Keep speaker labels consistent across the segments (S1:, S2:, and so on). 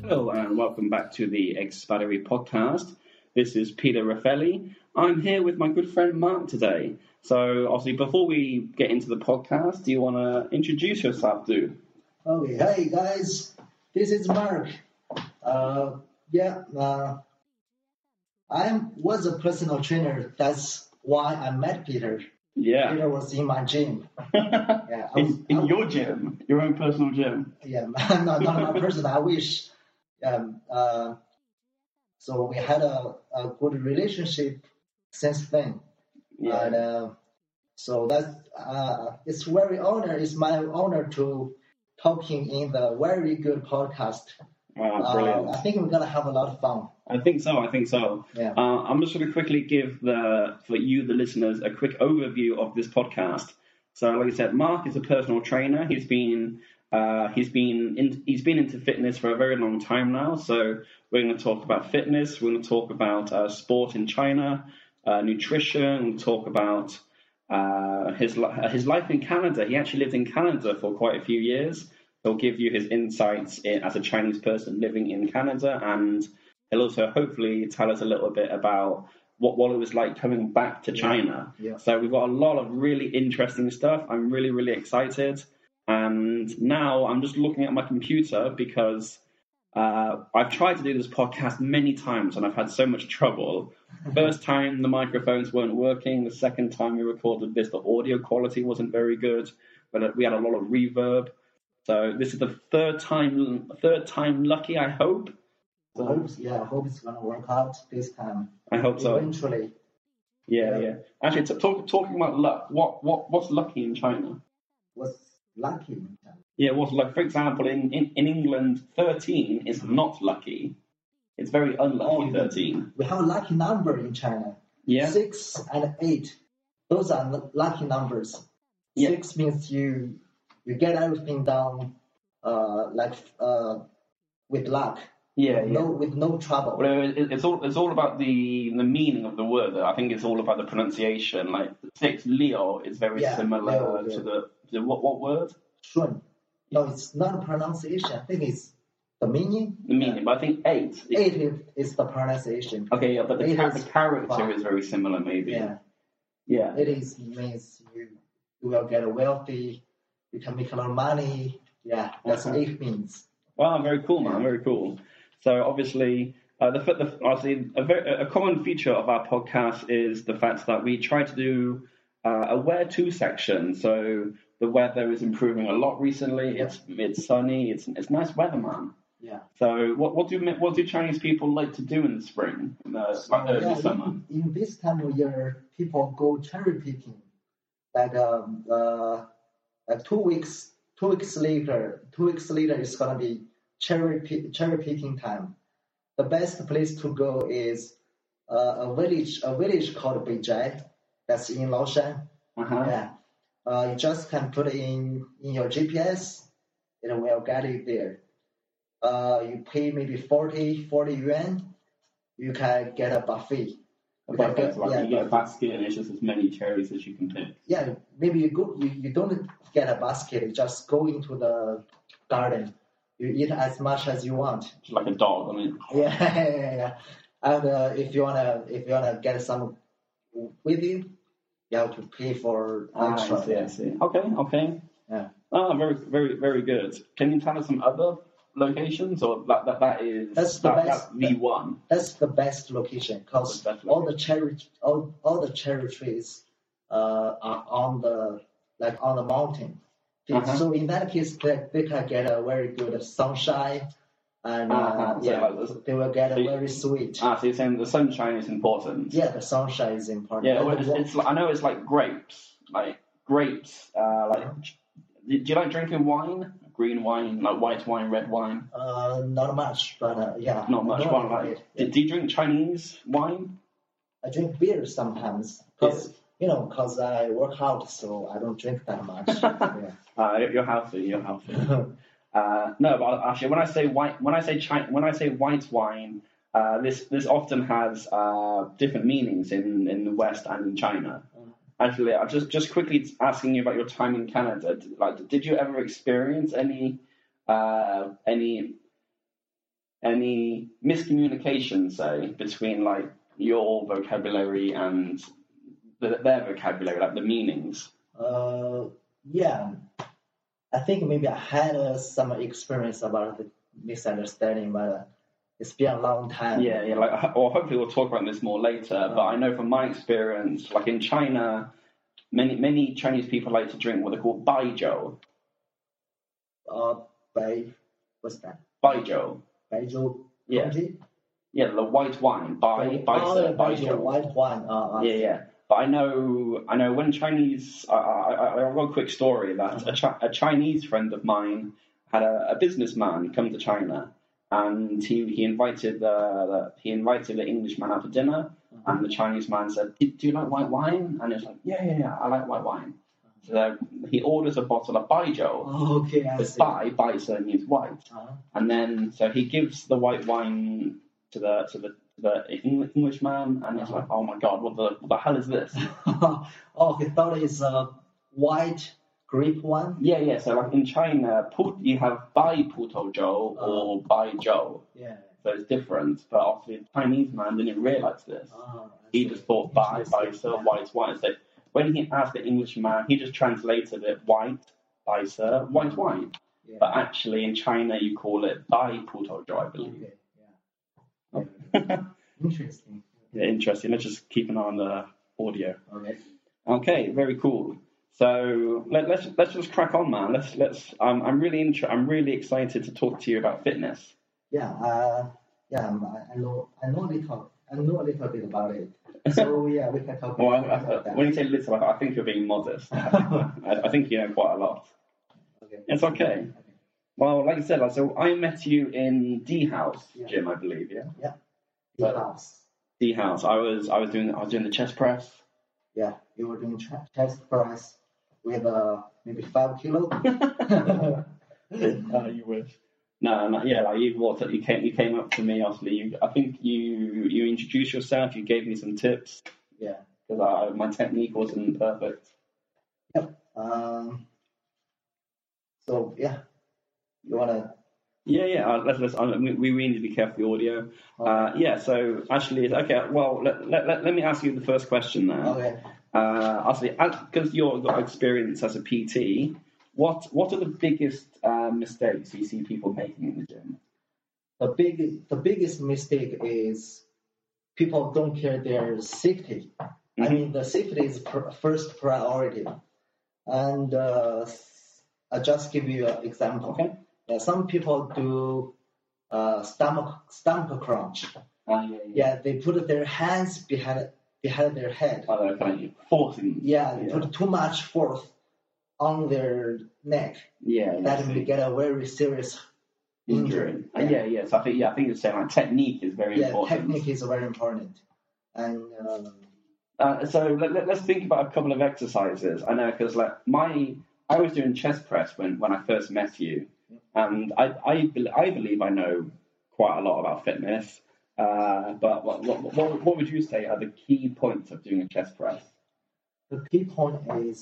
S1: Hello, and welcome back to the Expadery podcast. This is Peter Raffelli. I'm here with my good friend Mark today. So, obviously, before we get into the podcast, do you want to introduce yourself, dude?
S2: Okay, hey guys, this is Mark. Uh, yeah, uh, I was a personal trainer. That's why I met Peter.
S1: Yeah.
S2: Peter was in my gym. Yeah, I was,
S1: in, in your gym, your own personal gym.
S2: yeah, not, not my person. I wish. Um, uh, so we had a, a good relationship since then. And
S1: Yeah.
S2: uh, so that's uh, it's very honor. It's my honor to talking in the very good podcast.
S1: Wow,
S2: Uh,
S1: Oh, brilliant.
S2: I think we're gonna have a lot of fun.
S1: I think so. I think so.
S2: Yeah.
S1: Uh, I'm just going to quickly give the for you, the listeners, a quick overview of this podcast. So, like I said, Mark is a personal trainer. He's been uh, he's been in, he's been into fitness for a very long time now. So, we're going to talk about fitness. We're going to talk about uh, sport in China, uh, nutrition. We'll talk about uh, his li- uh, his life in Canada. He actually lived in Canada for quite a few years. He'll give you his insights in, as a Chinese person living in Canada, and he'll also hopefully tell us a little bit about what what it was like coming back to China.
S2: yeah.
S1: So we've got a lot of really interesting stuff. I'm really really excited, and now I'm just looking at my computer because. Uh, I've tried to do this podcast many times and I've had so much trouble. First time the microphones weren't working. The second time we recorded this, the audio quality wasn't very good, but uh, we had a lot of reverb. So this is the third time, third time lucky. I hope.
S2: I hope, yeah, I hope it's gonna work out this time.
S1: I hope so.
S2: Eventually,
S1: Yeah, yeah. Actually, t- talk, talking about luck, what, what, what's lucky in China?
S2: was lucky.
S1: Yeah, what's luck? For example, in, in, in England, thirteen is not lucky. It's very unlucky. Thirteen.
S2: We have a lucky number in China.
S1: Yeah.
S2: Six and eight. Those are lu- lucky numbers.
S1: Yeah.
S2: Six means you you get everything done uh, like uh, with luck.
S1: Yeah, yeah.
S2: No with no trouble.
S1: Well, it- it- it's all it's all about the the meaning of the word. though. I think it's all about the pronunciation. Like six Leo is very
S2: Yeah,
S1: similar
S2: Leo, yeah.
S1: to the, the what what word
S2: Shun. No, it's not pronunciation. I think it's the meaning.
S1: the meaning. But I think eight. is-
S2: Eight is, is the pronunciation.
S1: okay, yeah, but the,
S2: Eight
S1: ca-
S2: is
S1: the character
S2: five.
S1: is very similar, maybe.
S2: Yeah.
S1: yeah.
S2: It is means you you will get wealthy, you can make a lot of money. Yeah, that's
S1: Uh-huh.
S2: what it means.
S1: Wow, very cool, man.
S2: Yeah.
S1: Very cool. So obviously, uh, the, the obviously a, very, a common feature of our podcast is the fact that we try to do uh, a where to section. So the weather is improving a lot recently. It's it's sunny. It's it's nice weather, man.
S2: Yeah.
S1: So what what do what do Chinese people like to do in the spring, in the
S2: So,
S1: like early
S2: yeah,
S1: summer?
S2: in, in this time of year, people go cherry picking. Like um uh, like two weeks two weeks later two weeks later it's gonna be cherry pick, cherry picking time. The best place to go is uh, a village a village called Beijai. That's in Laoshan.
S1: Uh-huh.
S2: Yeah. Uh, you just can put in in your GPS, it will get you there. Uh, you pay maybe 40, 40 yuan, you can get a buffet. You can
S1: Like,
S2: get-
S1: that's like you
S2: yeah,
S1: get a basket and it's just as many cherries as you can pick.
S2: yeah, maybe you go, you, you don't get a basket, you just go into the garden. You eat as much as you want.
S1: Just like a dog. I mean,
S2: Yeah, yeah, yeah. And uh, if you wanna if you wanna get some with you, you have to pay for extra.
S1: Ah, I see, I see. Okay, okay.
S2: Yeah.
S1: Ah, very, very, very good. Can you tell us some other locations, or that that, that is
S2: That's the
S1: that,
S2: best-
S1: that's the one?
S2: That's the best location because
S1: The best
S2: all the cherry all, all the cherry trees uh, are on the like on the mountain.
S1: Uh-huh.
S2: So in that case, they, they can get a very good sunshine, and uh,
S1: Uh-huh. So
S2: yeah,
S1: like this-
S2: they will get a
S1: so you-
S2: very sweet.
S1: Ah, so you're saying the sunshine is important.
S2: yeah, the sunshine is important.
S1: Yeah,
S2: And
S1: well,
S2: the
S1: it's,
S2: wa-
S1: it's like, I know it's like grapes, like grapes. Uh, like, do you like drinking wine? Green wine, like white wine, red wine.
S2: uh, not much, but uh, yeah,
S1: Not much
S2: I
S1: wine.
S2: don't
S1: Like,
S2: drink it.
S1: do, do you drink Chinese wine?
S2: I drink beer sometimes because you know because I work out, so I don't drink that much. yeah.
S1: Uh, you're healthy. You're healthy. Uh, no, but actually, when I say white, when I say chi- when I say white wine, uh, this this often has uh, different meanings in, in the West and in China. Actually, I just just quickly asking you about your time in Canada. D- Like, did you ever experience any uh, any any miscommunication, say, between like your vocabulary and the, their vocabulary, like the meanings?
S2: Uh, yeah, I think maybe I had uh, some experience about the misunderstanding, but it's been a long time.
S1: Yeah, yeah. Like, or hopefully we'll talk about this more later. but I know from my experience, like in China, many many Chinese people like to drink what they call baijiu.
S2: Uh, by what's that?
S1: Baijiu.
S2: Baijiu.
S1: Yeah.
S2: Congee?
S1: Yeah, the white wine. Bai, bai,
S2: oh, Baijiu,
S1: baijiu.
S2: white wine. Uh, uh,
S1: Yeah, yeah. But I know, I know when Chinese. I, I, I- I'll roll a quick story that a, chi- a Chinese friend of mine had a, a businessman come to China, and he he invited the, the he invited the Englishman out for dinner,
S2: Mm-hmm.
S1: and the Chinese man said, do, "Do you like white wine?" And he was like, "Yeah, yeah, yeah, I like white wine." So he orders a bottle of baijiu.
S2: Oh, okay, I
S1: Because
S2: see.
S1: bai, bai certainly means white.
S2: Uh,
S1: And then, so he gives the white wine to the to the, to the Eng- Englishman, and it's like, oh my god, what the what the hell is this?
S2: oh, he thought it's a white grape wine.
S1: yeah, yeah. So like in China, put you have bai puto zhou or bai zhou,
S2: Yeah.
S1: so it's different. But obviously, the Chinese man didn't realize this.
S2: Oh, I
S1: He
S2: see.
S1: just thought bai bai
S2: Interesting.
S1: sir white wine. So when he asked the Englishman, he just translated it white bai sir white wine.
S2: Yeah.
S1: But actually, in China, you call it bai puto zhou, I believe.
S2: Okay, yeah. Interesting.
S1: Yeah, interesting. Let's just keep an eye on the audio.
S2: Okay.
S1: Okay, very cool. So let, let's let's just crack on, man. Let's let's. Um, I'm really inter- I'm really excited to talk to you about fitness.
S2: Yeah. Uh, yeah. um, I, I know. I know a little. I know a little bit about it. So yeah, we can talk
S1: Well, Oh, I,
S2: about
S1: I,
S2: that.
S1: when you say little, I, I think you're being modest. I, I think you know quite a lot.
S2: okay.
S1: It's okay. Well, like I said, like, so I met you in D House gym, I believe. Yeah,
S2: Yeah.
S1: But-
S2: Clubs.
S1: D House. I was I was doing I was doing the chest press.
S2: Yeah. You were doing ch- chest press with uh, maybe five kilo.
S1: Uh, you wish. No, no, yeah, like you walked up, you came, you came up to me. Obviously, you, I think you you introduced yourself. You gave me some tips
S2: yeah.
S1: because I, my technique wasn't perfect.
S2: Yep. Um. So yeah, you wanna
S1: Yeah, yeah. Uh, let's, let's, uh, we, we really need to be careful with the audio. Uh, yeah, so actually, okay, well, let, let, let, let me ask you the first question there.
S2: okay.
S1: Uh, actually, because you've got experience as a PT, what, what are the biggest uh, mistakes you see people making in the gym?
S2: the big the biggest mistake is people don't care their safety. I mean, the safety is pr- first priority. And uh, s- I'll just give you an example.
S1: Okay.
S2: Yeah, some people do uh, stomach stomach crunch.
S1: Uh, yeah, yeah.
S2: Yeah, they put their hands behind behind their head.
S1: Are they kind of forcing?
S2: Yeah, they
S1: Yeah.
S2: put too much force on their neck.
S1: yeah, yeah.
S2: That will get a very serious
S1: injury.
S2: injury.
S1: Uh, yeah, yeah. So I think, yeah, I think you're saying like technique is very
S2: yeah,
S1: important.
S2: technique is very important. And um,
S1: Uh, so let, let, let's think about a couple of exercises. I know because like my I was doing chest press when, when I first met you, and I I, bel I believe I know quite a lot about fitness. Uh, but what, what what what would you say are the key points of doing a chest press?
S2: the key point is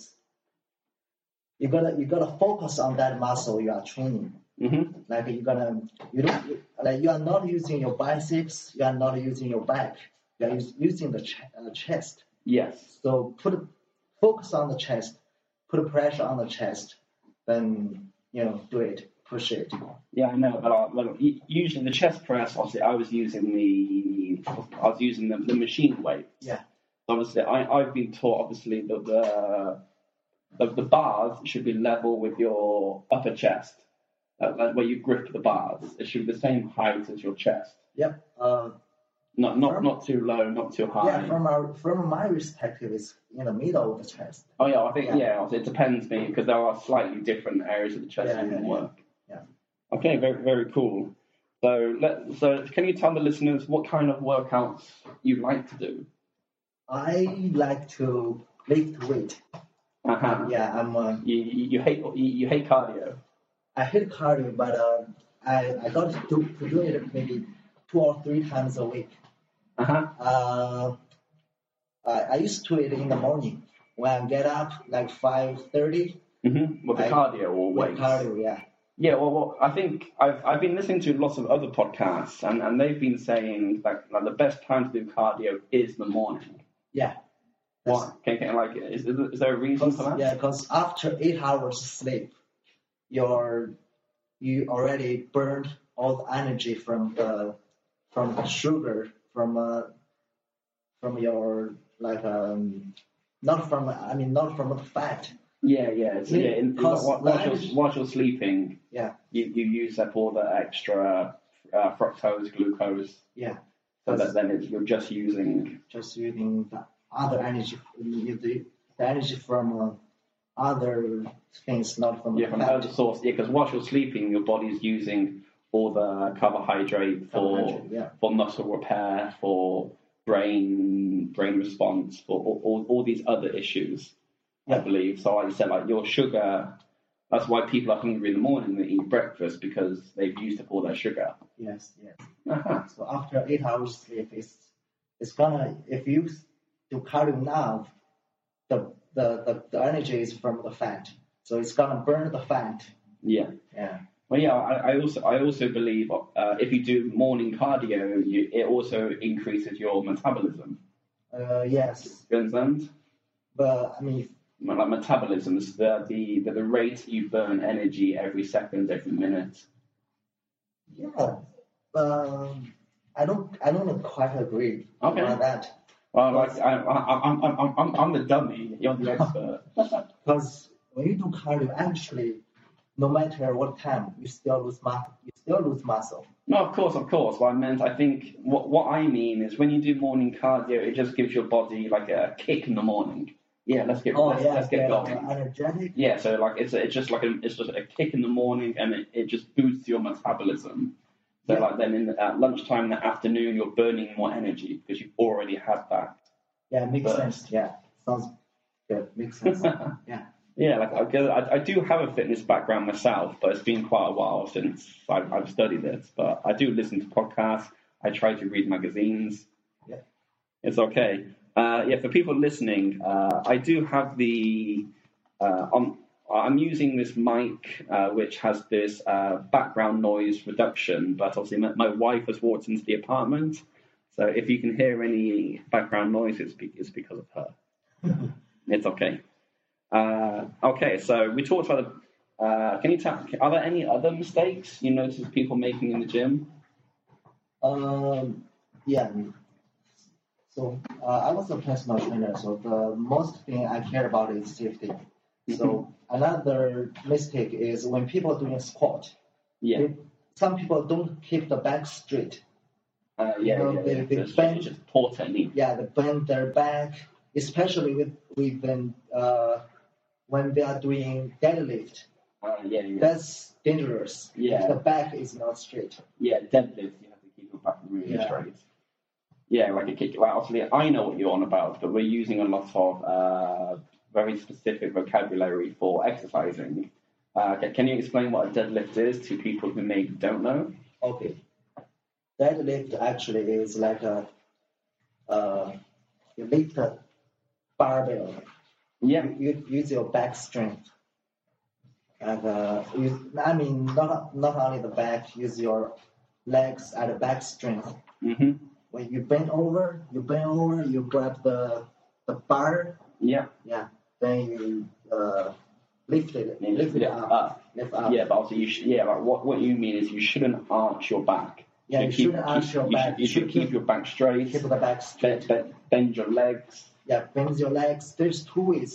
S2: you gotta you gotta focus on that muscle you are training.
S1: hmm
S2: Like you gotta you don't like you are not using your biceps, you are not using your back, you are us- using the ch- uh, chest.
S1: Yes.
S2: So put focus on the chest, put pressure on the chest, then you know do it, push it.
S1: Yeah, I know. But I, well, u- usually the chest press, obviously, I was using the I was using the, the machine weight.
S2: Yeah,
S1: obviously I, I've been taught obviously that the the, the bars should be level with your upper chest, like, like where you grip the bars. It should be the same height as your chest,
S2: yep. Uh,
S1: not not not too low, not too high.
S2: yeah, from our from my perspective, it's in the middle of the chest.
S1: oh yeah, I think yeah.
S2: Yeah.
S1: obviously it depends me because there are slightly different areas of the chest
S2: Yeah,
S1: that
S2: yeah,
S1: can
S2: yeah.
S1: work.
S2: Yeah.
S1: Okay, very very cool. So let so can you tell the listeners what kind of workouts you like to do?
S2: I like to lift weight.
S1: Uh-huh.
S2: Yeah, I'm. Uh,
S1: You, you you hate you, you hate cardio.
S2: I hate cardio, but uh, I I got to do, to do it maybe two or three times a week.
S1: Uh huh.
S2: Uh, I, I used to it in the morning when I get up like five thirty.
S1: Mm-hmm. With the
S2: I-
S1: cardio or
S2: With
S1: weights?
S2: cardio, yeah.
S1: Yeah, well, well, I think I've I've been listening to lots of other podcasts, and, and they've been saying like, like the best time to do cardio is the morning.
S2: Yeah.
S1: Why? Can, can, like, is, is is there a reason
S2: Because,
S1: for that?
S2: yeah, because after eight hours sleep, you're you already burned all the energy from the from the sugar from uh, from your like um not from I mean not from the fat.
S1: Yeah, yeah, it's, yeah.
S2: Yeah,
S1: in,
S2: because
S1: while, while,
S2: lunch-
S1: you're, while you're sleeping,
S2: Yeah,
S1: you, you use up all the extra uh, fructose, glucose,
S2: yeah.
S1: so that then it's, you're just using.
S2: Just using the other energy, you- the, the energy from uh, other things, not from
S1: Yeah,
S2: the
S1: from
S2: fat.
S1: other source. Yeah, because whilst you're sleeping, your body's using all the carbohydrate for
S2: Carbohydrate, yeah.
S1: for muscle repair, for brain brain response, for all, all, all these other issues. I
S2: Yeah.
S1: believe. So like you said, like your sugar. That's why people are hungry in the morning. They eat breakfast because they've used up all their sugar.
S2: Yes, yes.
S1: Uh-huh.
S2: So after eight hours sleep, it's it's gonna if you do cardio now, the the, the, the energy is from the fat, so it's gonna burn the fat.
S1: Yeah.
S2: Yeah.
S1: Well, yeah, I, I also I also believe uh, if you do morning cardio, you, it also increases your metabolism.
S2: Uh, yes,
S1: You understand?
S2: but I mean,
S1: Well, Like metabolism, is the, the the the rate you burn energy every second, every minute.
S2: yeah. Um, I don't I don't quite agree
S1: Okay.
S2: about that
S1: Well, like I, I, I'm I'm I'm I'm the dummy. You're the expert.
S2: because when you do cardio, actually, no matter what time, you still lose muscle. You still lose muscle.
S1: no, of course, of course. What I meant, I think what what I mean is when you do morning cardio, it just gives your body like a kick in the morning. Yeah, let's get
S2: Oh
S1: let's,
S2: yeah,
S1: let's get
S2: you're
S1: going.
S2: energetic.
S1: Yeah, so like it's it's just like a, it's just a kick in the morning, and it, it just boosts your metabolism. So
S2: Yeah.
S1: like then in the, at lunchtime, in the afternoon, you're burning more energy because you've already had that.
S2: Yeah, makes
S1: But-
S2: sense. Yeah, sounds good. Makes sense. yeah.
S1: Yeah, like I, guess I, I do have a fitness background myself, but it's been quite a while since I've, I've studied it. But I do listen to podcasts. I try to read magazines.
S2: Yeah.
S1: It's okay. Uh, yeah, for people listening, uh, I do have the. Uh, I'm, I'm using this mic, uh, which has this uh, background noise reduction, but obviously my, my wife has walked into the apartment. So if you can hear any background noise, it's, be, it's because of her. it's okay. Uh, okay, so we talked about the. Uh, can you tell? Are there any other mistakes you notice people making in the gym?
S2: Um. Yeah. So uh, I was a personal trainer, so the most thing I care about is safety. So
S1: Mm-hmm.
S2: another mistake is when people are doing squat.
S1: Yeah,
S2: they- Some people don't keep the back straight.
S1: uh, yeah,
S2: No,
S1: yeah.
S2: they-
S1: yeah.
S2: they
S1: It's
S2: bend.
S1: just poor technique.
S2: Yeah, they bend their back, especially with, with when uh, when they are doing deadlift.
S1: Uh, yeah, yeah,
S2: That's dangerous. if
S1: Yeah.
S2: The back is not straight.
S1: yeah. Deadlift, you have to keep your back really
S2: Yeah.
S1: straight. Yeah, like a kick. Like obviously, I know what you're on about, but we're using a lot of uh, very specific vocabulary for exercising. Uh, ca- can you explain what a deadlift is to people who maybe don't know?
S2: Okay. Deadlift actually is like a uh, you lift a barbell.
S1: Yeah,
S2: You, you use your back strength. And uh, you, I mean, not not only the back, use your legs and back strength.
S1: hmm
S2: When you bend over, you bend over, you grab the the bar,
S1: yeah.
S2: yeah. Then you uh, lift it,
S1: Then you
S2: lift it
S1: lift
S2: up,
S1: up.
S2: lift up.
S1: Yeah, but also you should, yeah, like what, what you mean is you shouldn't arch your back.
S2: Yeah,
S1: keep-
S2: you shouldn't arch
S1: keep-
S2: your
S1: you
S2: back.
S1: Should, you should keep your back straight.
S2: Keep the back straight.
S1: Bend, bend, bend your legs.
S2: Yeah, bend your legs. There's two ways.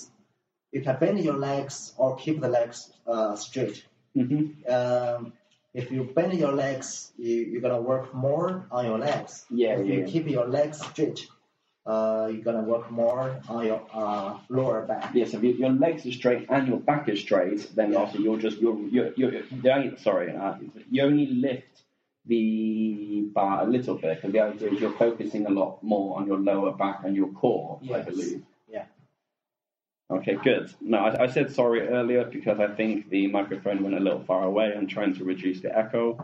S2: You can bend your legs or keep the legs uh, straight.
S1: hmm
S2: Um, if you bend your legs, you, you're gonna work more on your legs.
S1: Yeah, yeah,
S2: If you
S1: yeah.
S2: keep your legs straight, uh, you're gonna work more on your uh, lower back.
S1: Yes, if your- your legs are straight and your back is straight, then
S2: Yeah.
S1: also you're just you're you're, you're, the only- sorry, uh, you only lift the bar a little bit because the idea is you're focusing a lot more on your lower back and your core, I
S2: Yes.
S1: believe.
S2: Yeah.
S1: Okay, good. No, I, I said sorry earlier because I think the microphone went a little far away. I'm trying to reduce the echo.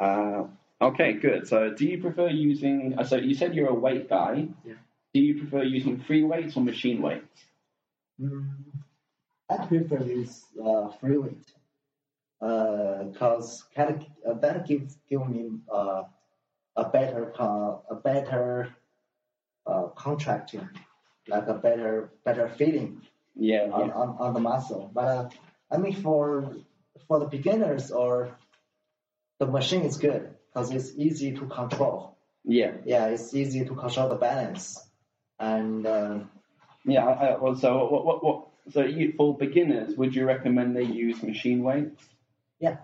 S1: Uh, okay, good. So, do you prefer using? uh, So, you said you're a weight guy.
S2: Yeah.
S1: Do you prefer using free weights or machine weights?
S2: Mm, I prefer use uh, free weight. because can uh, that gives give me uh, a better co- a better uh, contracting, like a better better feeling
S1: Yeah,
S2: on,
S1: yeah.
S2: on, on the muscle. But uh, I mean for for the beginners or the machine is good because it's easy to control.
S1: yeah.
S2: Yeah, it's easy to control the balance, and uh,
S1: Yeah, I, I, well, so what, what, what, so you, for beginners, would you recommend they use machine weights?
S2: yeah,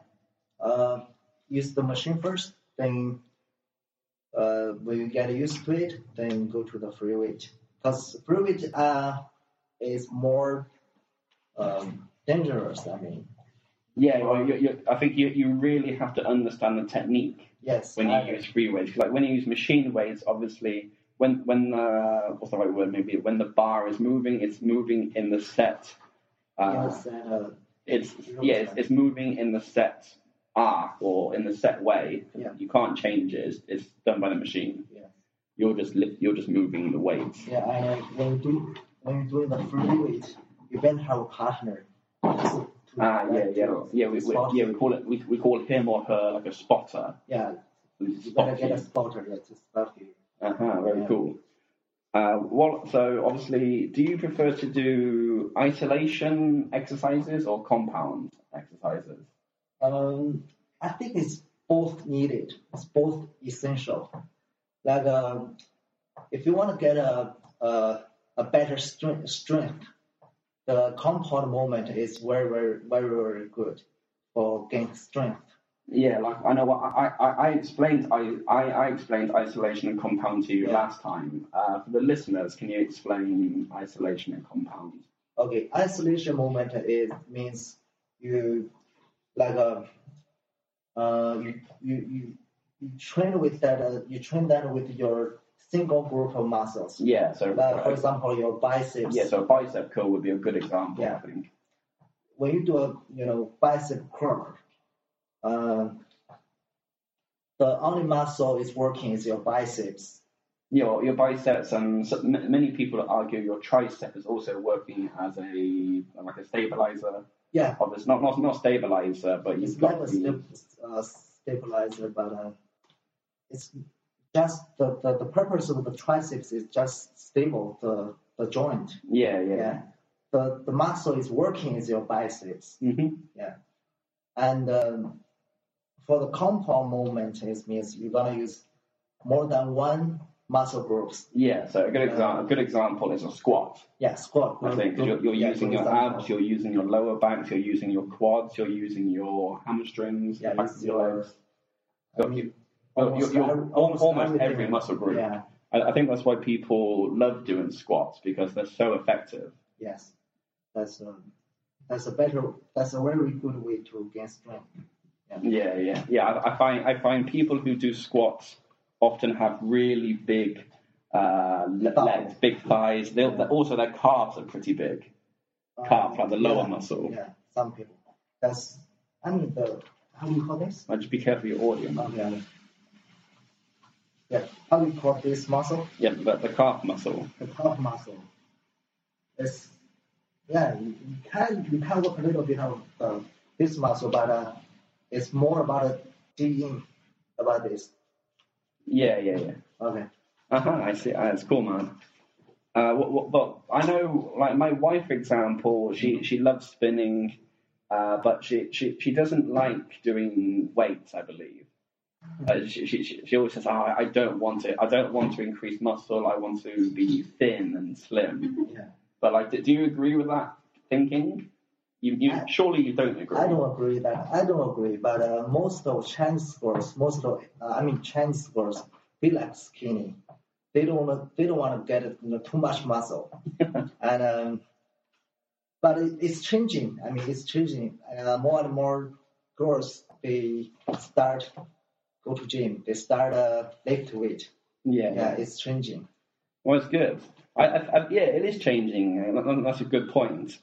S2: uh, use the machine first, then uh, when you get used to it, then go to the free weight because free weight uh, is more um, dangerous. I mean,
S1: Yeah, well, you, you, I think you, you really have to understand the technique
S2: yes,
S1: when you
S2: I-
S1: use free weights. 'Cause, Like when you use machine weights, obviously, when when the what's the right word? Maybe when the bar is moving, it's moving in the set. Uh,
S2: yes, uh,
S1: It's yeah, it's, it's moving in the set arc or in the set way.
S2: Yeah.
S1: You can't change it. It's, it's done by the machine.
S2: yeah.
S1: You're just li- you're just moving the weights.
S2: Yeah, and uh, when you do when you do the free weight, you then have a partner. to- to-
S1: Ah, yeah, yeah,
S2: to
S1: yeah. We, we,
S2: spot
S1: yeah, we
S2: you.
S1: call it. We, we call him or her like a spotter.
S2: yeah.
S1: Who's
S2: You gotta get a
S1: spotting.
S2: spotter yeah, to spot you.
S1: Uh-huh, very
S2: Yeah.
S1: cool. Uh, what, so obviously, do you prefer to do isolation exercises or compound exercises?
S2: Um, I think it's both needed. It's both essential. Like, um, if you want to get a a, a better strength, strength, the compound movement is very, very, very, very good for gain strength.
S1: Yeah, like I know what I, I, I explained I, I, I explained isolation and compound to you
S2: Yeah.
S1: last time. Uh, for the listeners, can you explain isolation and compound?
S2: Okay, isolation movement is means you like a uh, you, you you you train with that uh, you train that with your single group of muscles.
S1: Yeah, so
S2: Like for example, your biceps.
S1: yeah, so bicep curl would be a good example,
S2: Yeah.
S1: I think.
S2: When you do a you know bicep curl, uh, the only muscle is working is your biceps.
S1: your your biceps and so, m- many people argue your tricep is also working as a like a stabilizer.
S2: Yeah,
S1: Of this, not not not stabilizer, but
S2: it's
S1: you've
S2: not
S1: got
S2: a
S1: the,
S2: sta- uh, stabilizer, but uh, it's just the, the, the purpose of the triceps is just stable the the joint.
S1: yeah yeah.
S2: Yeah, the the muscle is working is your biceps.
S1: hmm
S2: Yeah, and um, for the compound movement, it means you're gonna use more than one muscle groups.
S1: Yeah, so a good example. A good example is a squat.
S2: Yeah, squat.
S1: I think 'cause you're, you're
S2: Yeah,
S1: using
S2: for
S1: your
S2: example.
S1: abs, you're using your lower backs, you're using your quads, you're using your hamstrings,
S2: Yeah,
S1: the backs of
S2: use
S1: your
S2: your-
S1: legs.
S2: I
S1: You're-
S2: mean,
S1: you're-
S2: almost
S1: you're-
S2: every-
S1: almost,
S2: almost
S1: every
S2: everything.
S1: muscle group.
S2: Yeah.
S1: I, I think that's why people love doing squats because they're so effective.
S2: Yes, that's a that's a better that's a very good way to gain strength.
S1: Yeah, yeah, yeah. I, I find I find people who do squats often have really big uh, le-
S2: Thighs.
S1: legs, big thighs. They'll,
S2: Yeah.
S1: Also, their calves are pretty big. Calf, like the lower
S2: yeah,
S1: muscle.
S2: Yeah, some people. That's I mean the how do you call this?
S1: Uh, just be careful of your audio. man.
S2: Okay. I mean- Yeah, how do you call this muscle?
S1: Yeah, but the calf muscle.
S2: The calf muscle. It's yeah, you, you can you can work a little bit on uh, this muscle, but uh, it's more about uh, digging about this.
S1: Yeah, yeah, yeah.
S2: Okay.
S1: Uh-huh, I see. Uh, it's cool, man. Uh, what, what, but I know, like my wife, for example, she she loves spinning, uh, but she, she she doesn't like doing weights. I believe. Uh, she, she she she always says, "Oh, I I don't want it. I don't want to increase muscle. I want to be thin and slim."
S2: Yeah.
S1: But like, do, do you agree with that thinking? You you
S2: I-
S1: surely you don't agree.
S2: I don't agree that I don't agree, but uh, most of Chinese girls, most of uh, I mean Chinese girls, they like skinny. They don't wanna, they don't want to get you know, too much muscle, and um, but it, it's changing. I mean, it's changing. Uh, more and more girls they start go to gym. They start uh, lift weight. Yeah, it's changing.
S1: Well, it's good. I, I, I, yeah, it is changing. and that- That's a good point.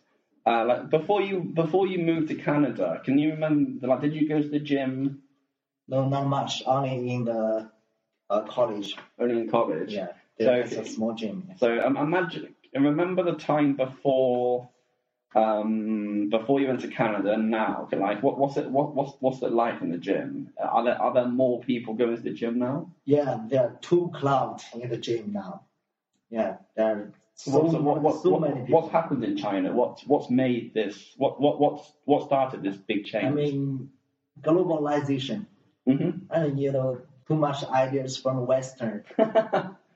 S1: Uh, like before you before you moved to Canada, can you remember? Like, did you go to the gym
S2: No, not much. Only in the uh, college.
S1: only in college?
S2: Yeah,
S1: So-
S2: there's a small gym.
S1: So um, imagine and remember the time before um, before you went to Canada and now? Like, what, what's it what, what's what's it like in the gym? Uh, Are there are there more people going to the gym now?
S2: Yeah, there are two clouds in the gym now. Yeah, there are so,
S1: what's, what, what,
S2: so
S1: what-
S2: many people.
S1: what's happened in China? What's what's made this? What what what's what started this big change?
S2: I mean, globalization.
S1: Mhm.
S2: I mean, you know, too much ideas from Western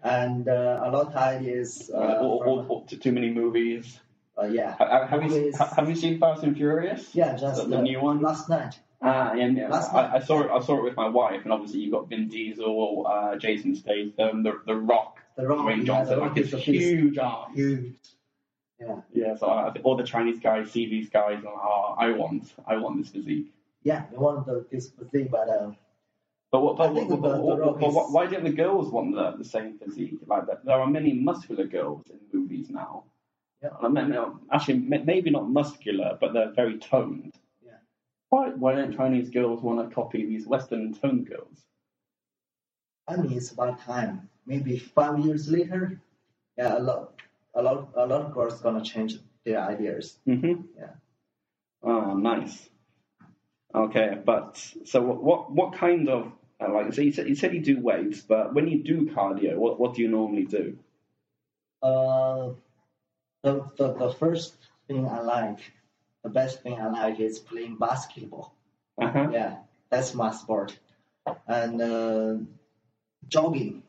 S2: and uh, a lot of ideas. Uh,
S1: Uh, or, or,
S2: from-
S1: or too many movies.
S2: uh, yeah.
S1: Ha- Have you,
S2: Movies.
S1: ha- have you seen Fast and Furious?
S2: Yeah, just
S1: The- the
S2: uh,
S1: new one?
S2: last night.
S1: Ah, yeah, yeah.
S2: Last
S1: I, I
S2: night.
S1: saw it. I saw it with my wife, and obviously you've got Vin Diesel, uh, Jason Statham, the the Rock,
S2: The wrong
S1: Dwayne
S2: yeah, the
S1: Johnson,
S2: wrong
S1: like it's
S2: piece of piece.
S1: huge arms.
S2: Huge. Yeah.
S1: Yeah, so I, I think all the Chinese guys see these guys and are, I want, I want this physique.
S2: Yeah, they want the this thing, but uh,
S1: But what,
S2: I
S1: but,
S2: think
S1: what,
S2: the-
S1: but,
S2: the
S1: what-
S2: rock
S1: but what-
S2: is-
S1: why don't the girls want the, the same physique? Like that, there are many muscular girls in movies now.
S2: Yeah.
S1: I mean, no, actually, ma- maybe not muscular, but they're very toned.
S2: Yeah.
S1: Why, why don't Chinese girls want to copy these Western toned girls?
S2: I mean, it's about time. Maybe five years later, yeah, a lot, a lot, a lot of girls gonna change their ideas.
S1: Mm-hmm.
S2: Yeah.
S1: Oh, nice. Okay, but so what? What, what kind of uh, like? So you said, you said you do weights, but when you do cardio, what what do you normally do?
S2: Uh, the, the the first thing I like, the best thing I like is playing basketball.
S1: Uh-huh.
S2: Yeah, that's my sport. And uh, jogging.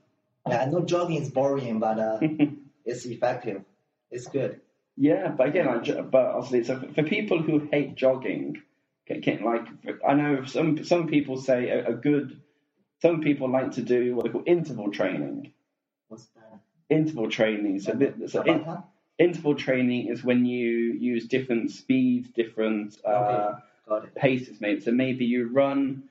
S2: Yeah, I know jogging is boring, but uh, it's effective. It's good.
S1: Yeah, but again, I, ju- but obviously, so for- for people who hate jogging, can, can, like I know some some people say a, a good. Some people like to do what they call interval training.
S2: What's that?
S1: Interval training. So, thi- so in,
S2: Tabata?
S1: interval training is when you use different speeds, different uh,
S2: Okay. Got it.
S1: paces, mate. So maybe you run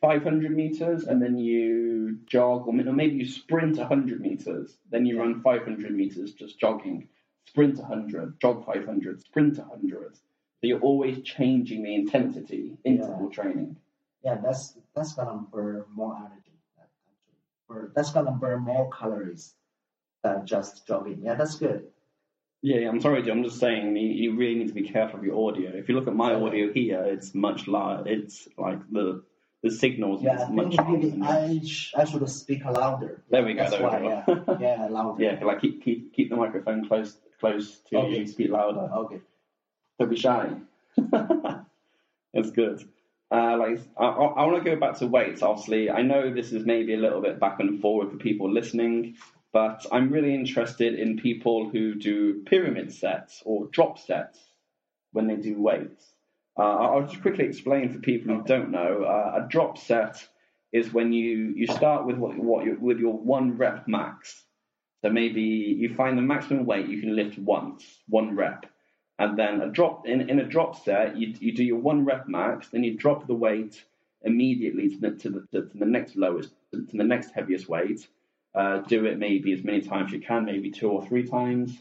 S1: 500 meters and then you jog, or may- or maybe you sprint 100 meters, then you run 500 meters just jogging, sprint 100, jog 500, sprint 100. So you're always changing the intensity, interval training.
S2: Yeah, that's that's gonna burn more energy. actually. Burn- That's gonna burn more calories than just jogging. Yeah, that's good.
S1: Yeah, yeah, I'm sorry, Jim. I'm just saying you, you really need to be careful of your audio. If you look at my audio here, it's much larger. It's like the the signals
S2: Yeah,
S1: is
S2: I
S1: much
S2: think
S1: harder
S2: maybe
S1: than yours.
S2: I sh- I should speak louder.
S1: There we go.
S2: That's
S1: there we
S2: why.
S1: go.
S2: Yeah, yeah, louder.
S1: Yeah, like keep keep keep the microphone close close to
S2: Okay.
S1: you. Speak louder.
S2: Okay.
S1: Don't be shy. That's good. Uh, like I, I want to go back to weights. Obviously, I know this is maybe a little bit back and forward for people listening, but I'm really interested in people who do pyramid sets or drop sets when they do weights. Uh, I'll I'll just quickly explain for people who don't know. Uh, a drop set is when you, you start with what what your, with your one rep max. So maybe you find the maximum weight you can lift once, one rep, and then a drop in, in a drop set you, you do your one rep max, then you drop the weight immediately to the to the, to the next lowest to the next heaviest weight. Uh, do it maybe as many times as you can, maybe two or three times.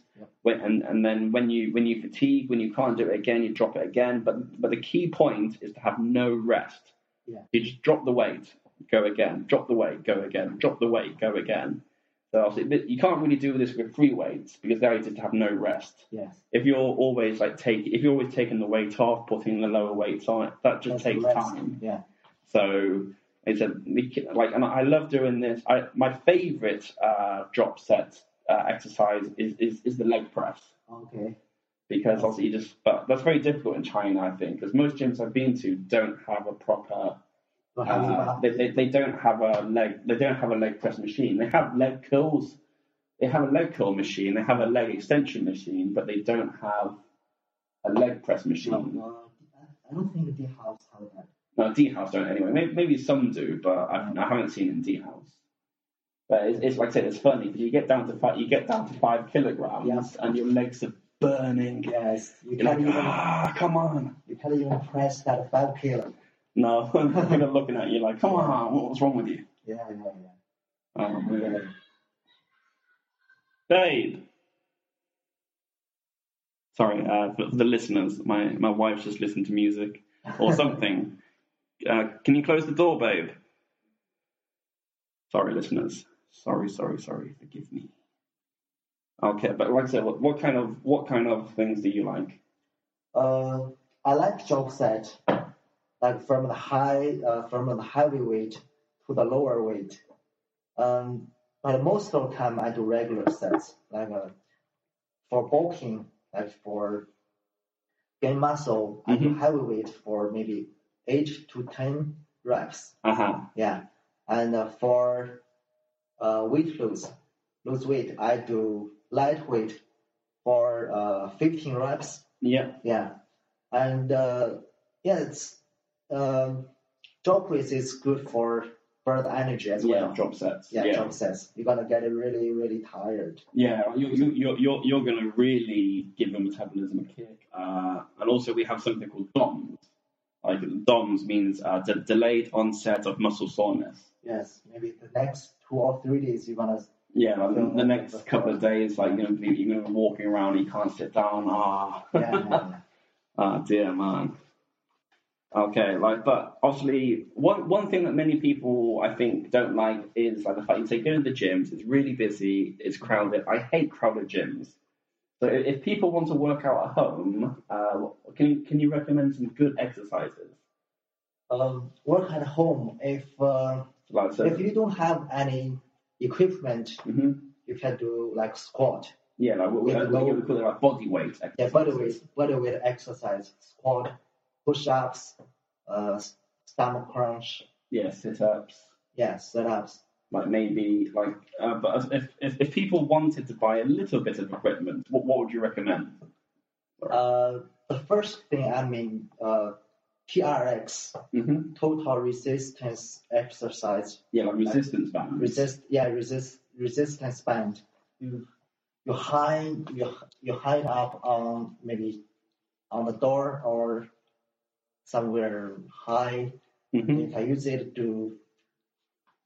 S1: When, and, and then when you when you fatigue, when you can't do it again, you drop it again. But but the key point is to have no rest.
S2: Yeah.
S1: You just drop the weight, go again, drop the weight, go again, drop the weight, go again. So obviously, but you can't really do this with free weights because they just have no rest.
S2: Yes.
S1: If you're always like take, if you're always taking the weight off, putting the lower weights on, that just
S2: That's the
S1: takes
S2: rest.
S1: time.
S2: Yeah.
S1: So it's a like, and I love doing this. I my favorite uh, drop set uh, exercise is, is is the leg press
S2: Okay.
S1: because obviously you just but that's very difficult in China, I think, because most gyms I've been to don't have a proper
S2: So how you
S1: uh,
S2: about-
S1: they, they they don't have a leg they don't have a leg press machine. They have leg curls. They have a leg curl machine. They have a leg extension machine, but they don't have a leg press machine.
S2: Uh, I don't think the house have that.
S1: No, D House don't anyway. Maybe, maybe some do, but I, I haven't seen it in D House. But it's, it's like I said, it's funny because you get down to five, you get down to five kilograms,
S2: Yeah.
S1: and your legs are burning.
S2: Yes. You
S1: You're like,
S2: can't even
S1: ah, come on.
S2: you can't even press that five kilo.
S1: No, people are looking at you like, come on, what was wrong with you?
S2: Yeah, yeah, yeah.
S1: Oh, man. Babe. Sorry, uh, for for the listeners, my, my wife just listened to music or something. uh, can you close the door, babe? Sorry, listeners. Sorry, sorry, sorry. Forgive me. Okay, but like I said, what, what kind of what kind of things do you like?
S2: Uh, I like jobs that like from the high uh, from the heavy weight to the lower weight. Um, but most of the time I do regular sets like uh, for bulking, like for gain muscle. I do
S1: Mhm.
S2: heavy weight for maybe eight to ten reps.
S1: Uh huh.
S2: Yeah, and uh, for uh, weight lose, lose weight, I do lightweight for uh, 15 reps.
S1: Yeah.
S2: Yeah, and uh, yeah, it's um, job race is good for burn energy as
S1: Yeah.
S2: well.
S1: Drop sets.
S2: Yeah,
S1: Yeah.
S2: job sets. You're gonna get really, really tired.
S1: Yeah, you, you, you're, you're, you're going to really give your metabolism a kick. Uh, and also, we have something called DOMS. Like, DOMS means uh, de- delayed onset of muscle soreness.
S2: Yes, maybe the next two or three days you're gonna.
S1: Yeah, like the, the
S2: Yeah.
S1: next couple of days, like, you're going to be you're gonna be walking around and you can't sit down. Ah,
S2: Yeah,
S1: ah dear man. Okay, like, but obviously, one, one thing that many people, I think, don't like is like the fact you say go to the gyms, it's really busy, it's crowded. I hate crowded gyms. So i- if people want to work out at home, uh, can can you recommend some good exercises?
S2: um, work at home. If uh,
S1: Like so,
S2: if you don't have any equipment,
S1: hmm
S2: you can do like squat.
S1: yeah, like what we,
S2: Yeah,
S1: what we
S2: low-
S1: call it like body weight. Exercises.
S2: Yeah, body weight, body weight exercise, squat, push ups, uh, stomach crunch.
S1: Yeah, sit ups.
S2: Yeah, sit ups.
S1: Like maybe like, uh, but if, if if people wanted to buy a little bit of equipment, what what would you recommend?
S2: Uh, the first thing I mean, uh, TRX,
S1: hmm
S2: total resistance exercise.
S1: Yeah, like resistance bands.
S2: Resist, yeah, resist, resistance band. You, you hang, you, you hang up on maybe on the door or somewhere high.
S1: hmm
S2: You can use it to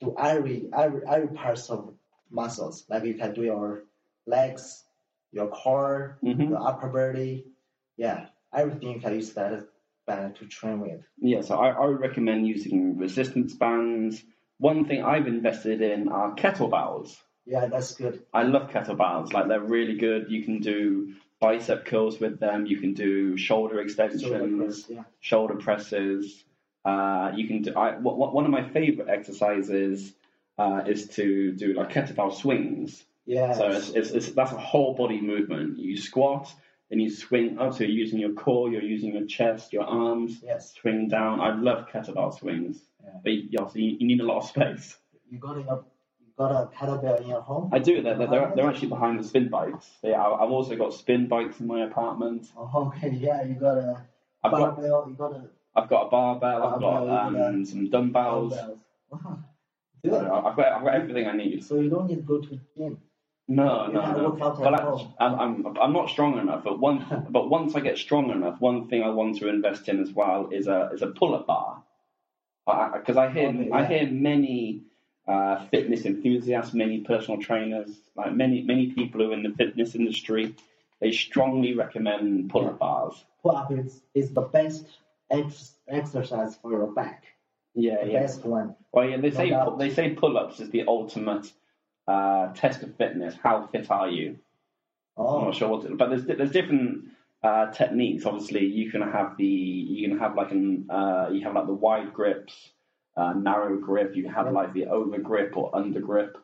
S2: do every, every, every parts of muscles. Like you can do your legs, your core,
S1: hmm
S2: the upper body, yeah, everything you can use that as band to train with.
S1: Yeah, so I, I would recommend using resistance bands. One thing I've invested in are kettlebells.
S2: Yeah, that's good.
S1: I love kettlebells. Like they're really good. You can do bicep curls with them. You can do shoulder extensions,
S2: So like this, yeah.
S1: shoulder presses. Uh, you can do. I, w- w- one of my favorite exercises uh, is to do like kettlebell swings.
S2: Yes.
S1: So it's, it's, it's, that's a whole body movement. You squat and you swing up. So you're using your core. You're using your chest, your arms.
S2: yes.
S1: Swing down. I love kettlebell swings,
S2: Yeah.
S1: but you, also you, you need a lot of space.
S2: You got a you got a kettlebell in your home?
S1: I do. They're, they're, they're actually behind the spin bikes. They are, I've also got spin bikes in my apartment.
S2: Oh, okay, yeah, you got a
S1: I've got
S2: barbell, you got a
S1: I've got a barbell. I've got
S2: Barbell,
S1: um, some dumbbells.
S2: dumbbells. Wow.
S1: I've
S2: Good.
S1: got I've got everything I need.
S2: So you don't need to go to gym.
S1: No,
S2: You
S1: no,
S2: have
S1: no.
S2: workout at
S1: But I,
S2: home.
S1: I'm I'm I'm not strong enough. But one but once I get strong enough, one thing I want to invest in as well is a is a pull up bar. Because I, hear
S2: Okay,
S1: I
S2: yeah.
S1: hear many uh, fitness enthusiasts, many personal trainers, like many many people who are in the fitness industry, they strongly recommend pull up bars.
S2: Pull up is, is the best ex- exercise for your back.
S1: Yeah,
S2: The
S1: yeah.
S2: best one.
S1: Well, yeah, they say
S2: No doubt.
S1: they say pull-ups is the ultimate uh, test of fitness. How fit are you? I'm
S2: Oh,
S1: not sure what, it, but there's there's different uh, techniques. Obviously, you can have the you can have like an uh, you have like the wide grips, uh, narrow grip. You have like the over grip or under grip.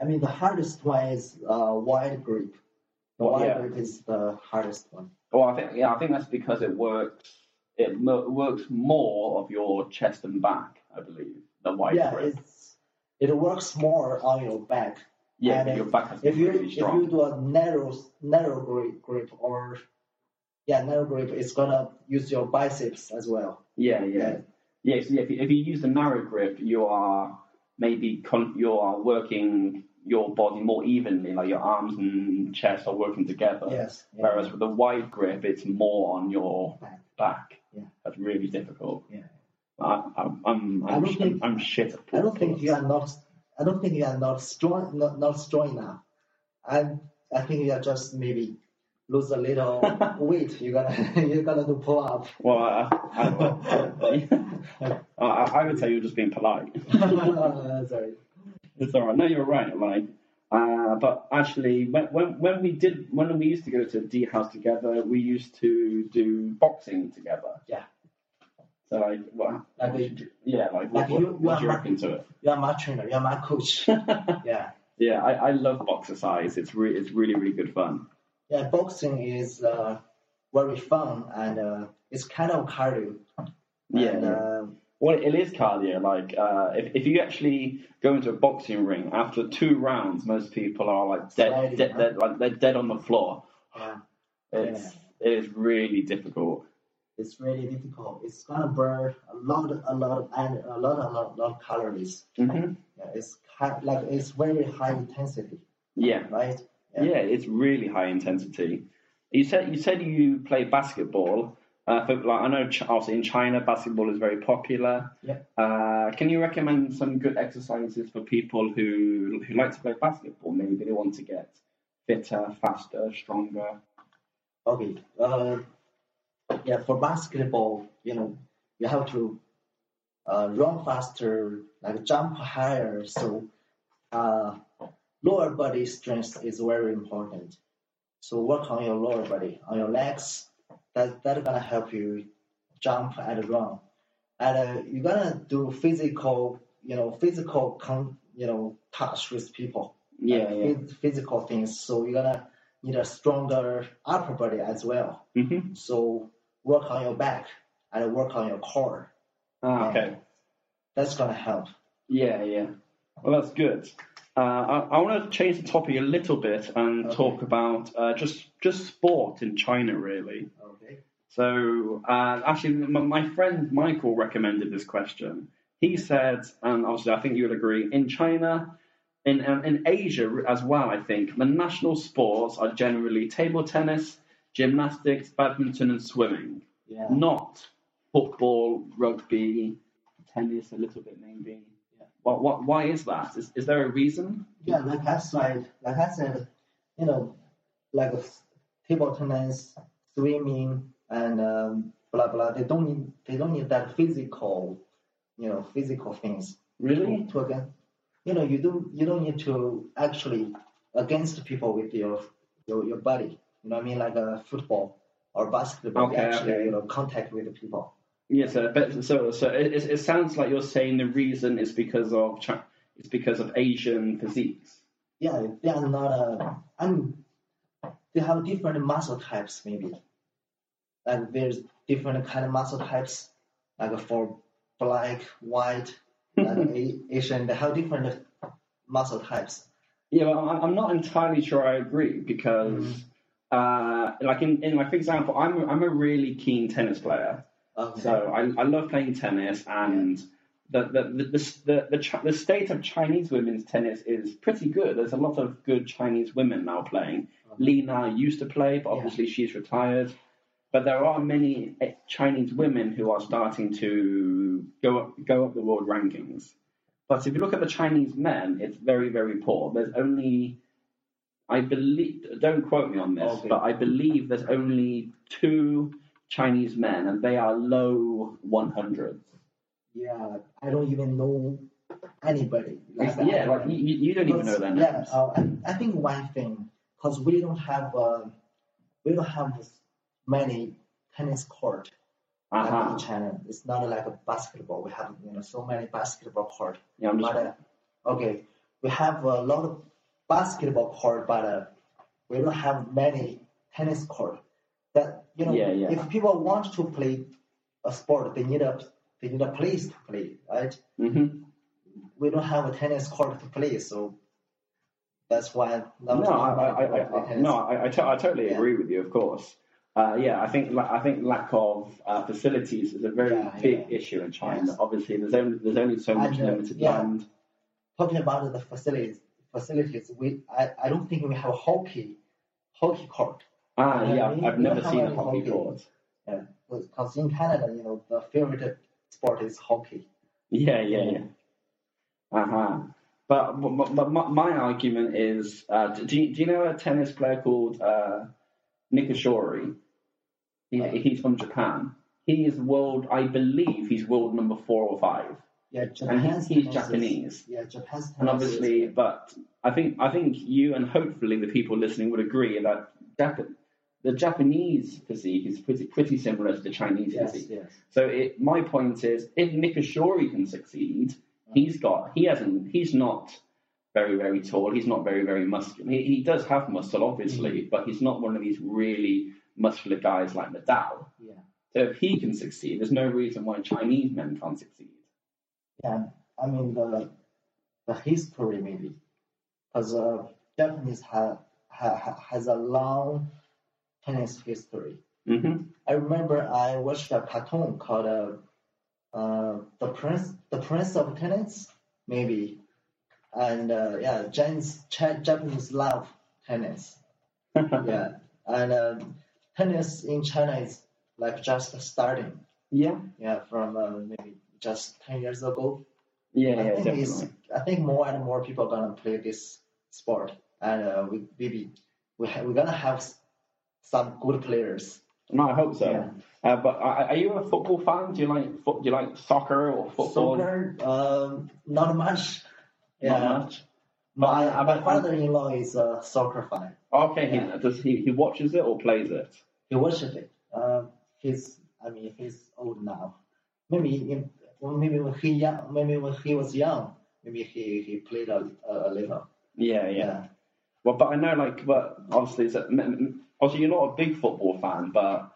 S2: I mean, the hardest one is uh, wide grip. The
S1: Well,
S2: wide
S1: yeah.
S2: grip is the hardest one.
S1: Well, I think yeah, I think that's because it works it mo- works more of your chest and back. I believe the wide
S2: yeah,
S1: grip.
S2: it's it works more on your back.
S1: Yeah,
S2: and
S1: but
S2: if-
S1: your back has to
S2: If
S1: be
S2: you
S1: really
S2: if you
S1: strong.
S2: do a narrow narrow grip, grip or yeah narrow grip, it's gonna use your biceps as well.
S1: Yeah, yeah, yeah. so if, you, if you use the narrow grip, you are maybe con- you are working your body more evenly, like your arms and chest are working together.
S2: Yes. yeah.
S1: Whereas with the wide grip, it's more on your
S2: Back.
S1: back.
S2: Yeah.
S1: That's really difficult.
S2: Yeah.
S1: I, I'm, I'm,
S2: I
S1: I'm,
S2: don't think-
S1: I'm shit. At
S2: I don't think
S1: pull-ups.
S2: you are not. I don't think you are not strong. Not, not strong enough. I I think you are just maybe lose a little weight. You gotta you gotta do pull up.
S1: Well, I, I, I, I would say you're just being polite.
S2: Sorry.
S1: It's all right. No, you're right. Like Uh, but actually, when, when when we did when we used to go to D House together, we used to do boxing together.
S2: Yeah.
S1: So like, what?
S2: Like we-
S1: yeah, like,
S2: Like
S1: what,
S2: you-
S1: what
S2: you are
S1: do you reckon to it?
S2: You're my trainer. You're my coach. yeah.
S1: yeah, I, I love boxer size. It's re- it's really really good fun.
S2: Yeah, boxing is uh, very fun and uh, it's kind of cardio. And, uh,
S1: Well, it is cardio. Like, uh, if, if you actually go into a boxing ring after two rounds, most people are like dead,
S2: Sliding,
S1: dead,
S2: huh?
S1: dead like they're dead on the floor.
S2: yeah,
S1: It's it is really difficult.
S2: it's really difficult. It's gonna burn a lot, a lot of and a lot, a lot, lot of calories.
S1: hmm
S2: Yeah, it's high, like it's very high intensity,
S1: Yeah.
S2: right?
S1: yeah, It's really high intensity. You said you said you play basketball. Uh, for, like I know, Ch- obviously in China, basketball is very popular.
S2: Yeah.
S1: Uh, can you recommend some good exercises for people who who like to play basketball? Maybe they want to get fitter, faster, stronger.
S2: Okay. Uh, yeah, for basketball, you know, you have to uh, run faster, like jump higher. So, uh, lower body strength is very important. So work on your lower body, on your legs. That that's gonna help you jump and run. And uh, you're gonna do physical, you know, physical, con- you know, touch with people
S1: Yeah,
S2: like,
S1: yeah.
S2: phys- physical things. So you're gonna need a stronger upper body as well.
S1: hmm
S2: So work on your back and work on your core.
S1: Ah, okay.
S2: Um, That's gonna help.
S1: Yeah, yeah. Well, that's good. Uh, I, I want to change the topic a little bit and
S2: Okay.
S1: talk about uh, just just sport in China, really.
S2: Okay.
S1: So, uh, actually, m- my friend Michael recommended this question. He said, and obviously, I think you would agree, in China, in, in in Asia as well, I think the national sports are generally table tennis, gymnastics, badminton, and swimming.
S2: Yeah.
S1: Not football, rugby, tennis, a little bit maybe.
S2: Yeah.
S1: What, what, why is that? Is, is there a reason?
S2: Yeah, like I said, like I said, you know, like table tennis, swimming, and um, blah blah. They don't need they don't need that physical, you know, physical things.
S1: Really?
S2: to again, you know, you don't you don't need to actually against people with your your, your body. You know what I mean? Like a football or basketball, you
S1: Okay,
S2: actually,
S1: okay.
S2: you know, contact with the people.
S1: Yeah, so, but, so, so it, it it sounds like you're saying the reason is because of Chi- it's because of Asian physiques.
S2: Yeah, they are not uh, I mean, they have different muscle types maybe. Like there's different kind of muscle types, like for black, white, and A- Asian. They have different muscle types.
S1: Yeah, well, I- I'm not entirely sure I agree because, uh,
S2: Mm-hmm.
S1: like in, in like for example, I'm I'm a really keen tennis player,
S2: Okay.
S1: so I, I love playing tennis, and the the the the, the, the, Chi- the state of Chinese women's tennis is pretty good. There's a lot of good Chinese women now playing. Lina used to play, but
S2: Yeah.
S1: obviously she's retired. But there are many eh, Chinese women who are starting to go up, go up the world rankings. But if you look at the Chinese men, it's very, very poor. There's only, I believe, don't quote me on this,
S2: Okay.
S1: but I believe there's only two Chinese men, and they are low 100s.
S2: Yeah, I don't even know anybody.
S1: It's-
S2: that.
S1: yeah, like you, you you don't even know their names.
S2: Yeah, uh, I, I think one thing because we don't have uh, we don't have this many tennis court like
S1: Uh-huh.
S2: in China. It's not like a basketball. We have you know so many basketball court.
S1: Yeah, I'm just,
S2: But uh, okay, we have a lot of basketball court, but uh, we don't have many tennis court. That you know,
S1: Yeah, yeah.
S2: if people want to play a sport, they need a they need a place to play, right?
S1: hmm
S2: we don't have a tennis court to play, so that's why
S1: No,
S2: not
S1: I, I, I,
S2: play
S1: I,
S2: tennis.
S1: no, I, I, to- I totally
S2: Yeah.
S1: agree with you, of course. Uh, yeah, I think la- I think lack of uh, facilities is a very
S2: Yeah,
S1: big
S2: yeah.
S1: issue in China.
S2: Yes.
S1: Obviously, there's only there's only so much
S2: And, uh,
S1: limited
S2: yeah.
S1: land.
S2: Talking about the facilities, facilities, we I, I don't think we have a hockey hockey court.
S1: Ah,
S2: Yeah,
S1: yeah,
S2: we-
S1: I've,
S2: we
S1: never
S2: have
S1: seen
S2: a
S1: a hockey
S2: hockey.
S1: board.
S2: Because in Canada, you know, the favorite sport is hockey.
S1: Yeah, yeah, yeah.
S2: Yeah.
S1: Uh huh. But, but, but my, my argument is, uh, do, do you, do you know a tennis player called uh, Nikishori? He,
S2: Uh.
S1: he's from Japan. He is world, I believe, he's world number four or five.
S2: Yeah,
S1: and
S2: Japan.
S1: he's, he's
S2: tendencies-
S1: Japanese.
S2: Yeah, Japan's
S1: And
S2: tendencies-
S1: obviously, but I think I think you and hopefully the people listening would agree that Jap- the Japanese physique is pretty pretty similar to the Chinese
S2: yes,
S1: physique.
S2: yes.
S1: So it, my point is, if Nikishori can succeed, he's got he hasn't he's not very very tall. He's not very very muscular. He, he does have muscle, obviously, but he's not one of these really muscular guys like Nadal.
S2: Yeah.
S1: So if he can succeed, there's no reason why Chinese men can't succeed.
S2: Yeah, I mean the the history maybe, because uh, Japanese have ha, ha, has a long tennis history.
S1: hmm
S2: I remember I watched a cartoon called uh, uh, the Prince the Prince of Tennis maybe, and uh, yeah, Japanese Ch- Japanese love tennis. yeah, and uh, tennis in China is like just starting.
S1: Yeah.
S2: Yeah, from uh, maybe just ten years ago.
S1: Yeah,
S2: I
S1: yeah,
S2: think it's-
S1: definitely.
S2: I think more and more people are gonna play this sport, and uh, we maybe we ha- we're gonna have s- some good players.
S1: No, I hope so.
S2: Yeah.
S1: Uh, but are, are you a football fan? Do you like foot, do you like soccer or football?
S2: Soccer, um, not much.
S1: Not
S2: Yeah.
S1: much.
S2: My,
S1: But-
S2: my
S1: but-
S2: father-in-law is a soccer fan.
S1: Okay,
S2: Yeah.
S1: he, does he he watches it or plays it?
S2: He worships it. Uh, he's I mean he's old now. Maybe in, well, maybe when he young, maybe when he was young, maybe he, he played a, a little.
S1: Yeah, yeah. Well, but I know, like, but obviously, it's a, m- m- obviously you're not a big football fan, but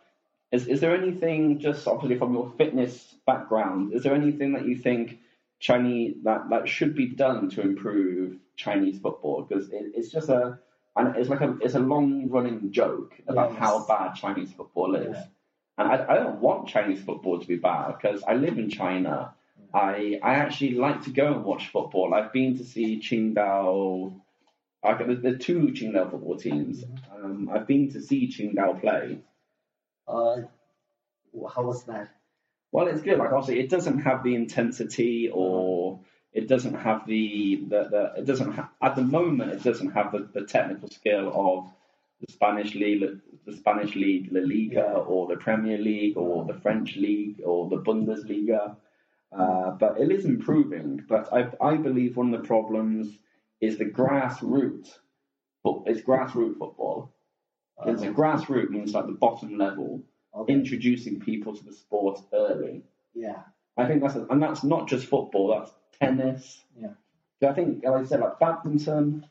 S1: is is there anything just obviously from your fitness background? Is there anything that you think Chinese that that should be done to improve Chinese football? Because it, it's just a and it's like a it's a long running joke about
S2: Yes.
S1: how bad Chinese football is.
S2: Yeah.
S1: And I, I don't want Chinese football to be bad because I live in China.
S2: Mm.
S1: I I actually like to go and watch football. I've been to see Qingdao. I've got the, the two Qingdao football teams. Um, I've been to see Qingdao play.
S2: Uh, how was that?
S1: Well, it's good. Like obviously, it doesn't have the intensity, or it doesn't have the the, the it doesn't ha- at the moment it doesn't have the, the technical skill of the Spanish league, the Spanish league, La Liga,
S2: Yeah.
S1: or the Premier League, or the French league, or the Bundesliga. Uh, but it is improving. But I I believe one of the problems is the grassroots. fo- It's grassroots football. It's a
S2: Uh,
S1: grassroots means like the bottom level,
S2: okay.
S1: introducing people to the sport early.
S2: Yeah.
S1: I think that's a, and that's not just football. That's tennis.
S2: Yeah.
S1: I think, like I said, like badminton,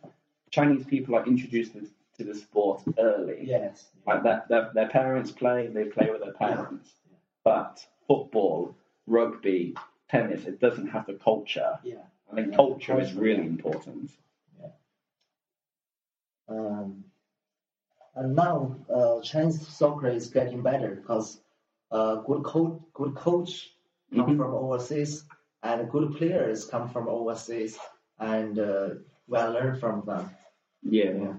S1: Chinese people are introduced to, to the sport early.
S2: Yes.
S1: Like their, their their parents play, they play with their parents. But football, rugby, tennis, it doesn't have the culture.
S2: Yeah.
S1: I think
S2: Yeah,
S1: culture is
S2: culture,
S1: really
S2: yeah.
S1: important.
S2: Um, and now uh, Chinese soccer is getting better because uh, good coach, good coach come
S1: Mhm.
S2: from overseas, and good players come from overseas, and uh, we learn from them.
S1: Yeah.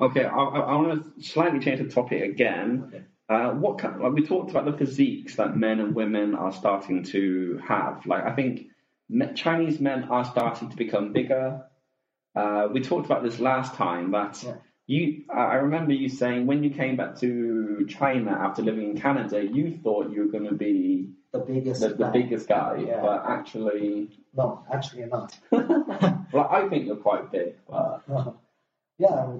S1: Okay, I, I, I want to slightly change the topic again.
S2: Okay.
S1: Uh, what kind like we talked about the physiques that men and women are starting to have. Like I think me- Chinese men are starting to become bigger. Uh, we talked about this last time that
S2: Yeah.
S1: you. I I remember you saying when you came back to China after living in Canada, you thought you were going to be
S2: The biggest.
S1: the, the
S2: guy.
S1: biggest guy,
S2: Yeah.
S1: but actually,
S2: No, actually not.
S1: well, I think you're quite big. But
S2: yeah,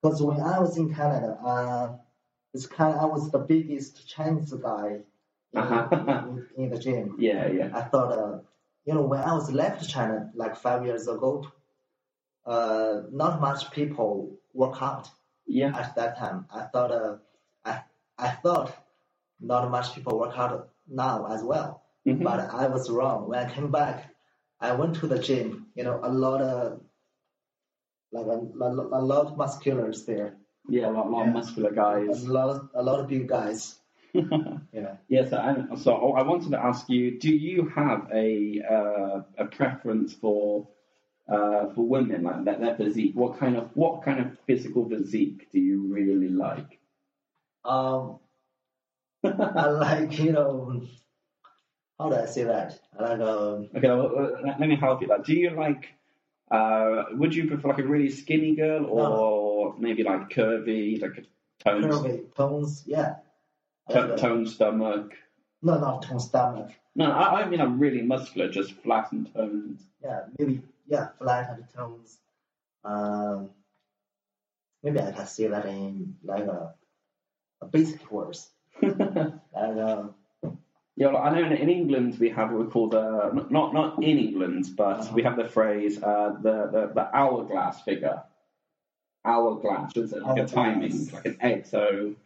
S2: because when I was in Canada, uh, it's kind I was the biggest Chinese guy in,
S1: Uh-huh.
S2: in, in the gym.
S1: yeah, yeah,
S2: I thought, uh, you know, when I was left China like five years ago, uh, not much people work out
S1: yeah.
S2: at that time. I thought, uh, I, I thought not much people work out now as well,
S1: Mhm.
S2: but I was wrong. When I came back, I went to the gym. You know, a lot of like a, a, a lot of musculars there,
S1: Yeah, a lot, lot
S2: Yeah.
S1: of muscular
S2: a
S1: guys.
S2: lot of, a lot of big guys. Yeah.
S1: Yes, I, so I wanted to ask you: Do you have a uh, a preference for uh, for women, like their, their physique? What kind of what kind of physical physique do you really like?
S2: Um, I like, you know, how do I say that? I like, um,
S1: Okay, well, uh, let let me help you. Like, do you like? Uh, would you prefer like a really skinny girl, or maybe like curvy, like a toned
S2: curvy tones, yeah. I
S1: t-
S2: like, uh,
S1: toned stomach?
S2: No, not toned stomach.
S1: No, I, I mean I'm really muscular, just flat and toned.
S2: Yeah, maybe yeah, flattened tones. Um, maybe I can say that in like a, a basic words.
S1: yeah,
S2: Like uh,
S1: like, I know in, in England we have what we call the not not in England, but
S2: Uh-huh.
S1: we have the phrase uh, the, the the hourglass figure. Hourglass, it's like a
S2: Hourglass.
S1: timing, like an egg. So,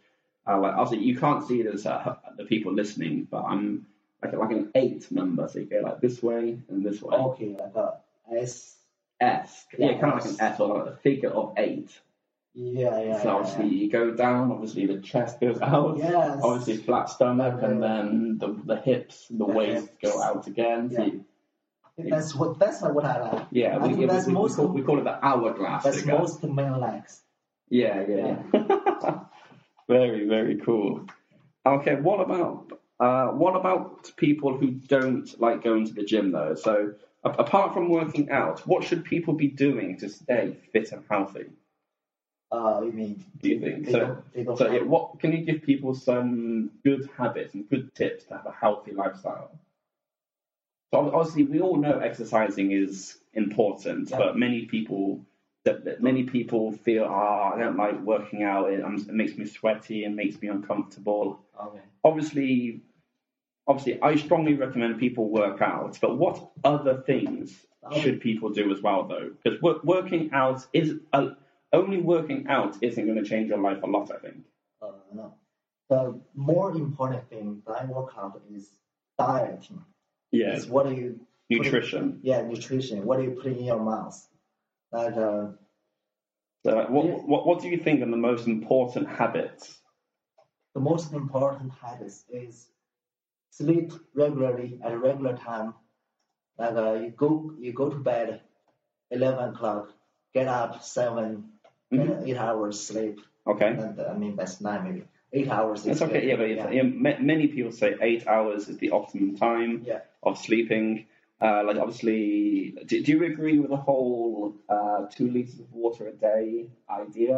S1: uh, like obviously you can't see this uh, the people listening, but I'm like like an eight number, so you go like this way and this way.
S2: okay, like a S.
S1: S. Yeah,
S2: Oh. Yeah,
S1: kind of like
S2: S.
S1: an S or like a figure of eight.
S2: Yeah, yeah.
S1: So
S2: yeah,
S1: obviously you go down, obviously the chest goes out,
S2: Yes.
S1: obviously flat stomach, and then the, the hips, the
S2: The
S1: waist
S2: hips.
S1: go out again. So
S2: Yeah.
S1: you-
S2: That's what that's what I like.
S1: yeah,
S2: I
S1: we,
S2: think
S1: yeah, we-
S2: that's
S1: we, we
S2: most-
S1: call, we call it the hourglass.
S2: That's
S1: figure.
S2: most men likes.
S1: yeah, yeah. yeah. very, very cool. Okay, what about uh, what about people who don't like going to the gym though? So a- apart from working out, what should people be doing to stay fit and healthy?
S2: Uh, you mean
S1: Do you think
S2: they
S1: so?
S2: don't they don't
S1: So, yeah,
S2: have,
S1: what can you give people some good habits and good tips to have a healthy lifestyle? So ob- obviously, we all know exercising is important,
S2: Yeah.
S1: but many people that, that many people feel, ah, I don't like working out. It, um, it makes me sweaty and makes me uncomfortable.
S2: okay.
S1: Obviously, obviously, I strongly recommend people work out. But what other things
S2: Um,
S1: should people do as well, though? Because wor- working out is uh, only working out isn't going to change your life a lot. I think.
S2: uh, no. The more important thing that I work out is dieting.
S1: Yeah,
S2: It's what do you
S1: nutrition.
S2: yeah nutrition? What do you put in your mouth? Like uh,
S1: So, like, what,
S2: Yeah.
S1: what what do you think are the most important habits?
S2: the most important habits is sleep regularly at a regular time. Like uh, you go you go to bed eleven o'clock, get up 7 get
S1: Mhm.
S2: eight hours sleep.
S1: Okay,
S2: And, uh, I mean that's nine maybe eight hours. is
S1: that's okay.
S2: good.
S1: Yeah, but it's, yeah. ma- many people say eight hours is the optimum time
S2: yeah.
S1: of sleeping. Uh, like, obviously, do, do you agree with the whole uh, two liters of water a day idea?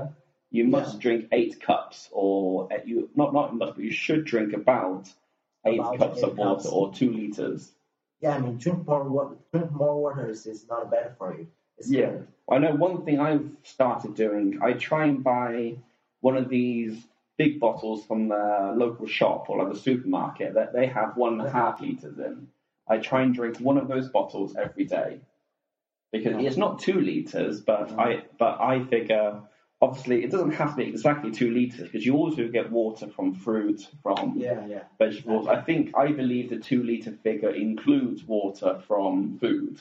S1: You must drink eight cups, or uh, you not not must, but you should drink about eight
S2: About
S1: cups of
S2: eight
S1: water
S2: cups.
S1: or two liters.
S2: Yeah, I mean, drink more water. Drink more water is, is not bad for you. It's
S1: Yeah.
S2: good.
S1: I know one thing I've started doing, I try and buy one of these big bottles from the local shop or like the supermarket that they have one and a half litres in. I try and drink one of those bottles every day. Because
S2: Yeah.
S1: it's not two litres, but I but I figure obviously it doesn't have to be exactly two litres because you also get water from fruit, from
S2: yeah, yeah,
S1: vegetables. I think I believe the two litre figure includes water from food.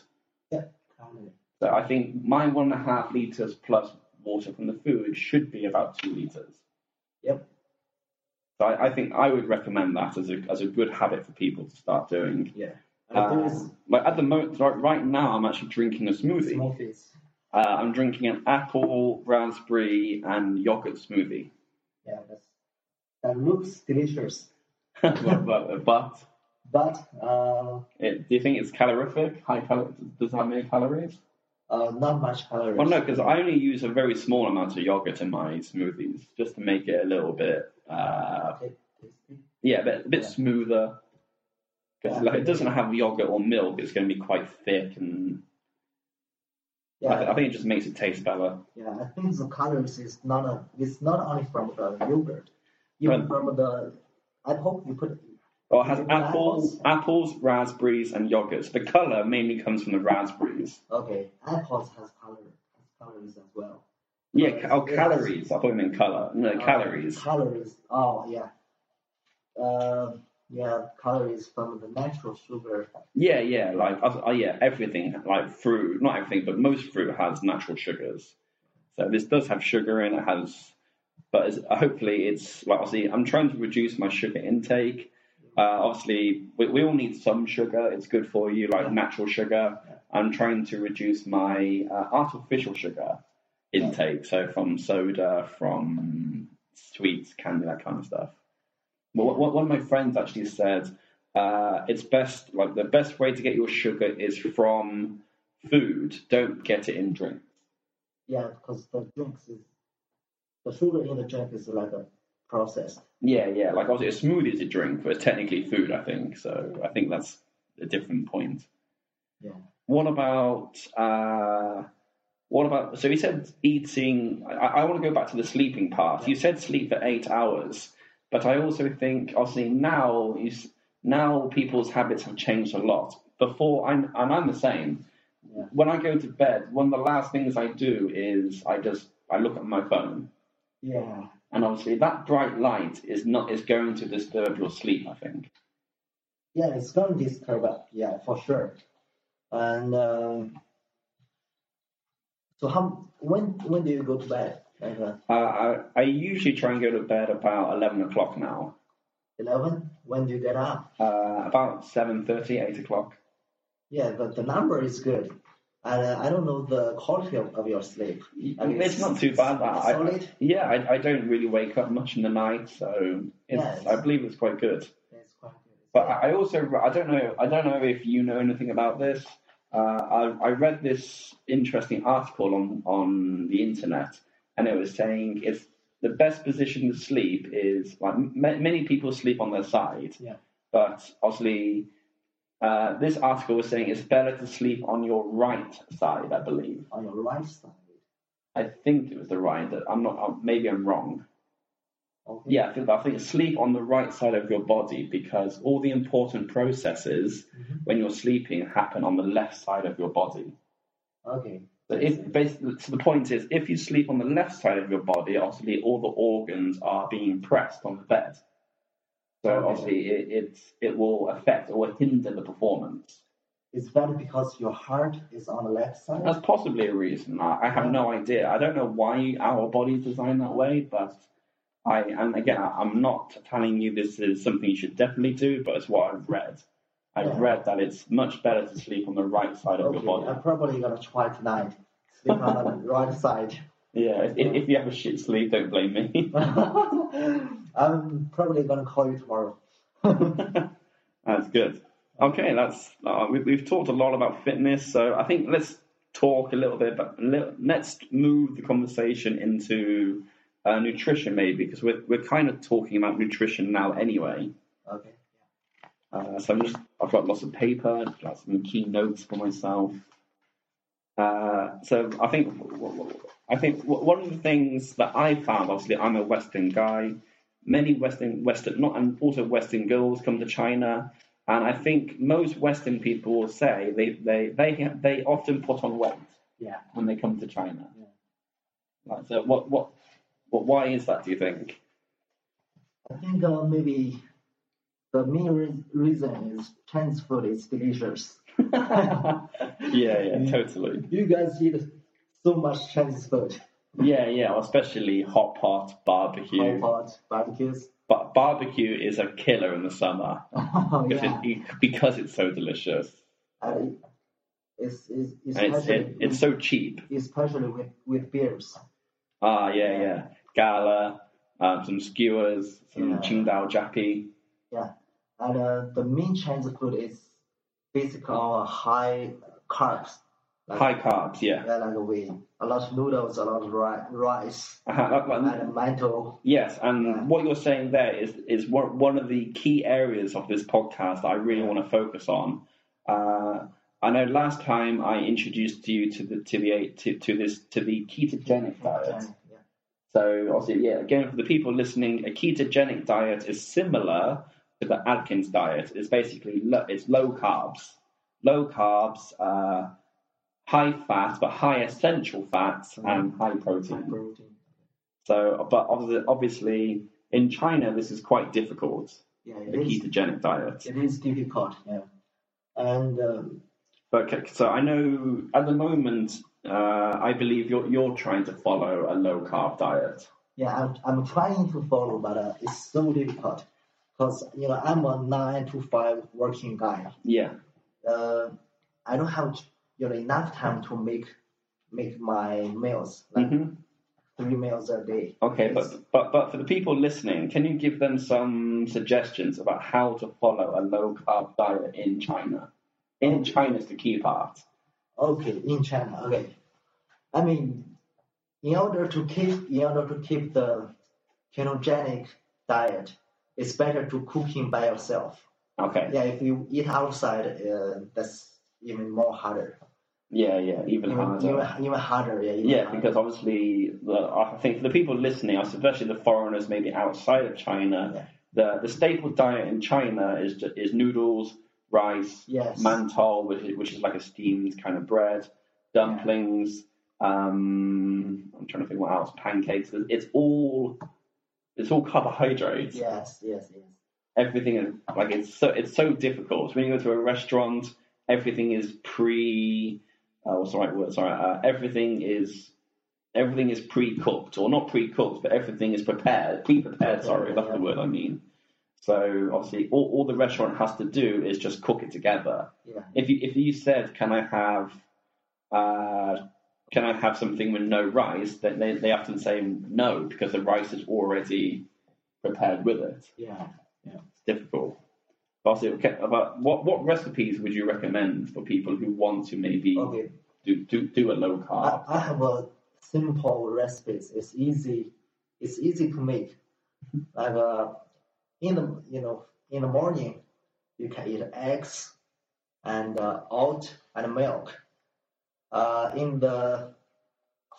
S2: yeah. Totally.
S1: So I think my one and a half liters plus water from the food should be about two liters.
S2: Yep.
S1: So I, I think I would recommend that as a as a good habit for people to start doing.
S2: Yeah. And
S1: Uh,
S2: there's
S1: like at the moment, right, right now, I'm actually drinking a smoothie.
S2: smoothies.
S1: Uh, I'm drinking an apple, raspberry, and yogurt smoothie.
S2: Yeah, that's, that looks delicious.
S1: but but- but
S2: But uh,
S1: it, do you think it's calorific? High cal- Does that many calories?
S2: uh, not much calories.
S1: Well, no, because I only use a very small amount of yogurt in my smoothies just to make it a little bit uh,
S2: Okay, tasty.
S1: Yeah, but a bit
S2: Yeah.
S1: smoother. 'Cause,
S2: Yeah.
S1: like, it doesn't have yogurt or milk. It's going to be quite thick, and
S2: Yeah,
S1: I, th- I think it just makes it taste better.
S2: yeah. I think the calories is not a, It's not only from the yogurt, even
S1: Right.
S2: from the apple. You put
S1: Well, Oh, it has
S2: Is it
S1: apples, apples, raspberries, and yogurts. The color mainly comes from the raspberries.
S2: okay. Apples has color, has calories as well.
S1: Yeah, ca- oh,
S2: Yes.
S1: calories. I thought you meant color. No,
S2: Uh,
S1: calories.
S2: Calories. Oh yeah. Um yeah, calories from the natural sugar.
S1: Yeah, yeah, like oh oh, yeah, everything like fruit, not everything, but most fruit has natural sugars. So this does have sugar in it. Has, but it's, hopefully it's like obviously I'm trying to reduce my sugar intake. Uh, obviously, we, we all need some sugar. It's good for you, like
S2: Yeah.
S1: natural sugar. I'm trying to reduce my uh, artificial sugar intake, so from soda, from sweets, candy, that kind of stuff. Well, one one of my friends actually said uh, it's best like the best way to get your sugar is from food. Don't get it in drink.
S2: Yeah, because the drinks is the sugar in the drink is like a processed.
S1: Yeah, yeah. Like obviously, a smoothie is a drink, but it's technically food. I think so. I think that's a different point.
S2: Yeah.
S1: What about uh, what about? So you said eating. I, I want to go back to the sleeping part. You said sleep for eight hours, but I also think obviously now you s- now people's habits have changed a lot. Before I'm and I'm the same.
S2: Yeah.
S1: When I go to bed, one of the last things I do is I just I look at my phone,
S2: Yeah.
S1: and obviously that bright light is not is going to disturb your sleep. I think.
S2: Yeah, it's gonna disturb us. Yeah, for sure. And um, so, how when when do you go to bed? Like uh,
S1: Uh, I I usually try and go to bed about eleven o'clock now.
S2: eleven? When do you get up?
S1: Uh, about 7.30, 8 o'clock.
S2: Yeah, but the number is good. And uh, I don't know the quality of, of your sleep. I mean,
S1: it's not too bad. I, I-
S2: oh, Solid.
S1: yeah, I, I don't really wake up much in the night, so it's,
S2: Yes.
S1: I believe it's quite good.
S2: It's quite good.
S1: But I I also I don't know I don't know if you know anything about this. Uh, I, I read this interesting article on on the internet, and it was saying it's the best position to sleep is like m- many people sleep on their side.
S2: Yeah.
S1: But obviously, uh, this article was saying it's better to sleep on your right side. I believe.
S2: on your right side.
S1: I think it was the right. I'm not. I'm- Maybe I'm wrong.
S2: Okay.
S1: Yeah, I think, I think sleep on the right side of your body because all the important processes
S2: Mhm.
S1: when you're sleeping happen on the left side of your body.
S2: Okay.
S1: So, if, basically, so the point is, if you sleep on the left side of your body, obviously all the organs are being pressed on the bed. So
S2: Okay.
S1: obviously it, it it will affect or hinder the performance.
S2: It's better because your heart is on the left side.
S1: That's possibly a reason. I, I have no idea. I don't know why our body's designed that way, but I and again, I, I'm not telling you this is something you should definitely do, but it's what I've read. I've
S2: Yeah.
S1: read that it's much better to sleep on the right side of your
S2: okay.
S1: body.
S2: I'm probably gonna try tonight. Sleep on the right side.
S1: Yeah, if, if you have a shit sleep, don't blame me.
S2: I'm probably gonna call you tomorrow.
S1: that's good. Okay, that's uh, we, we've talked a lot about fitness, so I think let's talk a little bit. About, li- let's move the conversation into uh, nutrition, maybe, because we're we're kind of talking about nutrition now anyway.
S2: Okay.
S1: Uh, so I'm just I've got lots of paper, I've got some key notes for myself. Uh, so I think I think one of the things that I found, obviously, I'm a Western guy. Many Western Western not and also Western girls come to China, and I think most Western people will say they they they they often put on weight
S2: Yeah.
S1: when they come to China.
S2: Yeah.
S1: Like, so what what what why is that? Do you think?
S2: I think uh, maybe the main re- reason is Chinese food is delicious.
S1: Yeah, yeah, totally.
S2: You guys eat so much Chinese food.
S1: Yeah, yeah, well, especially hot pot
S2: Hot
S1: barbecue.
S2: pot, barbecues.
S1: But barbecue is a killer in the summer
S2: Oh,
S1: because,
S2: yeah.
S1: it, because it's so delicious
S2: I- it's, it's, it's,
S1: and it's
S2: especially,
S1: it, it's so cheap.
S2: especially with, with beers.
S1: Ah, yeah, yeah, gala, um, some skewers, some
S2: Yeah.
S1: Qingdao jappy.
S2: Yeah. And uh, the main Chinese food is basically all high carbs. Like,
S1: high carbs. Yeah,
S2: Yeah, like we a lot of noodles, a lot of ri- rice,
S1: Uh-huh, that one-
S2: and manto.
S1: yes. And
S2: Yeah.
S1: what you're saying there is is one one of the key areas of this podcast that I really want to focus on. Uh, I know last time I introduced you to the to the to, to this to the ketogenic diet.
S2: Yeah.
S1: So obviously, yeah, again, for the people listening, a ketogenic diet is similar to the Atkins diet. It's basically lo- it's low carbs, low carbs, uh, high fat, but high essential fats
S2: Mm-hmm.
S1: and high
S2: High
S1: protein.
S2: protein.
S1: So, but obvi- obviously, in China, this is quite difficult.
S2: Yeah,
S1: The
S2: it is,
S1: ketogenic diet.
S2: it is difficult. Yeah. And um,
S1: Okay, so I know at the moment, uh, I believe you're you're trying to follow a low carb diet.
S2: yeah, I'm, I'm trying to follow, but uh, it's so difficult because you know I'm a nine to five working guy.
S1: Yeah.
S2: Uh, I don't have you know enough time to make make my meals like
S1: hmm
S2: three meals a day.
S1: Okay,
S2: It's-
S1: but, but but for the people listening, can you give them some suggestions about how to follow a low carb diet in China? In China's the key part.
S2: Okay, in China. Okay, I mean, in order to keep in order to keep the ketogenic diet, it's better to cooking by yourself.
S1: Okay.
S2: Yeah, if you eat outside, uh, that's even more harder.
S1: Yeah, yeah, even
S2: Even,
S1: harder.
S2: even, even harder. Yeah. Even
S1: Yeah,
S2: harder.
S1: because obviously, the, I think for the people listening, especially the foreigners maybe outside of China, the the staple diet in China is ju- is noodles, rice,
S2: Yes.
S1: mantou, which is, which is like a steamed kind of bread, dumplings. Um, I'm trying to think what else. Pancakes. It's- It's all it's all carbohydrates.
S2: Yes. Yes. Yes.
S1: Everything is like it's so it's so difficult. When you go to a restaurant, everything is pre. Uh, what's the right word? Sorry, uh, everything is everything is pre-cooked or not pre-cooked, but everything is prepared, pre-prepared. Sorry, that's the word I mean. So obviously, all, all the restaurant has to do is just cook it together.
S2: Yeah.
S1: If you if you said, "Can I have, uh, can I have something with no rice?" then they they often say no because the rice is already prepared with it.
S2: Yeah.
S1: It's difficult. But obviously, okay, about what what recipes would you recommend for people who want to maybe
S2: Okay. Uh,
S1: do, do do a low carb?
S2: I, I have a simple recipes. It's easy. It's easy to make. Like uh, in the you know in the morning, you can eat eggs, and uh, oat and milk. Uh, in the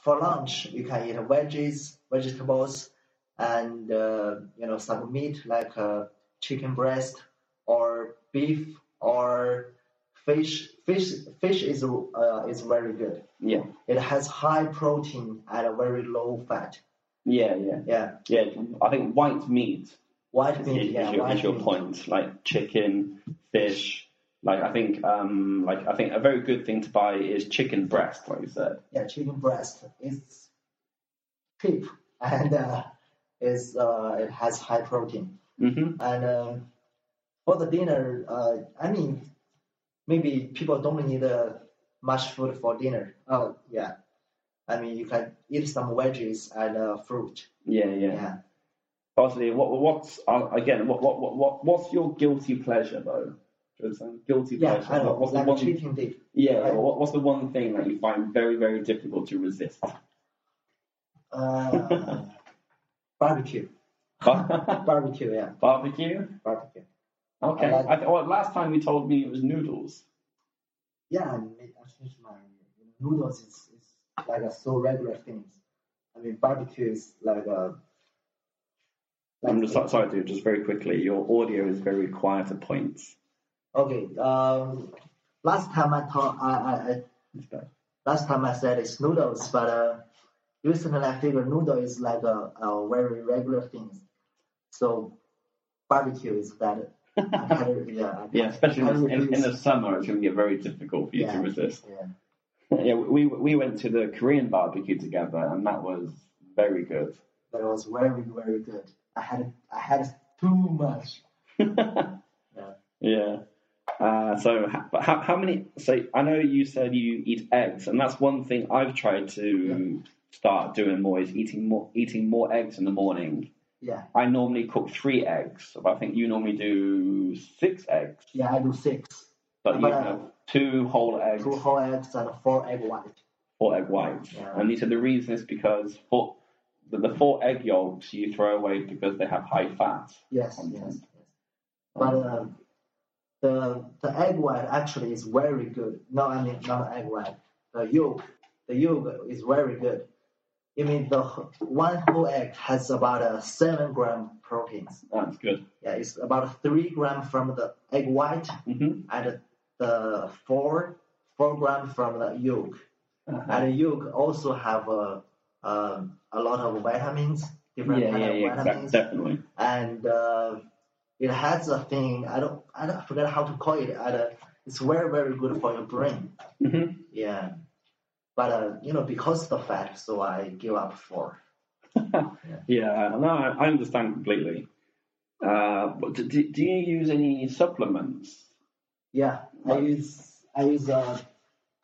S2: for lunch, you can eat veggies, vegetables, and uh, you know some meat like uh, chicken breast or beef or fish. Fish fish is uh, is very good.
S1: Yeah,
S2: It has high protein and a very low fat.
S1: yeah, yeah,
S2: Yeah,
S1: yeah. I think white meat
S2: white
S1: is,
S2: meat.
S1: is
S2: Yeah,
S1: your,
S2: white
S1: is your
S2: meat.
S1: point. Like chicken, fish. Like I think, um, like I think a very good thing to buy is chicken breast, like you said.
S2: Yeah, chicken breast is cheap and uh, is uh, it has high protein.
S1: hmm
S2: And uh, for the dinner, uh, I mean, maybe people don't need uh, much food for dinner. Oh yeah, I mean you can eat some veggies and uh, fruit.
S1: Yeah, yeah.
S2: Yeah.
S1: Obviously, what what's uh, again? What, what what what what's your guilty pleasure though? Should I say Guilty
S2: Yeah,
S1: pleasure.
S2: I know.
S1: What- what's the
S2: like
S1: one?
S2: chicken dip.
S1: Yeah, yeah, what, what's the one thing that you find very very difficult to resist?
S2: Uh, barbecue.
S1: Bar-
S2: Barbecue. Yeah,
S1: Barbecue.
S2: barbecue.
S1: Okay.
S2: I like-
S1: I th- well, last time you told me it was noodles.
S2: yeah, I made I changed my noodles is, is like a so regular things. I mean barbecue is like a
S1: I'm just sorry, dude. Just very quickly, your audio is very quiet at points.
S2: okay. Um, last time I thought I, I, I
S1: It's bad.
S2: last time I said it's noodles, but uh, recently I figured noodle is like a, a very regular thing. So barbecue is better. I kinda- yeah, I-
S1: Yeah, especially in, in, in
S2: Everything's-
S1: the summer, it's going to get very difficult for you to
S2: Yeah.
S1: resist.
S2: yeah.
S1: Yeah, we we went to the Korean barbecue together, and that was very good.
S2: But it was very very good. I had I had too much. Yeah.
S1: yeah. Uh, so, h- but how, how many? So, I know you said you eat eggs, and that's one thing I've tried to um, start doing more is eating more eating more eggs in the morning.
S2: Yeah,
S1: I normally cook three eggs, but I think you normally do six eggs,
S2: yeah. I do six.
S1: but you
S2: But, uh,
S1: have two whole eggs,
S2: two whole eggs and four egg white.
S1: four egg whites.
S2: Yeah.
S1: And you said the reason is because four, the, the four egg yolks you throw away because they have high fat.
S2: Yes,
S1: content.
S2: yes. yes. But um, the the egg white actually is very good. No, I mean not egg white. The yolk, the yolk is very good. I mean the wh- one whole egg has about uh, seven gram proteins.
S1: That's good.
S2: Yeah, it's about three gram from the egg white
S1: hmm
S2: and the four four gram from the yolk. And yolk also have a um, a lot of vitamins, different
S1: Yeah,
S2: kind
S1: yeah,
S2: of
S1: yeah, exactly,
S2: vitamins.
S1: definitely.
S2: and uh, it has a thing. I don't, I don't I forget how to call it. And, uh, it's very, very good for your brain.
S1: hmm
S2: Yeah, but uh, you know, because of the fat, so I give up for.
S1: Yeah, no, I I understand completely. Uh, but do, do do you use any supplements?
S2: Yeah, I use I use a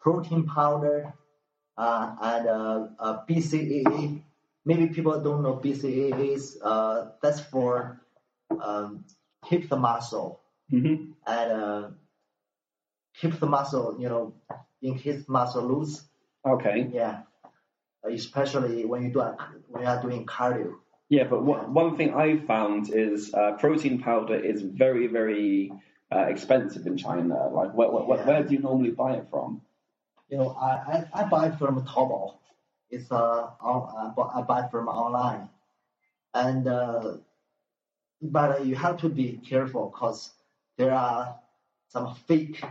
S2: protein powder uh, and uh, a BCAA. Maybe people don't know BCAA is uh, that's for um, keep the muscle
S1: hmm
S2: and uh, keep the muscle, you know, increase muscle loose.
S1: Okay.
S2: Yeah, especially when you do a, when you are doing cardio.
S1: Yeah, but what, one thing I've found is uh, protein powder is very, very uh, expensive in China. Like, where, where,
S2: Yeah.
S1: where do you normally buy it from?
S2: You know, I, I, I buy from Taobao. It's uh, on, I, bu- I buy from online, and uh, but you have to be careful because there are some fake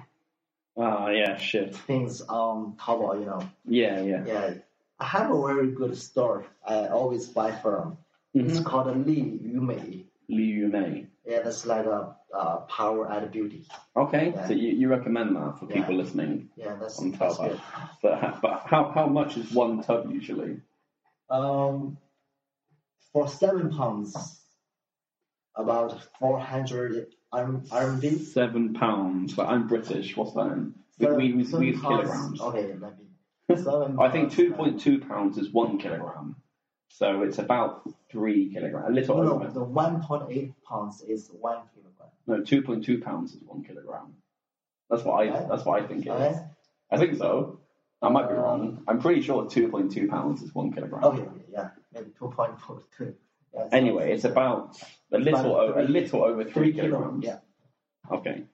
S1: Ah, yeah, shit.
S2: things on Taobao. You know,
S1: Yeah, yeah.
S2: yeah. I have a very good store. I always buy from. It's
S1: Mhm.
S2: called Li Yumei.
S1: Li Yu Mei.
S2: Yeah, that's like a, uh power and beauty.
S1: Okay,
S2: Yeah.
S1: so you, you recommend that for
S2: Yeah.
S1: people listening
S2: Yeah, that's,
S1: on
S2: that's
S1: Taobao.
S2: good.
S1: But, ho- but how, how much is one tub usually?
S2: Um, for seven pounds, about four hundred RMB.
S1: Seven pounds. But I'm British. What's that in? We,
S2: Seven-
S1: we, we, we
S2: seven
S1: use
S2: pounds.
S1: kilograms.
S2: Okay, let me. Seven.
S1: I think
S2: pounds,
S1: two point two pounds is one kilogram, so it's about three kilograms, a
S2: uh,
S1: little
S2: No,
S1: over.
S2: no, the one point eight pounds is one kilogram.
S1: No, two point two pounds is one kilogram. That's what I.
S2: Right.
S1: That's what I think it is.
S2: Okay.
S1: I think so. I might be
S2: Uh,
S1: wrong. I'm pretty sure two point two pounds is one kilogram.
S2: Okay. Yeah, maybe two point four two. Yeah, so
S1: Anyway, it's about a little
S2: About
S1: over a
S2: three-
S1: little over three kilograms.
S2: Yeah,
S1: Okay.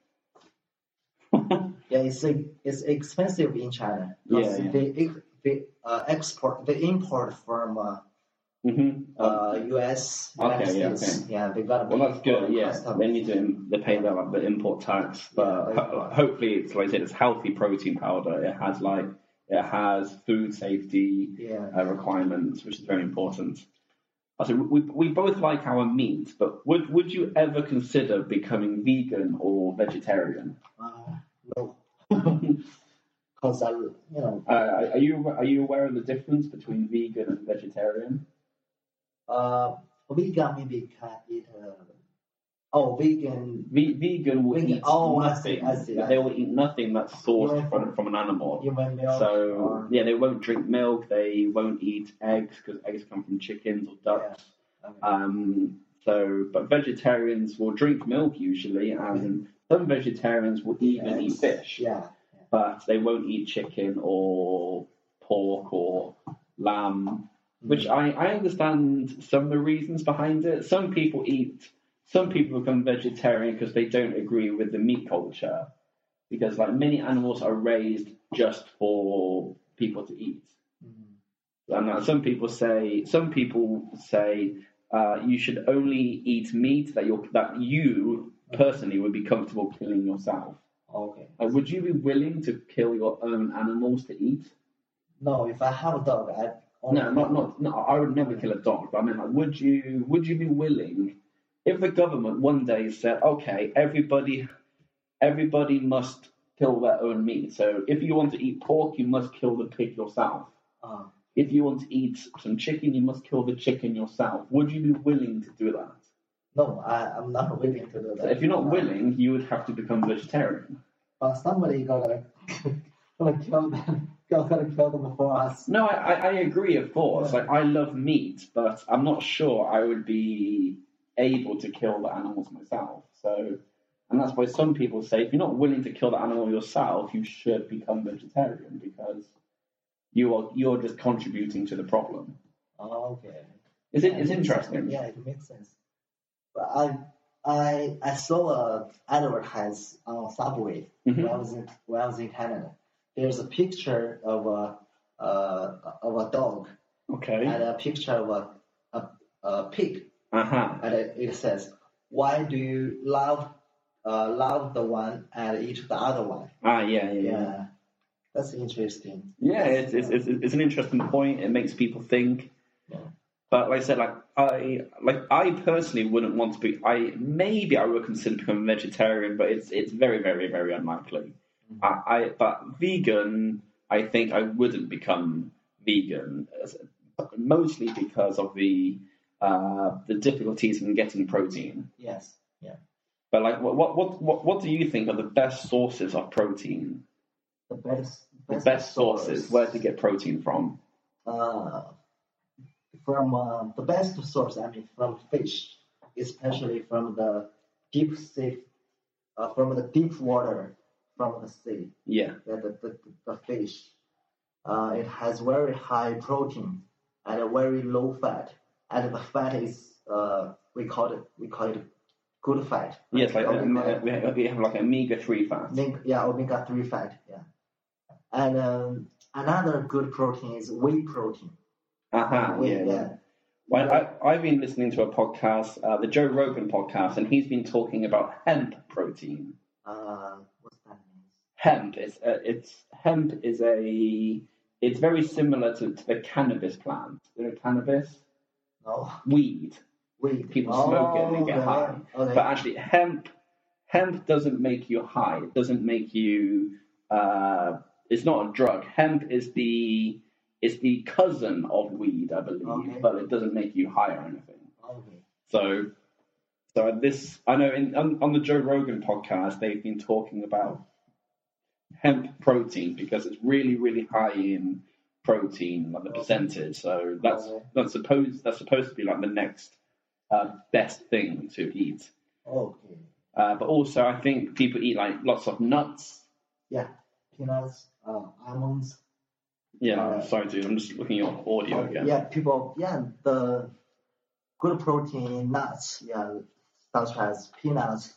S2: yeah. It's e- it's expensive in China. because
S1: Yeah, yeah.
S2: They ex- they uh, export they import from. Uh,
S1: hmm
S2: uh, U.S.
S1: Okay,
S2: United
S1: yeah,
S2: States. Yeah, they got.
S1: well, that's good. Yeah,
S2: Custom.
S1: they need to im- they pay the, the import tax, but
S2: Yeah, they-
S1: ho- hopefully it's like I said, it's healthy protein powder. It has like it has food safety.
S2: Yeah,
S1: uh, requirements, which is very important. Also, we, we both like our meat, but would, would you ever consider becoming vegan or vegetarian?
S2: uh, no,
S1: uh,
S2: because I, you know,
S1: are you are you aware of the difference between vegan and vegetarian?
S2: uh, vegan maybe can eat. Uh, oh, vegan
S1: Ve- vegan will
S2: Vegan.
S1: eat
S2: Oh, I see,
S1: nothing.
S2: I see, I
S1: They will eat nothing that's sourced
S2: Yeah.
S1: from, from an animal.
S2: human milk.
S1: So
S2: or,
S1: yeah, they won't drink milk. They won't eat eggs because eggs come from chickens or ducks.
S2: I
S1: Um, so, but vegetarians will drink milk usually, and some vegetarians will even eat fish,
S2: mean, yeah,
S1: but they won't eat chicken or pork or lamb. Which I, I understand some of the reasons behind it. Some people eat, some people become vegetarian because they don't agree with the meat culture, because like many animals are raised just for people to eat.
S2: Mm.
S1: And now some people say some people say uh, you should only eat meat that you that you personally would be comfortable killing yourself.
S2: okay.
S1: Like, would you be willing to kill your own animals to eat?
S2: No, if I have a dog, I only
S1: No, not not. No, I would never kill a dog. But I mean, like, would you would you be willing if the government one day said, okay, everybody everybody must kill their own meat. So if you want to eat pork, you must kill the pig yourself.
S2: Uh,
S1: if you want to eat some chicken, you must kill the chicken yourself. Would you be willing to do that?
S2: no, I, I'm not willing to do
S1: So
S2: that. Uh,
S1: if you're not
S2: No.
S1: willing, you would have to become vegetarian.
S2: but somebody gotta gonna kill them, gonna kill them for us.
S1: No, I, I, I agree, of course. Like I love meat, but I'm not sure I would be able to kill the animals myself. So, and that's why some people say if you're not willing to kill the animal yourself, you should become vegetarian because you are you're just contributing to the problem.
S2: Oh, okay.
S1: It's
S2: Yeah,
S1: it, it's
S2: makes
S1: interesting.
S2: sense. Yeah, it makes sense. But I I I saw uh, a advertise on uh, Subway
S1: Mhm.
S2: when I was in when I was in Canada. There's a picture of a uh, of a dog
S1: Okay.
S2: and a picture of a a, a pig,
S1: Uh huh.
S2: and it, it says, "Why do you love uh, love the one and eat the other one?"
S1: Ah yeah yeah. yeah.
S2: Yeah, that's interesting.
S1: Yeah, it's, it's, it's, it's an interesting point. It makes people think.
S2: Yeah.
S1: But like I said, like I like I personally wouldn't want to be. I maybe I would consider becoming vegetarian, but it's it's very very very unlikely.
S2: Mm-hmm.
S1: I, I but vegan, I think I wouldn't become vegan, as- mostly because of the uh, the difficulties in getting protein.
S2: Yes. Yeah.
S1: But like, what what what what, what do you think are the best sources of protein?
S2: The best
S1: The
S2: best,
S1: best sources,
S2: source.
S1: where to get protein from?
S2: uh, from uh, the best source, I mean, from fish, especially from the deep sea, uh, from the deep water, from the sea,
S1: Yeah.
S2: the, the, the, the fish. Uh, it has very high protein and a very low fat. and the fat is uh, we call it we call it good fat. right?
S1: Yes, like uh,
S2: omega,
S1: we have, we have like omega three fats.
S2: omega- yeah, omega three fat, yeah. And um, another good protein is whey protein.
S1: Aha,
S2: Whey,
S1: Uh-huh, yeah. yeah. Well, I, I've been listening to a podcast, uh, the Joe Rogan podcast, and he's been talking about hemp protein.
S2: Uh, what's that name?
S1: Hemp is uh, it's hemp is a it's very similar to, to the cannabis plant. You know, cannabis
S2: No,
S1: weed.
S2: wheat.
S1: People
S2: oh,
S1: smoke it and they get
S2: okay.
S1: high.
S2: Okay.
S1: But actually, hemp hemp doesn't make you high. It doesn't make you. Uh, it's not a drug. Hemp is the is the cousin of weed, I believe,
S2: Okay.
S1: but it doesn't make you high or anything.
S2: okay.
S1: So, so this I know in on, on the Joe Rogan podcast they've been talking about hemp protein because it's really really high in protein, like the percentage. So that's
S2: Okay.
S1: that's supposed that's supposed to be like the next uh, best thing to eat.
S2: Okay.
S1: Uh, but also I think people eat like lots of nuts.
S2: Yeah. Peanuts, uh, almonds.
S1: Yeah, Oh,
S2: Uh,
S1: I'm sorry dude, I'm just looking at audio again.
S2: Yeah, people. Yeah, the good protein in nuts. Yeah, such as peanuts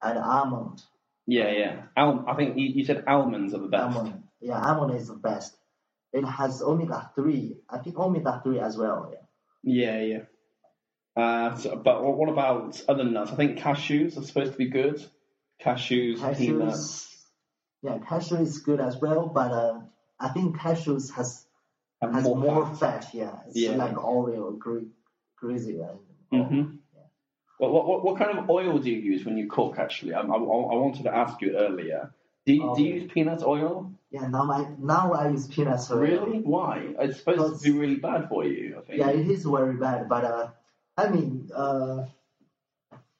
S2: and almond.
S1: yeah. yeah. Al- I think you, you said almonds are the best.
S2: Almond. Yeah, almond is the best. It has omega three. I think omega three as well. Yeah.
S1: Yeah, yeah. Uh, so, but what, what about other nuts? I think cashews are supposed to be good. Cashews, peanuts.
S2: Cashews. Yeah, cashew is good as well, but uh, I think cashews has
S1: and
S2: has more,
S1: fat.
S2: fat. Yeah, it's
S1: Yeah.
S2: like Oreo, gre- greasy. Right?
S1: Mhm. What, what- what, what kind of oil do you use when you cook? Actually, I, I, I wanted to ask you earlier. Do you, do you
S2: Um,
S1: use peanut oil?
S2: Yeah, now I now I use peanuts. oil.
S1: Really? Why? It's supposed to be really bad for you. I think.
S2: Yeah, it is very bad, but uh, I mean, uh,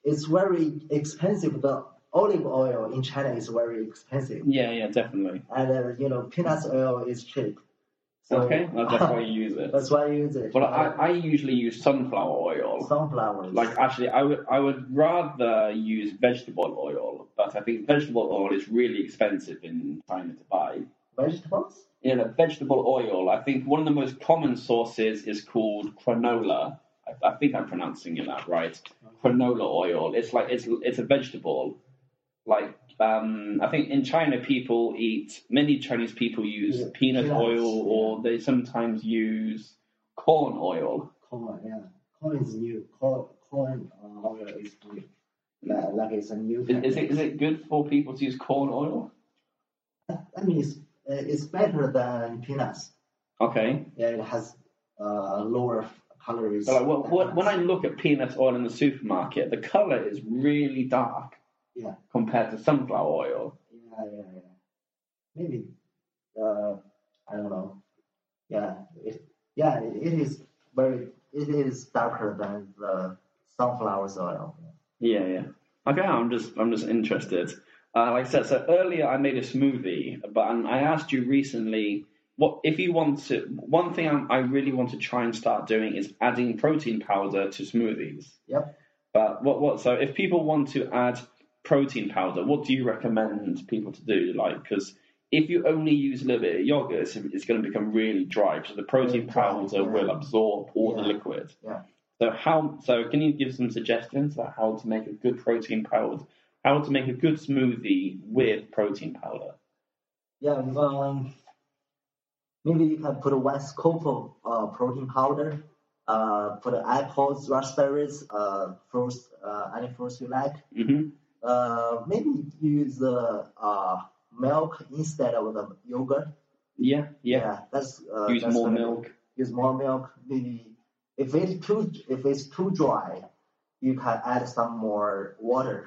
S2: it's very expensive. The olive oil in China is very expensive,
S1: yeah, yeah, definitely.
S2: and uh, you know, peanut oil is cheap. So
S1: okay, well, that's why you use it.
S2: that's why I use it.
S1: But I, I usually use sunflower oil.
S2: sunflowers.
S1: Like actually, I would I would rather use vegetable oil, but I think vegetable oil is really expensive in China to buy.
S2: vegetables.
S1: You know, vegetable oil. I think one of the most common sources is called cranola. I, I think I'm pronouncing it that right. Cranola oil. It's like it's it's a vegetable. Like um, I think in China, people eat. Many Chinese people use
S2: Yeah,
S1: peanut
S2: peanuts,
S1: oil, or they sometimes use corn oil.
S2: Corn, yeah, corn is new. Corn, corn uh, oil is new. Like, like it's a new.
S1: Is, is it
S2: technique.
S1: is it good for people to use corn oil?
S2: I mean, it's, uh, it's better than peanuts.
S1: Okay.
S2: Yeah, it has uh, lower calories.
S1: But like, what,
S2: than
S1: what, when
S2: peanuts.
S1: I look at peanut oil in the supermarket, the color is really dark
S2: Yeah.
S1: compared to sunflower oil.
S2: Yeah, yeah, yeah. Maybe. Uh, I don't know. Yeah, it, yeah, it is very. It is darker than the sunflower oil.
S1: Yeah, yeah. Okay, I'm just I'm just interested. Uh, like I said, so earlier I made a smoothie, but and I asked you recently what if you want to. One thing I'm, I really want to try and start doing is adding protein powder to smoothies.
S2: Yep.
S1: But what what so if people want to add protein powder, what do you recommend people to do? Like because if you only use a little bit of yogurt, it's, it's going to become really dry. So the protein
S2: Dry,
S1: powder
S2: yeah.
S1: will absorb all the
S2: Yeah.
S1: liquid.
S2: Yeah.
S1: So how so can you give some suggestions about how to make a good protein powder? How to make a good smoothie with protein powder?
S2: Yeah. Um. Maybe you can put one scoop of uh, protein powder. Uh, put apples, raspberries, uh, fruits, uh, any fruits you like.
S1: hmm
S2: Uh, maybe use the uh, milk instead of the yogurt.
S1: Yeah, yeah.
S2: that's uh,
S1: Use
S2: that's
S1: more
S2: gonna-
S1: milk.
S2: use more milk. Maybe if it's too if it's too dry, you can add some more water.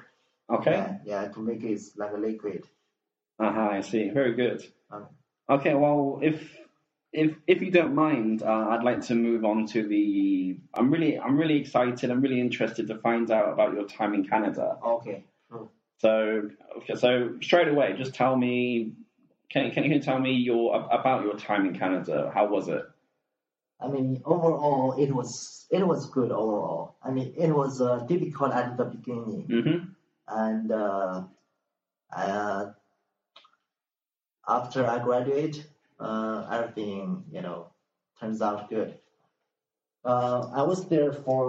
S1: Okay.
S2: Yeah, yeah, to make it like a liquid.
S1: Aha, I see. Very good.
S2: Okay.
S1: Okay, well, if if if you don't mind, uh, I'd like to move on to the. I'm really I'm really excited. I'm really interested to find out about your time in Canada.
S2: Okay.
S1: So okay, so straight away, just tell me. Can can you tell me your about your time in Canada? How was it?
S2: I mean, overall, it was it was good overall. I mean, it was uh, difficult at the beginning,
S1: hmm
S2: and uh, uh, after I graduate, uh, everything you know turns out good. Uh, I was there for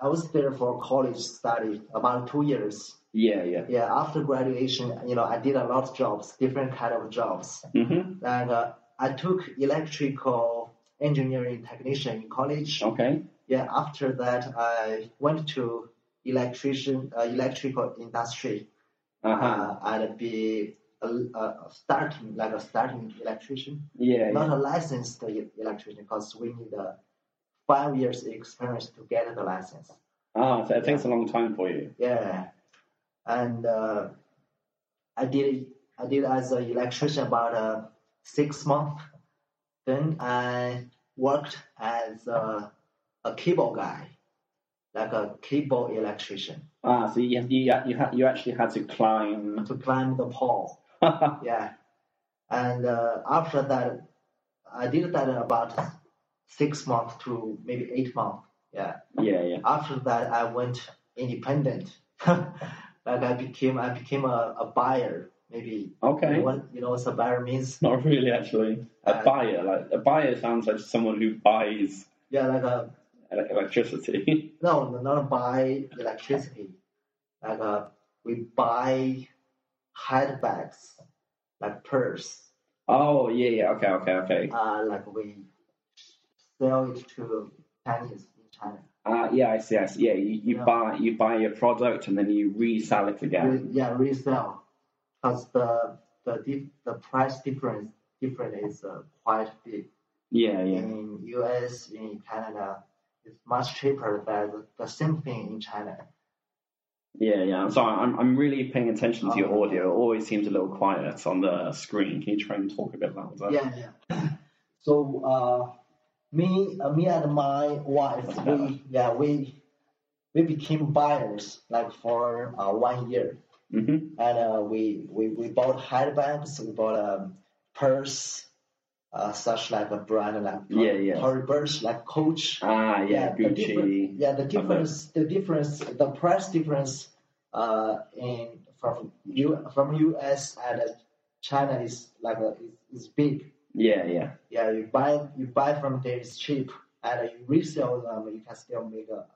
S2: I was there for college study about two years.
S1: Yeah, yeah.
S2: Yeah, after graduation, you know, I did a lot of jobs, different kind of jobs,
S1: hmm
S2: and uh, I took electrical engineering technician in college.
S1: Okay.
S2: Yeah, after that, I went to electrician uh, electrical industry
S1: Uh-huh.
S2: uh, and be a, a starting like a starting electrician
S1: Yeah,
S2: not
S1: yeah.
S2: a licensed e- electrician because we need a five years experience to get the license.
S1: Ah, so it takes a long time for you.
S2: Yeah, and uh, I did I did as an electrician about uh, six months. Then I worked as a, a cable guy, like a cable electrician,
S1: Ah, so you you you, ha- you actually had to climb.
S2: to climb the pole. Yeah. And uh, after that, I did that about six months to maybe eight months. Yeah.
S1: yeah, yeah.
S2: After that, I went independent. like I became, I became a, a buyer. Maybe
S1: Okay.
S2: you know what you know what a buyer means?
S1: Not really, actually. A
S2: Uh,
S1: buyer, like a buyer, sounds like someone who buys
S2: Yeah, like a
S1: ele- electricity.
S2: no, not buy electricity. Like a, we buy handbags, like purse.
S1: oh, yeah, yeah. Okay, okay, okay.
S2: Uh, like we sell it to Chinese in China.
S1: Uh, yeah, I see, I see. Yeah, you, you
S2: Yeah.
S1: buy you buy your product and then you resell it again.
S2: Re- yeah, resell. Because the the dif- the price difference difference is uh, quite big.
S1: Yeah, yeah.
S2: In U.S., in Canada, it's much cheaper than the- the same thing in China.
S1: Yeah, yeah. I'm sorry. I'm I'm really paying attention to your
S2: Oh.
S1: audio. It always seems a little quiet on the screen. Can you try and talk a bit louder?
S2: Yeah, yeah. So, uh, me, uh, me and my wife, we, yeah, we, we became buyers like for uh, one year,
S1: Mm-hmm.
S2: and uh, we, we, we bought handbags, we bought um, purse, uh, such like a brand like
S1: Yeah, yeah.
S2: Tory Burch, like Coach.
S1: Ah, yeah.
S2: the difference,
S1: Gucci.
S2: yeah, the difference, the difference, the price difference, uh, in from U from U.S. and uh, China is like a, is, is big.
S1: Yeah, yeah.
S2: Yeah, you buy you buy from there is cheap, and you resell them, you can still make a,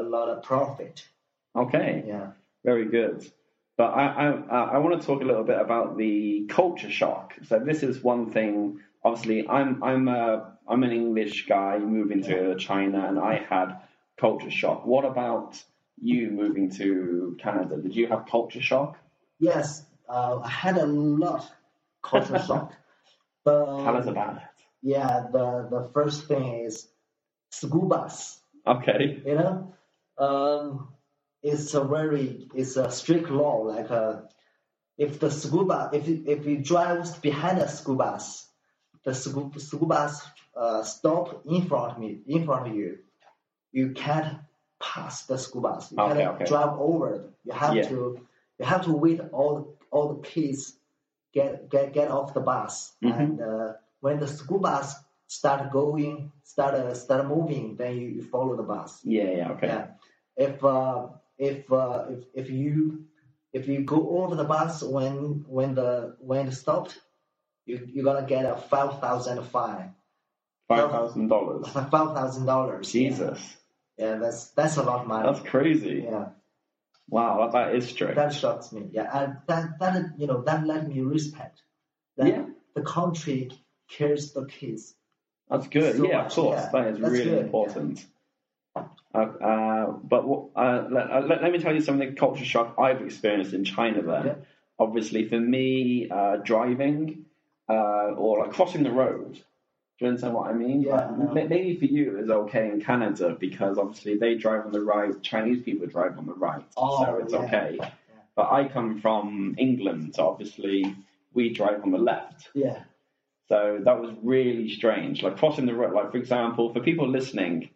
S2: a lot of profit.
S1: Okay.
S2: Yeah,
S1: Very good. But I, I, uh, I want to talk a little bit about the culture shock. So this is one thing. Obviously, I'm I'm a I'm an English guy moving to China, and I had culture shock. What about you moving to Canada? Did you have culture shock?
S2: yes, uh, I had a lot culture shock,
S1: Tell us
S2: but
S1: about it.
S2: yeah, the the first thing is school bus.
S1: Okay.
S2: you know um, it's a very it's a strict law like uh, if the school bus if you- if you drive behind a school bus the school, school bus uh, stop in front of me in front of you you can't pass the school bus you
S1: Okay,
S2: cannot
S1: okay.
S2: drive over you have
S1: Yeah.
S2: to you have to wait all all the kids get get get off the bus
S1: Mhm.
S2: and uh, when the school bus start going start uh, start moving then you, you follow the bus
S1: Yeah. Yeah. Okay.
S2: yeah. If uh, if uh, if if you if you go over the bus when when the when it stopped, you you're gonna get a five thousand fine,
S1: Five thousand dollars.
S2: five thousand dollars.
S1: Jesus,
S2: Yeah, that's that's a lot of money.
S1: that's crazy.
S2: yeah,
S1: Wow, that, that is strict.
S2: that shocks me. Yeah, and that that you know that let me respect. That
S1: Yeah.
S2: The country cares the kids.
S1: That's good.
S2: So
S1: yeah, of
S2: much,
S1: course.
S2: yeah.
S1: That is
S2: That's
S1: really
S2: good,
S1: important. Uh, uh, but what- uh, let, uh, let, let me tell you some of the culture shock I've experienced in China then.
S2: Yeah.
S1: Obviously, for me, uh, driving uh, or like crossing the road. Do you understand what I mean?
S2: Yeah,
S1: Like,
S2: no.
S1: ma- Maybe for you it was okay in Canada because obviously they drive on the right, Chinese people drive on the right,
S2: Oh,
S1: so it's
S2: yeah.
S1: okay. But I come from England, so obviously we drive on the left.
S2: Yeah.
S1: So that was really strange. Like crossing the road, like for example, for people listening,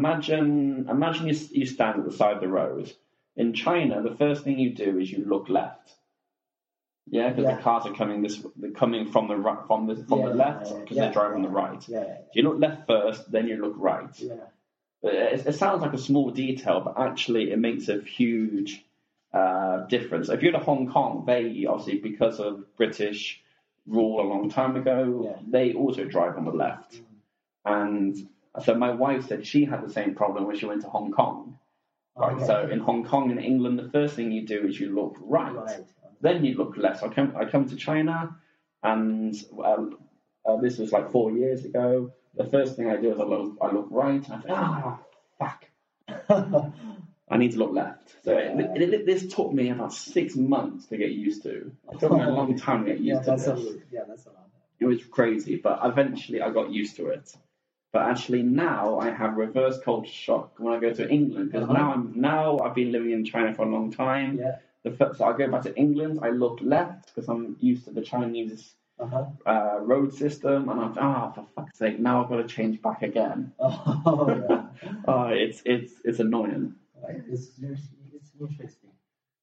S1: imagine imagine you, s- you stand at the side of the road. In China, the first thing you do is you look left. Yeah, because
S2: Yeah.
S1: the cars are coming this they're coming from the right from the from
S2: yeah,
S1: the left because
S2: yeah,
S1: they're driving on
S2: yeah,
S1: the right. So
S2: Yeah.
S1: you look left first, then you look right.
S2: Yeah.
S1: But it, it sounds like a small detail, but actually it makes a huge uh, difference. If you're to Hong Kong, they obviously because of British rule a long time ago,
S2: Yeah. Mm.
S1: they also drive on the left, and So my wife said she had the same problem when she went to Hong Kong. Right.
S2: Okay.
S1: So in Hong Kong and England, the first thing you do is you look right.
S2: Right.
S1: Then you look left. I come, I come to China, and um, uh, this was like four years ago. The first thing I do is I look, I look right. I think, ah, fuck. I need to look left. So it, it, it- this took me about six months to get used to. It took me a long time to get
S2: yeah,
S1: used to
S2: that's
S1: this.
S2: a, yeah, that's a lot.
S1: It was crazy, but eventually I got used to it. But actually now I have reverse culture shock when I go to England because
S2: Uh-huh.
S1: now I'm now I've been living in China for a long time.
S2: Yeah.
S1: The first, so I go back to England, I look left because I'm used to the Chinese
S2: Uh-huh.
S1: uh, road system, and I'm ah for fuck's sake, now I've got to change back again.
S2: Oh, yeah.
S1: Uh, it's it's it's annoying.
S2: Right. It's, it's it's interesting.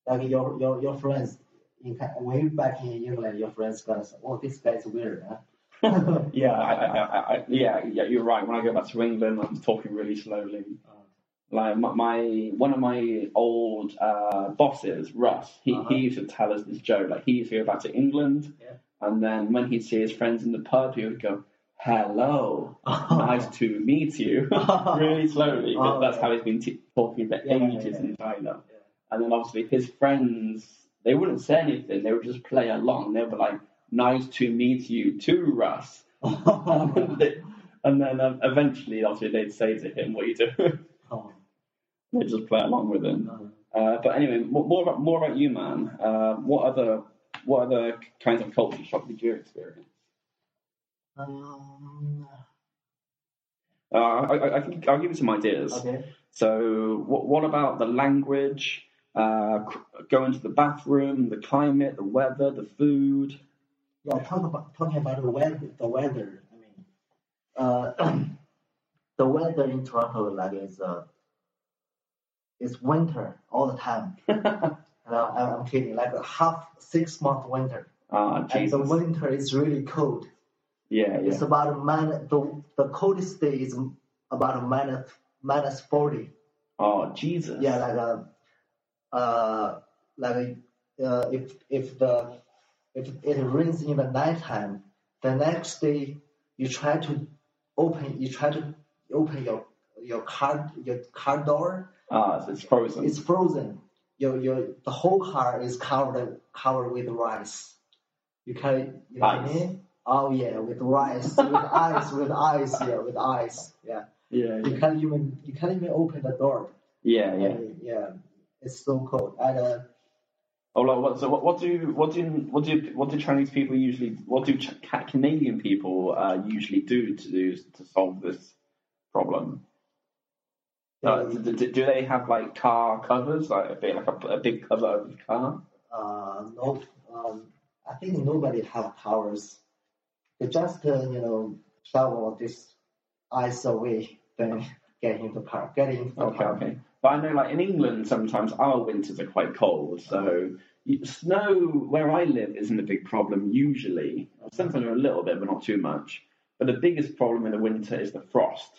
S2: Like your your your friends, in, Ca- way back in England, your friends gonna say, "Oh, this guy's weird." Huh?
S1: Yeah, I, I, I, I, yeah, yeah. You're right. When I go back to England, I'm talking really slowly. Like my, my one of my old uh, bosses, Russ, he,
S2: Uh-huh.
S1: he used to tell us this joke. Like he used to go back to England,
S2: Yeah.
S1: and then when he'd see his friends in the pub, he would go, "Hello,
S2: Oh.
S1: nice to meet you," really slowly. But
S2: Oh,
S1: that's
S2: yeah.
S1: how he's been t- talking for
S2: Yeah, yeah,
S1: ages
S2: yeah.
S1: in China.
S2: Yeah.
S1: And then obviously his friends, they wouldn't say anything. They would just play along. They were like, "Nice to meet you too, Russ." and
S2: oh.
S1: they- and then um, eventually, obviously, they'd say to him, "What are you doing?" they just play along with him. Uh, but anyway, more, more about more about you, man. Uh, what other what other kinds of culture shock did you experience?
S2: Um,
S1: Uh, I, I, I can, I'll give you some ideas.
S2: okay.
S1: So, what, what about the language? Uh, c- going to the bathroom, the climate, the weather, the food.
S2: Yeah, talk about, talking about the weather. The weather. I mean, uh, the weather in Toronto like is uh, it's winter all the time. And I, I'm- I'm kidding. Like a half six month winter,
S1: Ah,
S2: and the
S1: Jesus.
S2: winter is really cold.
S1: Yeah, yeah.
S2: It's about a minus. The the coldest day is about a minus minus forty.
S1: Oh, Jesus.
S2: Yeah, like a, uh, like a, uh, if if the if it rains in the nighttime, the next day you try to open you try to open your your car your car door.
S1: Ah, so it's frozen.
S2: It's frozen. Your your the whole car is covered covered with rice. You can you know what I
S1: Ice.
S2: mean? Oh yeah, with rice, with ice, with ice, yeah, with ice, yeah.
S1: yeah,
S2: You can't even you can't even open the door.
S1: yeah, yeah.
S2: And, yeah, it's so cold. And uh,
S1: Oh, like, what, so what, what do what do what do what do Chinese people usually what do Ch- Ca- Canadian people uh, usually do to do to solve this problem? Uh,
S2: they,
S1: do, do- do they have like car covers, like a bit like a, a big cover over the car?
S2: uh, no, um, I think nobody have powers. They just uh, you know shovel this ice away, then get into car, get into the
S1: Okay,
S2: car.
S1: okay. But I know like in England sometimes our winters are quite cold, so you, snow where I live isn't a big problem usually. Sometimes a little bit, but not too much. But the biggest problem in the winter is the frost.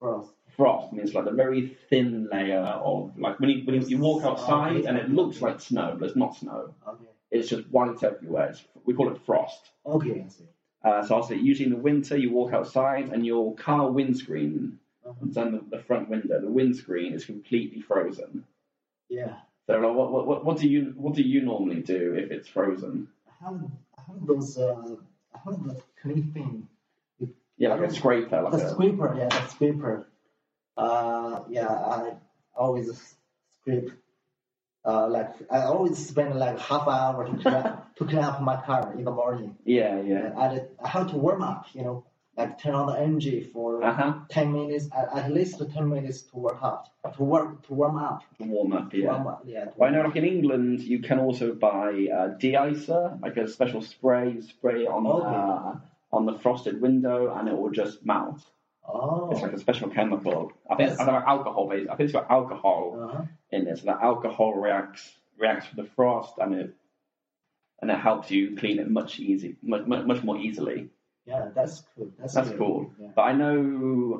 S2: Frost.
S1: frost means like the very thin layer of like when you when you, you walk outside and it looks like snow, but it's not snow.
S2: Okay.
S1: It's just white everywhere. It's, we call it frost.
S2: Okay. I see.
S1: Uh, so I'll say usually in the winter you walk outside and your car windscreen,
S2: Uh-huh.
S1: it's on the, the front window, the windscreen is completely frozen.
S2: Yeah.
S1: So like, what, what what what do you what do you normally do if it's frozen?
S2: I have I have those uh I have the clean thing.
S1: Yeah, like a scraper, like
S2: The
S1: a
S2: scraper, yeah, the scraper. Uh, yeah, I always scrape. Uh, like I always spend like half an hour to clean up, to clean up my car in the morning.
S1: yeah yeah.
S2: And I, I have to warm up, you know, like turn on the energy for
S1: Uh huh.
S2: ten minutes, at, at least ten minutes to work out, to warm to warm up.
S1: Warm up,
S2: to
S1: yeah.
S2: warm up, yeah. to
S1: Well, I
S2: warm
S1: know, like in England, you can also buy uh, de-icer, like a special spray. You spray it on
S2: Oh.
S1: uh, on the frosted window, and it will just melt.
S2: up. Oh.
S1: It's like a special chemical. I think
S2: Yes.
S1: it's I don't know, alcohol. Based. I think it's got alcohol
S2: Uh-huh.
S1: in it, so that alcohol reacts reacts with the frost, and it and it helps you clean it much easy, much much, much more easily.
S2: Yeah, that's cool. That's,
S1: That's
S2: good.
S1: cool.
S2: Yeah.
S1: But I know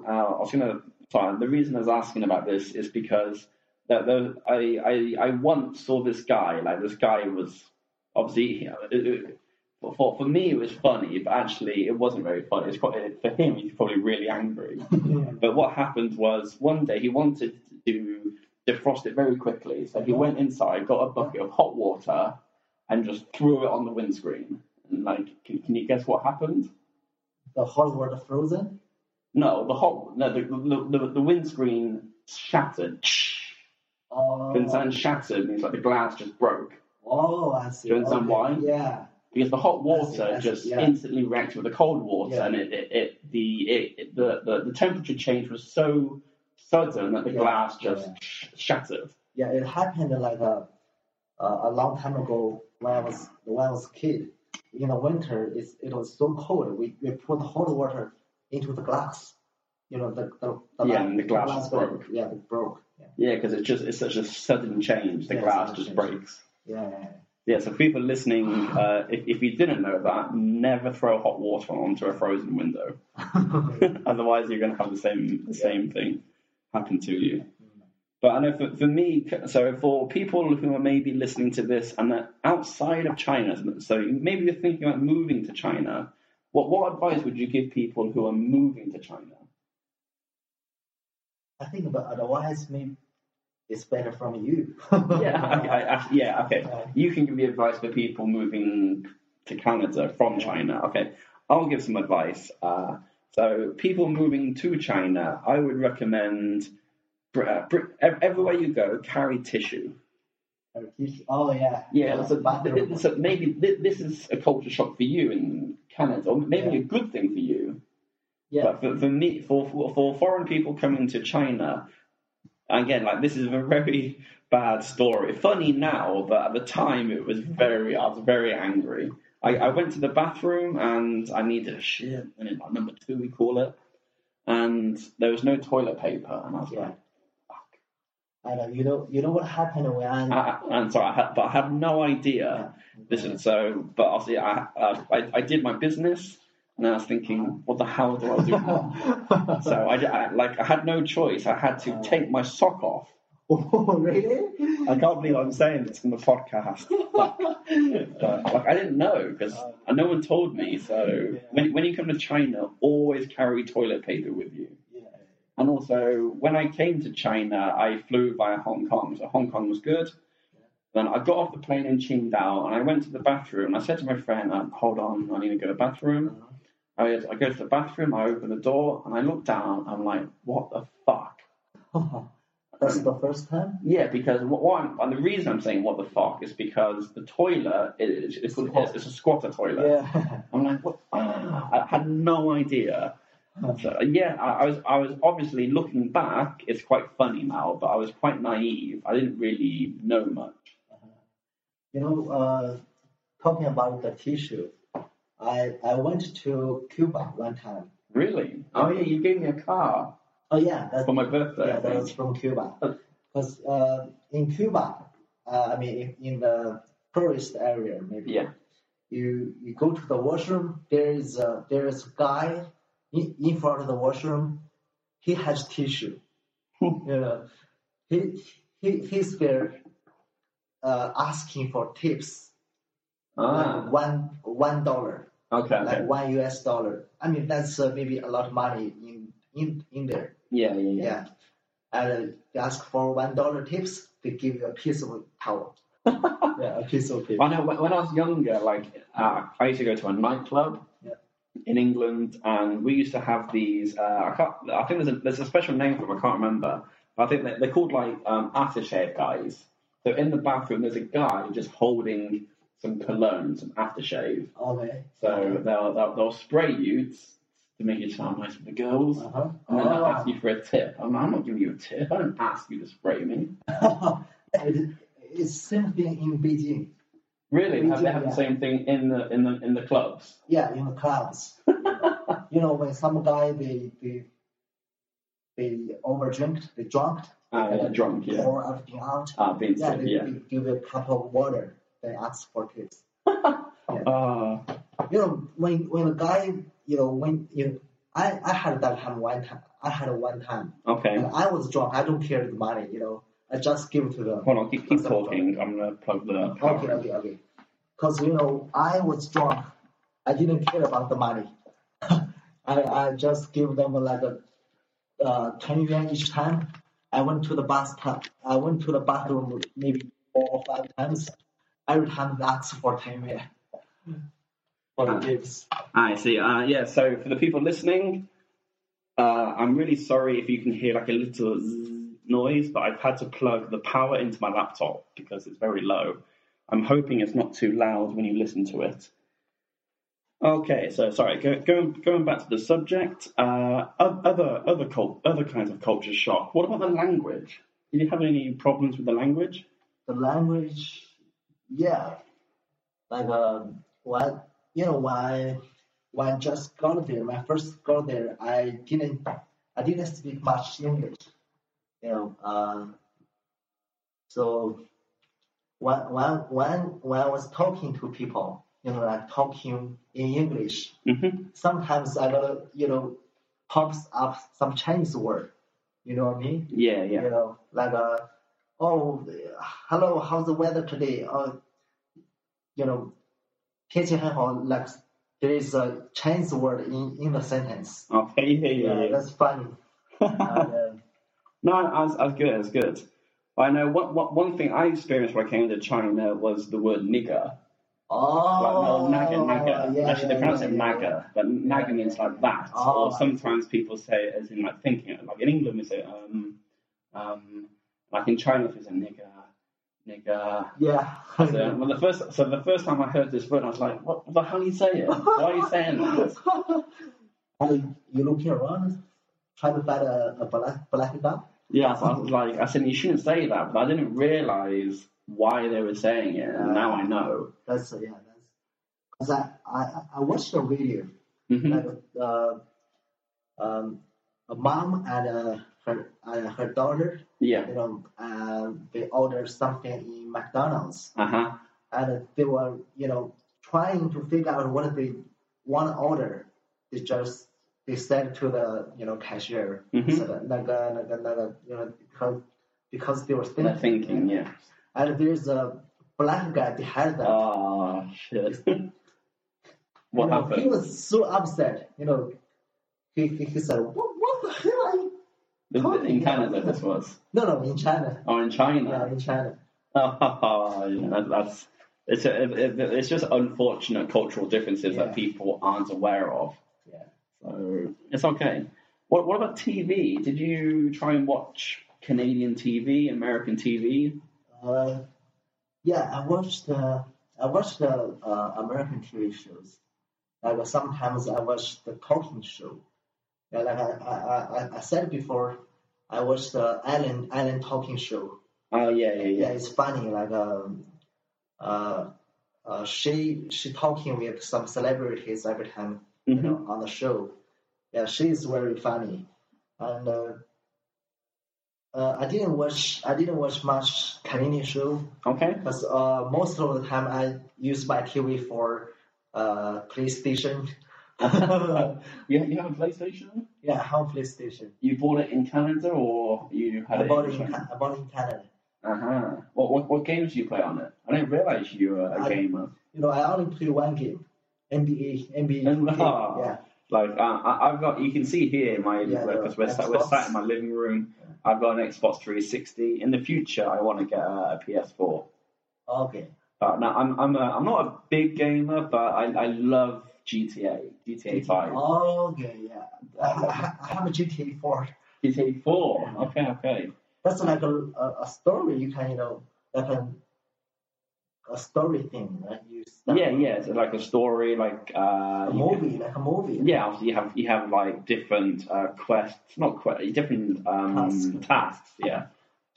S1: uh, I was gonna. Sorry, the reason I was asking about this is because that the, I, I I once saw this guy. Like this guy was obviously you know, it- it- But for, for me, it was funny, but actually, it wasn't very funny. It's quite, for him, he's probably really angry. but what happened was one day he wanted to defrost it very quickly, so he went inside, got a bucket of hot water, and just threw it on the windscreen. And like, can, can you guess what happened?
S2: The hot water frozen.
S1: No, the hot no, the, the, the, the windscreen shattered.
S2: Oh,
S1: The windscreen shattered means like the glass just broke
S2: oh, I see.
S1: Do you understand
S2: Okay,
S1: why?
S2: Yeah.
S1: because the hot
S2: I see,
S1: water
S2: I see,
S1: just
S2: yeah.
S1: instantly reacted with the cold water,
S2: Yeah.
S1: and it, it, it the it, it- the, the the temperature change was so sudden that the
S2: Yeah,
S1: glass just sh- shattered.
S2: Yeah, it happened like a, a a long time ago when I was when I was a kid. In the winter, it's, it was so cold. We, we put hot water into the glass. You know, the the, the,
S1: Yeah, and the glass broke.
S2: Yeah, it broke. Yeah,
S1: Yeah, because it's just it's such a sudden change. The
S2: Yeah,
S1: glass
S2: sudden
S1: just
S2: change.
S1: breaks.
S2: yeah, yeah.
S1: Yeah, so people listening, uh, if, if you didn't know that, never throw hot water onto a frozen window. Otherwise, you're going to have the same the same thing happen to you. But I know for, for me, so for people who are maybe listening to this and they're outside of China, so maybe you're thinking about moving to China. What what advice would you give people who are moving to China?
S2: I think, but otherwise, maybe it's better from you.
S1: Yeah, okay, I, I, yeah, okay.
S2: Yeah.
S1: You can give me advice for people moving to Canada from China. Okay, I'll give some advice. Uh, so, people moving to China, I would recommend br- uh, br- ev- everywhere you go, carry tissue.
S2: oh yeah. It's a
S1: so,
S2: bathroom.
S1: so maybe thi- this is a culture shock for you in Canada, or maybe
S2: Yeah.
S1: a good thing for you.
S2: Yeah.
S1: But for, for me, for, for for foreign people coming to China, again, like this is a very bad story. Funny now, but at the time it was very, I was very angry. I, I went to the bathroom and I needed a shit, and it's like number two we call it, and there was no toilet paper, and I was
S2: Yeah.
S1: like,
S2: I know. You know. You know what happened when I.
S1: I, "Ah," and so I had, but I had no idea. This is so, but obviously I, I I I did my business, and I was thinking, what the hell do I do now? So I, I- like I had no choice. I had to take my sock off.
S2: oh really?
S1: Oh. I can't believe I'm saying this on the podcast. But, like I didn't know because no one told me. So when when you come to China, always carry toilet paper with you.
S2: Yeah.
S1: And also, when I came to China, I flew via Hong Kong. So Hong Kong was good. Then I got off the plane in Qingdao and I went to the bathroom. And I said to my friend, um, "Hold on, I need to go to the bathroom." I, I go to the bathroom. I open the door and I look down. I'm like, "What the fuck?"
S2: That's the first time.
S1: Yeah, because what, what I'm, and the reason I'm saying what the fuck is because the toilet is it's, it's, it's a squatter toilet.
S2: Yeah.
S1: I'm like, what? Ah, I had no idea. So, yeah, I, I was I was obviously looking back. It's quite funny now, but I was quite naive. I didn't really know much.
S2: You know, uh, talking about the tissue, I I went to Cuba one time.
S1: Really? Oh yeah, you gave me a car
S2: Oh yeah, that's
S1: for my birthday.
S2: yeah,
S1: I
S2: that
S1: think.
S2: was from Cuba.
S1: Oh.
S2: Because uh, in Cuba, uh, I mean, in, in the tourist area, maybe
S1: yeah.
S2: you you go to the washroom. There is a there is a guy in, in front of the washroom. He has tissue. you
S1: Hmm.
S2: know, he he he's there uh, asking for tips.
S1: Ah.
S2: Like one one dollar,
S1: Okay.
S2: like
S1: okay.
S2: one US dollar. I mean that's uh, maybe a lot of money in in in there.
S1: Yeah. Yeah. Yeah.
S2: Yeah. And you ask for one dollar tips, they give you a piece of towel. yeah, a piece of paper.
S1: I know when, when I was younger, like uh, I used to go to a nightclub
S2: Yeah.
S1: in England, and we used to have these. Uh, I can't. I think there's a there's a special name for them. I can't remember. I think they're, they're called like um, aftershave guys. So in the bathroom, there's a guy just holding some cologne, some aftershave.
S2: Okay.
S1: So they'll they'll, they'll spray you t- to make you sound nice with the girls.
S2: Uh-huh.
S1: And then they'll ask
S2: Oh.
S1: you for a tip. I'm, I'm not giving you a tip. I don't ask you to spray me.
S2: It- it's same thing in Beijing.
S1: Really?
S2: We
S1: Have
S2: do,
S1: they have the
S2: yeah.
S1: same thing in the in the in the clubs?
S2: Yeah, in the clouds. you know, when some guy they they they overdrinked, they drunk,
S1: Ah, yeah, drunk, yeah.
S2: pour everything out.
S1: Ah, being
S2: Yeah,
S1: sick,
S2: they,
S1: yeah.
S2: they give a cup of water. They ask for tips.
S1: Ah,
S2: You know, when when a guy, you know, when you, know, I I had that time one time. I had it one time,
S1: okay.
S2: and I was drunk. I don't care the money. You know, I just give it to them.
S1: Hold on, keep, keep talking. I'm gonna plug the.
S2: Okay, okay, okay. Because you know, I was drunk I didn't care about the money. I, I just give them like a, uh, 10 yuan each time. I went to the bathtub. I went to the bathroom maybe four or five times. Every time they asked for 10 yuan for the gifts.
S1: I see. Uh, yeah. So for the people listening, uh, I'm really sorry if you can hear like a little zzz noise, but I've had to plug the power into my laptop because it's very low. I'm hoping it's not too loud when you listen to it. Okay, so sorry, go, going going back to the subject. Uh, o- other other cult, other kinds of culture shock. What about the language? Did you have any problems with the language?
S2: The language, yeah. Like, um, when, you know, when I, when I just got there, when I first got there, I didn't, I didn't speak much English. You know, uh, so when, when, when, when I was talking to people, you know, like talking in English,
S1: hmm
S2: sometimes I gotta, you know, pops up some Chinese word. You know what I mean?
S1: Yeah, yeah.
S2: You know, like uh, oh, hello, how's the weather today? Or you know, 天气很好. Like there is a Chinese word in in the sentence.
S1: Okay, yeah, yeah,
S2: that's funny.
S1: yeah.
S2: And, uh,
S1: No, I was, I was good. I was good. But I know what, what one thing I experienced when I came to China was the word nigger. Like, no,
S2: oh,
S1: naga, naga.
S2: yeah,
S1: Actually, they
S2: yeah,
S1: pronounce
S2: yeah,
S1: it
S2: yeah,
S1: naga,
S2: yeah.
S1: but naga
S2: Yeah,
S1: means
S2: yeah,
S1: like
S2: yeah.
S1: that.
S2: Oh,
S1: or
S2: I see.
S1: sometimes people say it as in like thinking. it. Like in England, we say um, um, like in China, we say nigger, nigger.
S2: Yeah.
S1: So, well, the first, so the first time I heard this word, I was like, "What the hell are you saying? Why are you saying that?"
S2: And you looking around, trying to find a, a black black dog.
S1: Yeah, so I was like, I said you shouldn't say that, but I didn't realize why they were saying it, and now I know.
S2: That's yeah. That's because I, I I watched a video
S1: hmm
S2: like uh, um, a mom and uh, her and her daughter,
S1: Yeah.
S2: you know, uh, they ordered something in McDonald's
S1: Uh huh.
S2: and they were you know trying to figure out what they want to order. They just they said to the you know cashier,
S1: Mhm.
S2: so that, like, uh, like, uh, like, uh, you know because because they were
S1: They're
S2: thinking,
S1: thinking, yeah.
S2: and there's a black guy behind them.
S1: Oh shit.
S2: you
S1: what
S2: know, he
S1: happened?
S2: was so upset. You know, he, he, he said, what, what the hell are you?
S1: In Canada, this was.
S2: No, no, in China.
S1: Oh, in
S2: Yeah,
S1: China.
S2: in China.
S1: Oh, yeah, that, that's. It's, a, it, it- it's just unfortunate cultural differences
S2: Yeah.
S1: that people aren't aware of.
S2: Yeah.
S1: So it's okay. What, what about TV? Did you try and watch Canadian TV, American TV?
S2: Uh, yeah, I watched uh, I watched the uh, American TV shows. Like sometimes I watch the cooking show. Yeah, like I, I, I, I said before, I watched the Island Island Talking Show.
S1: Oh yeah, yeah,
S2: Yeah,
S1: yeah.
S2: it's funny. Like um, uh, uh, she she talking with some celebrities every time you
S1: Mhm.
S2: know on the show. Yeah, she's very funny, and uh, uh, I didn't watch I didn't watch much Canadian show
S1: Okay.
S2: because uh, most of the time I use my TV for uh, PlayStation.
S1: You, you have a PlayStation?
S2: yeah, home PlayStation.
S1: You bought it in Canada or you had
S2: I
S1: it
S2: bought
S1: in
S2: it in,
S1: China?
S2: Ca- I bought it in Canada.
S1: Uh-huh. What, what what games do you play on it? I didn't realize you were a
S2: I-
S1: gamer.
S2: You know, I only play one game, NBA NBA.
S1: And,
S2: 2K.
S1: ah,
S2: Yeah,
S1: Like uh, I, I've got, you can see here my
S2: Yeah,
S1: because we're,
S2: the
S1: sat, we're sat
S2: Xbox.
S1: in my living room. I've got an Xbox 360. In the future, I want to get a, a PS4.
S2: okay.
S1: But no, I'm I'm a, I'm not a big gamer, but I, I love GTA GTA 5
S2: Okay, yeah. I, I, I have a GTA 4.
S1: GTA 4. Okay, okay.
S2: That's like a, a, a story you can, you know, like an, a story thing, right? You start
S1: Yeah, yeah. It's like a story, like uh, you
S2: A
S1: can-
S2: movie, like a movie.
S1: Yeah, obviously you have you have like different uh, quests, not quests, different um,
S2: Tasks.
S1: tasks. Yeah,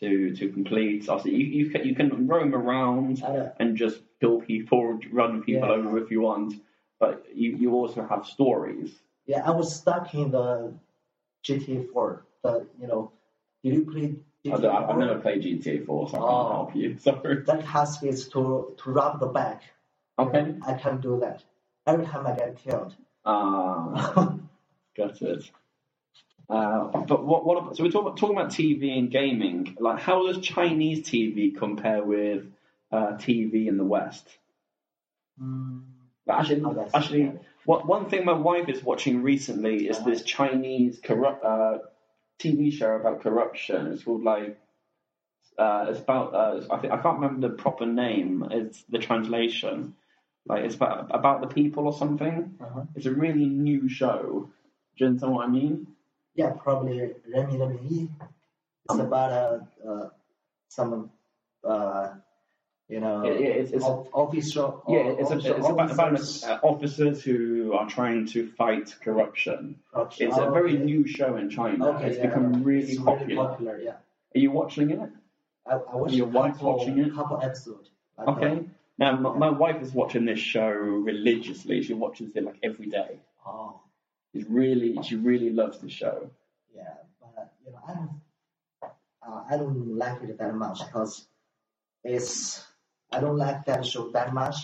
S1: to to complete. Obviously, you you can, you can roam around
S2: I don't-
S1: and just kill people, run people
S2: Uh, Yeah.
S1: over if you want, but you you also have stories.
S2: yeah, I was stuck in the GTA 4. But, you know, did you play
S1: I don't, I've
S2: GTA 4?
S1: never played GTA 4, so I can't
S2: Oh.
S1: help you. Sorry.
S2: That task is to, to rob the bank.
S1: Okay.
S2: I can't do that. Every time I get killed.
S1: Ah, got it. Uh, but what what about, so we're talking about, talking about TV and gaming. Like, how does Chinese TV compare with uh, TV in the West?
S2: Mm,
S1: But actually,
S2: Oh, that's-
S1: actually, what, one thing my wife is watching recently is
S2: Uh-huh.
S1: this Chinese corrupt uh, TV show about corruption. It's called like uh, it's about uh, I think I can't remember the proper name. It's the translation. Like it's about about the people or something.
S2: Uh-huh.
S1: It's a really new show. Do you understand what I mean?
S2: Yeah, probably Remy Remy Yi. It's about uh, uh, some, uh, you know,
S1: It- it- it's, it's
S2: of- official.
S1: yeah, it's, a,
S2: official
S1: it's about, about
S2: officers.
S1: uh, officers who are trying to fight corruption.
S2: Okay,
S1: It's a very
S2: Oh, okay.
S1: new show in China.
S2: Okay,
S1: it's
S2: yeah,
S1: become really
S2: it's
S1: popular.
S2: Really popular, yeah.
S1: Are you watching it?
S2: I, I watched
S1: Your
S2: a
S1: wife's
S2: couple,
S1: watching it?
S2: Couple episodes. Like,
S1: Okay. Now, my, my wife is watching this show religiously. She watches it like every day.
S2: uh, oh,
S1: She's really, she really loves the show.
S2: yeah, but you know, I don't, uh, I don't like it that much because it's I don't like that show that much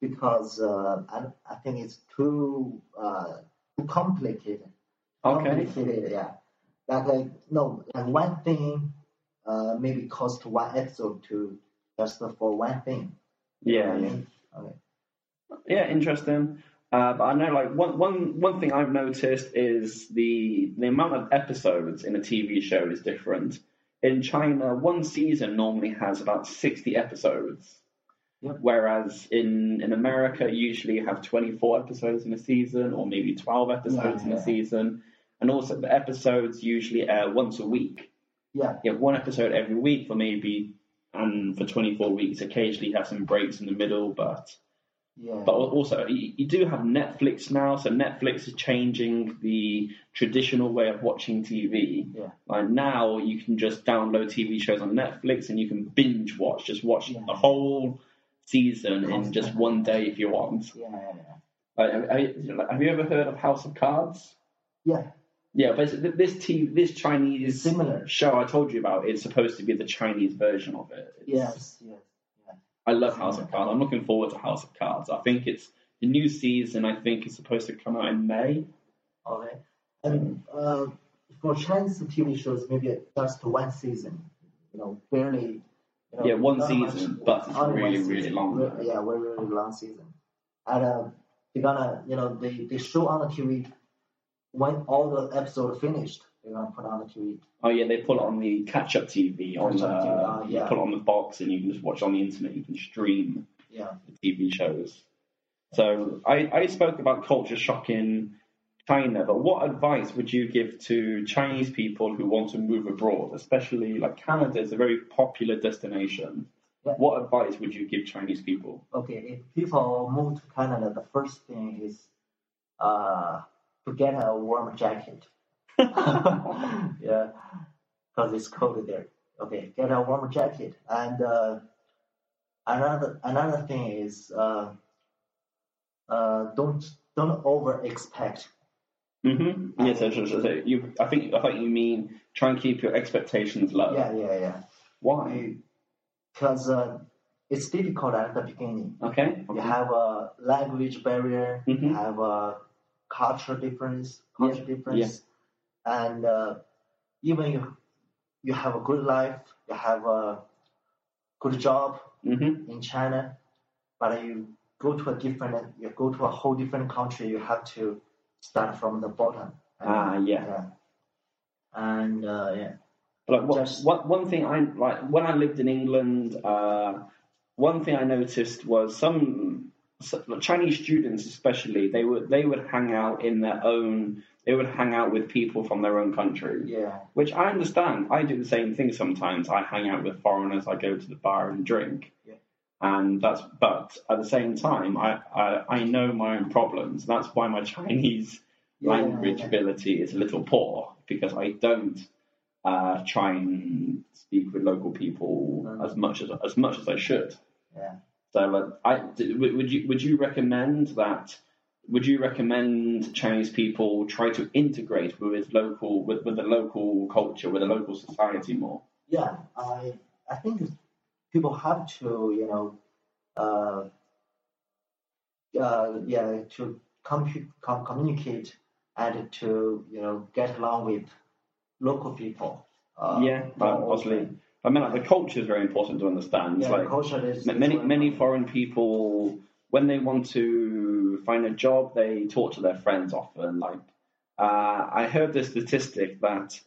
S2: because uh, I I think it's too uh, too complicated.
S1: Okay.
S2: Complicated, yeah. Like like no, like one thing, uh, maybe cost one episode to just for one thing. You know
S1: Yeah.
S2: what I
S1: Yeah.
S2: mean? Okay.
S1: Yeah, Interesting. Uh, but I know, like one, one, one thing I've noticed is the the amount of episodes in a TV show is different. In China, one season normally has about sixty episodes,
S2: Yep.
S1: whereas in in America, usually you have twenty four episodes in a season, or maybe twelve episodes in
S2: yeah.
S1: a season. And also, the episodes usually air once a week.
S2: Yeah.
S1: You have one episode every week for maybe, and for twenty four weeks. Occasionally, you have some breaks in the middle, but
S2: Yeah.
S1: but al- also, you, you do have Netflix now, so Netflix is changing the traditional way of watching TV.
S2: Yeah.
S1: Like now, you can just download TV shows on Netflix and you can binge watch, just watch
S2: Yeah.
S1: the whole season in just
S2: Constantly.
S1: one day if you want.
S2: yeah. Yeah. Yeah.
S1: Like, have- have have you ever heard of House of Cards?
S2: Yeah.
S1: Yeah, basically, this TV, this Chinese
S2: Similar.
S1: show I told you about is supposed to be the Chinese version of it. It's-
S2: Yes, yes.
S1: I love House of Cards. I'm looking forward to House of Cards. I think it's the new season. I think is supposed to come out in May.
S2: Okay. And uh, for Chinese TV shows, maybe just one season, you know, barely. You know,
S1: Yeah, one
S2: not
S1: season, but it's
S2: only one
S1: really, really
S2: season.
S1: long.
S2: Re- Yeah, very, really long season. And uh, they're gonna, you know, they, they show on the TV when all the episode finished. They're gonna put on the TV.
S1: Oh yeah, they put it on the catch up TV on
S2: Catch-up TV,
S1: uh,
S2: oh,
S1: you
S2: yeah.
S1: put it on the box and you can just watch on the internet. You can stream
S2: Yeah.
S1: the TV shows. So I, I spoke about culture shock in China, but what advice would you give to Chinese people who want to move abroad, especially like Canada is a very popular destination?
S2: Yeah.
S1: What advice would you give Chinese people?
S2: Okay, if people move to Canada, the first thing is uh, to get a warm jacket. yeah, because it's cold there. Okay, get a warm jacket. And uh, another another thing is uh, uh, don't don't over expect.
S1: Mm-hmm. Yeah, so, so, so, so you, I think I think you mean try and keep your expectations low.
S2: Yeah, yeah,
S1: Why?
S2: yeah. Because uh, it's difficult at the beginning.
S1: Okay.
S2: You have a language barrier.
S1: Mhm.
S2: You have a culture difference.
S1: Yeah,
S2: Culture difference. And uh, even you, you have a good life. You have a good job.
S1: Mm-hmm.
S2: in China, but you go to a different, you go to a whole different country, you have to start from the bottom.
S1: Ah, yeah.
S2: Yeah. And uh, yeah,
S1: But like, what,
S2: Just-
S1: what, one thing I like when I lived in England, uh, one thing I noticed was some, some Chinese students, especially, they would they would hang out in their own. They would hang out with people from their own country.
S2: yeah,
S1: Which I understand. I do the same thing sometimes. I hang out with foreigners. I go to the bar and drink.
S2: Yeah.
S1: And that's, but at the same time, I, I, I know my own problems. That's why my Chinese
S2: Yeah,
S1: language
S2: yeah.
S1: ability is a little poor because I don't uh, try and speak with local people
S2: Mm.
S1: as much as as much as I should.
S2: yeah.
S1: So, like, I d- w- would you would you recommend that? Would you recommend Chinese people try to integrate with local with, with the local culture, with the local society more?
S2: Yeah, I I think people have to you know, uh, uh, yeah, to com- com- communicate and to you know get along with local people. Uh,
S1: yeah, but
S2: more
S1: obviously,
S2: open.
S1: I mean, like, the culture is very important to understand.
S2: yeah,
S1: like
S2: culture is
S1: m- many
S2: is-
S1: many foreign people when they want to find a job, they talk to their friends often. Like uh, I heard this statistic that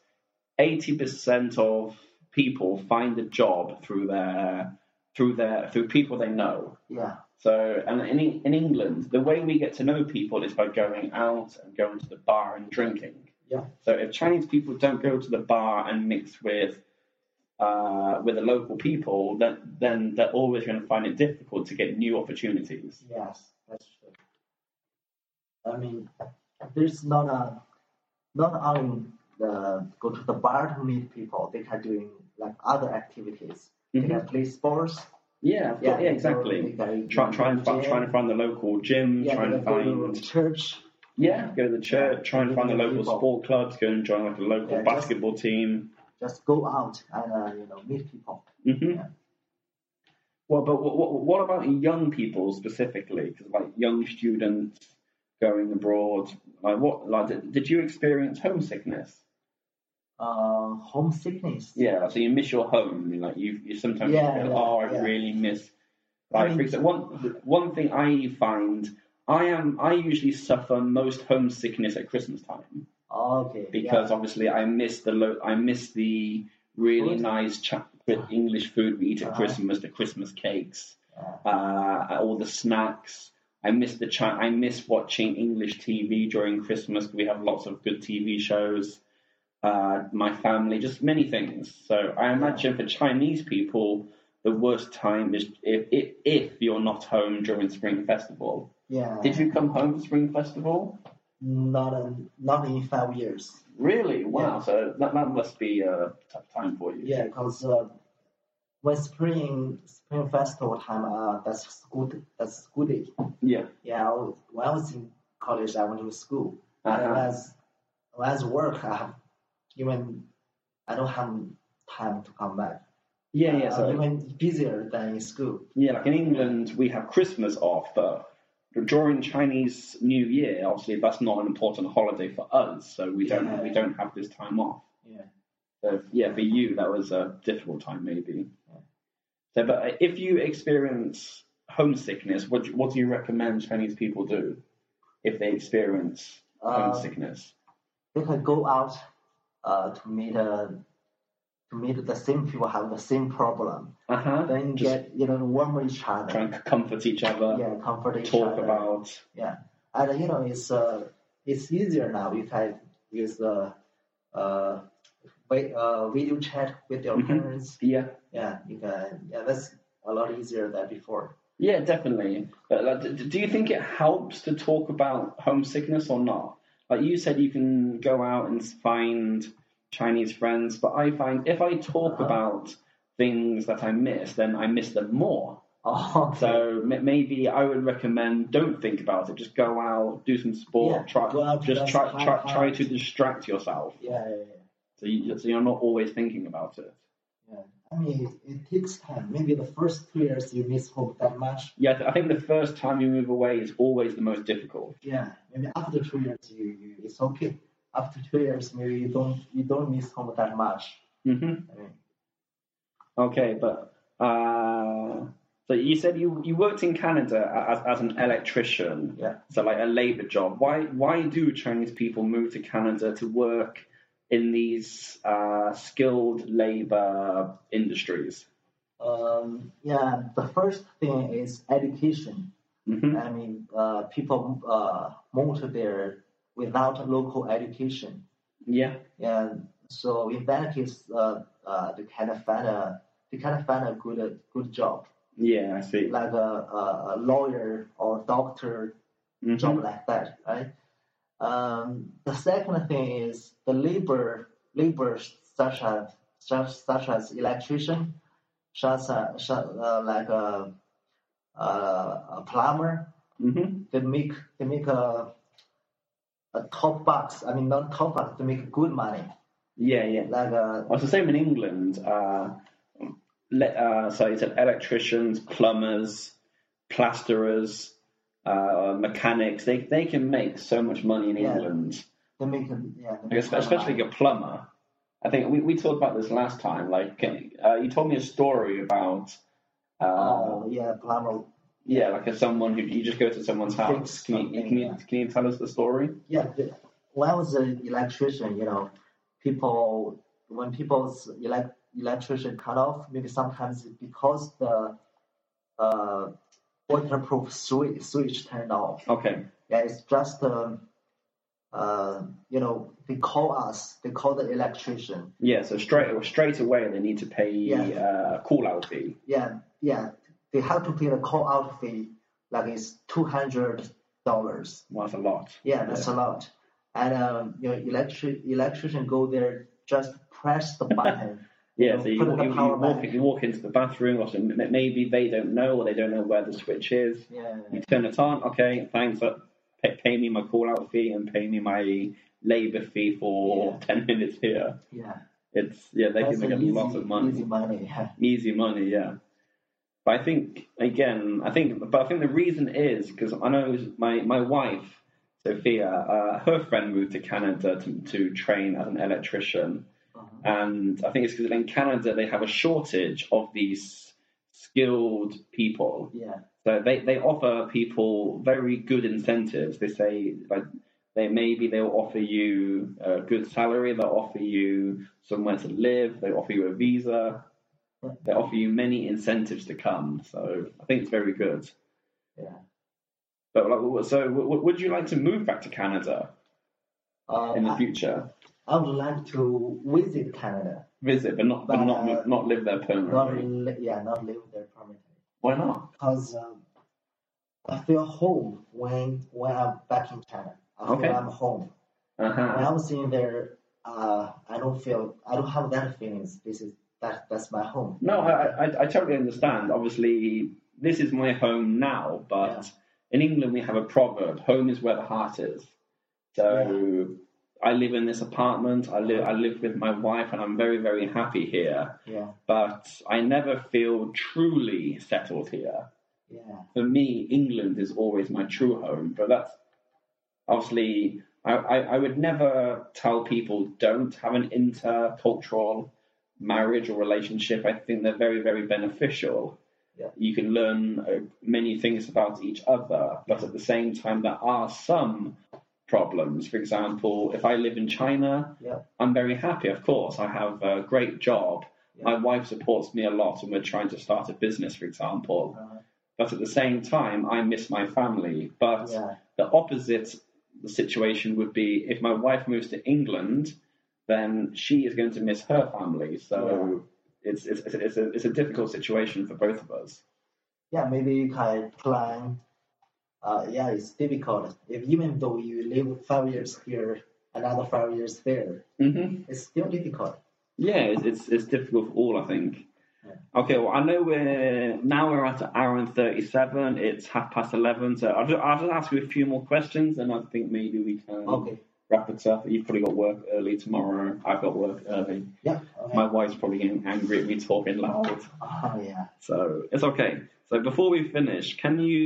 S1: eighty percent of people find a job through their through their through people they know.
S2: yeah,
S1: So, and in, Eng- in England, the way we get to know people is by going out and going to the bar and drinking.
S2: Yeah.
S1: So, if Chinese people don't go to the bar and mix with uh, with the local people, then then they're always going to find it difficult to get new opportunities.
S2: yes, that's true. I mean, there's not a not only the go to the bar to meet people. They can doing like other activities. They can play sports.
S1: Mm-hmm. Yeah, yeah, yeah, exactly.
S2: They can
S1: Try, try and find,
S2: gym.
S1: try and find the local gym.
S2: yeah,
S1: try
S2: they
S1: and
S2: can go to
S1: find
S2: church.
S1: yeah, go to the church. Try and
S2: Meet
S1: find the
S2: new
S1: local
S2: people.
S1: sport clubs. Go and join like a local
S2: Yeah, just-
S1: basketball team.
S2: Just go out and uh, you know meet people.
S1: hmm
S2: Yeah.
S1: Well, but what, what, what about young people specifically? 'Cause, like young students going abroad, like what, like did, did you experience homesickness?
S2: Uh, homesickness.
S1: Yeah, so you miss your home. Like you, you sometimes
S2: Yeah,
S1: feel,
S2: yeah,
S1: oh, I
S2: yeah.
S1: really miss.
S2: I
S1: Like
S2: mean-
S1: for example, one one thing I find, I am I usually suffer most homesickness at Christmas time
S2: Okay. yeah.
S1: because obviously I miss the lo- I miss the really
S2: Food?
S1: nice cha- English food we eat at
S2: Uh-huh.
S1: Christmas, the Christmas cakes.
S2: Yeah.
S1: uh, all the snacks. I miss the chi- I miss watching English TV during Christmas. We have lots of good TV shows. Uh, my family, just many things. So I imagine for Chinese people, the worst time is if, if if you're not home during Spring Festival.
S2: Yeah.
S1: Did you come home for Spring Festival?
S2: Not um, not in five years.
S1: Really? Wow. So that that must be a tough time for you.
S2: Yeah, because uh, when spring spring festival time, uh, that's school that's school day.
S1: Yeah.
S2: Yeah, I was- when I was in college, I went to school. And
S1: Uh-huh.
S2: as when I was work, I have even I don't have time to come back.
S1: Yeah. Yeah. So
S2: I'm even busier than in school.
S1: Yeah, like in England, we have Christmas off, but during Chinese New Year, obviously that's not an important holiday for us, so we don't
S2: Yeah.
S1: we don't have this time off.
S2: Yeah.
S1: So yeah, for you that was a difficult time maybe. So, but if you experience homesickness, what do, what do you recommend Chinese people do if they experience
S2: Um,
S1: homesickness?
S2: They can go out uh, to meet uh, to meet the same people have the same problem.
S1: Uh huh.
S2: Then
S1: Just-
S2: get you know warm with each other.
S1: Try and comfort each other,
S2: yeah, comfort each
S1: talk
S2: other.
S1: about.
S2: Yeah, and you know it's uh, it's easier now. You can use the uh, vi- uh, video chat with your
S1: Mhm.
S2: parents.
S1: Yeah.
S2: Yeah, you can. Yeah, that's a lot easier than before.
S1: Yeah, definitely. But like, d- do you think it helps to talk about homesickness or not? Like you said, you can go out and find Chinese friends, but I find if I talk
S2: Uh-huh.
S1: about things that I miss, then I miss them more.
S2: Oh,
S1: So m- maybe I would recommend don't think about it. Just go out, do some sport,
S2: Yeah,
S1: try,
S2: go out,
S1: just
S2: that's
S1: try,
S2: high
S1: try, try
S2: five.
S1: to distract yourself.
S2: yeah, yeah, yeah.
S1: So, you, so you're not always thinking about it.
S2: yeah. I mean, it, it takes time. Maybe the first two years you miss home that much.
S1: Yeah, I th- I think the first time you move away is always the most difficult.
S2: Yeah, maybe after two years you, you it's okay. After two years, maybe you don't you don't miss home that much.
S1: hmm
S2: I mean,
S1: Okay, but uh, so you said you, you worked in Canada as, as an electrician,
S2: yeah.
S1: so like a labor job. Why why do Chinese people move to Canada to work in these uh, skilled labor industries?
S2: Um, yeah, the first thing is education.
S1: hmm
S2: I mean, uh, people uh, move to there without local education.
S1: Yeah,
S2: And so in that case, uh, uh, they kind of find a they kind of find a good a good job,
S1: yeah, I see.
S2: like a, a, a lawyer or doctor
S1: Mhm.
S2: job like that, right? Um, the second thing is the labor labor such as such, such as electrician, such, as- such uh, like a, a, a plumber,
S1: Mhm.
S2: they make they make a a top box. I mean, not top box. They make good money.
S1: Yeah, yeah.
S2: Like uh, a
S1: Well, it's the same in England. Uh, le- uh, so it's electricians, plumbers, plasterers, uh, mechanics. They they can make so much money in
S2: Yeah.
S1: England,
S2: they make a, yeah. They
S1: Like,
S2: make
S1: espe-
S2: good
S1: especially
S2: money.
S1: a plumber. I think we, we talked about this last time. Like uh, you told me a story about uh,
S2: Oh. uh, yeah, plumber.
S1: Yeah, like as someone who you just go to someone's house. Can you, can you, can you tell us the story?
S2: Yeah, the- when I was an electrician, you know, people when people's elect, electrician cut off, maybe sometimes because the uh, waterproof switch, switch turned off.
S1: Okay.
S2: Yeah, it's just um, uh, you know they call us, they call the electrician.
S1: Yeah, so straight straight away they need to pay uh, call out fee.
S2: Yeah, yeah, they have to pay the call out fee, like it's two hundred dollars.
S1: Well, that's a lot.
S2: Yeah, that's a lot. And um, you know, electric electrician go there, just press the button.
S1: Yeah,
S2: know,
S1: so you,
S2: put
S1: you,
S2: the
S1: you
S2: power
S1: walk,
S2: back.
S1: you walk into the bathroom, or some, maybe they don't know, or they don't know where the switch is.
S2: Yeah,
S1: You turn it on, okay, thanks, uh, pay, pay me my call out fee and pay me my labour fee for 10 minutes here.
S2: yeah.
S1: It's Yeah, they can
S2: That's
S1: make
S2: an
S1: a
S2: easy,
S1: lot of money.
S2: easy money. Yeah.
S1: easy money, yeah. But I think again, I think, but I think the reason is because I know my my wife Sophia, uh, her friend moved to Canada to, to train as an electrician,
S2: Uh-huh.
S1: and I think it's because in Canada they have a shortage of these skilled people.
S2: yeah,
S1: So they, they offer people very good incentives. They say like they maybe they'll offer you a good salary, they'll offer you somewhere to live, they offer you a visa, they offer you many incentives to come. So I think it's very good.
S2: yeah.
S1: But like, so w- w- would you like to move back to Canada in
S2: Um,
S1: the
S2: I,
S1: future?
S2: I would like to visit Canada,
S1: Visit, but not but not
S2: But-
S1: not live there
S2: not
S1: permanently.
S2: li- yeah, not live there permanently,
S1: Why not?
S2: because um, I feel home when when I'm back in China. I feel
S1: Okay.
S2: I'm home.
S1: Uh
S2: When
S1: huh.
S2: I was in there, uh, I don't feel I don't have that feelings. This is that that's my home.
S1: No, I, I, I totally understand. Obviously, this is my home now, but in England we have a proverb: "Home is where the heart is." So I live in this apartment. I live I live with my wife, and I'm very very happy here.
S2: Yeah,
S1: But I never feel truly settled here.
S2: yeah,
S1: For me, England is always my true home. But that's obviously. I, I, I would never tell people don't have an intercultural marriage or relationship. I think they're very, very beneficial.
S2: Yeah.
S1: You can learn uh, many things about each other, but at the same time, there are some problems. For example, if I live in China,
S2: yeah.
S1: I'm very happy, of course. I have a great job. My wife supports me a lot, and we're trying to start a business, for example.
S2: Uh,
S1: But at the same time, I miss my family. But
S2: Yeah.
S1: the opposite the situation would be if my wife moves to England, then she is going to miss her family. So it's, it's, it's, it's, a, it's a difficult situation for both of us.
S2: yeah, maybe you can plan. Uh, yeah, it's difficult. If even though you live five years here, another five years there,
S1: hmm
S2: it's still difficult.
S1: Yeah, it's, it's it's difficult for all, I think.
S2: Yeah.
S1: Okay, well, I know we're now we're at an hour and thirty-seven. It's half past eleven, so I'll just, I'll just ask you a few more questions, and I think maybe we can
S2: Okay.
S1: wrap it up. You've probably got work early tomorrow. I've got work early.
S2: Yeah. Okay.
S1: My wife's probably getting angry at me talking loud,
S2: oh yeah.
S1: so it's okay. So before we finish, can you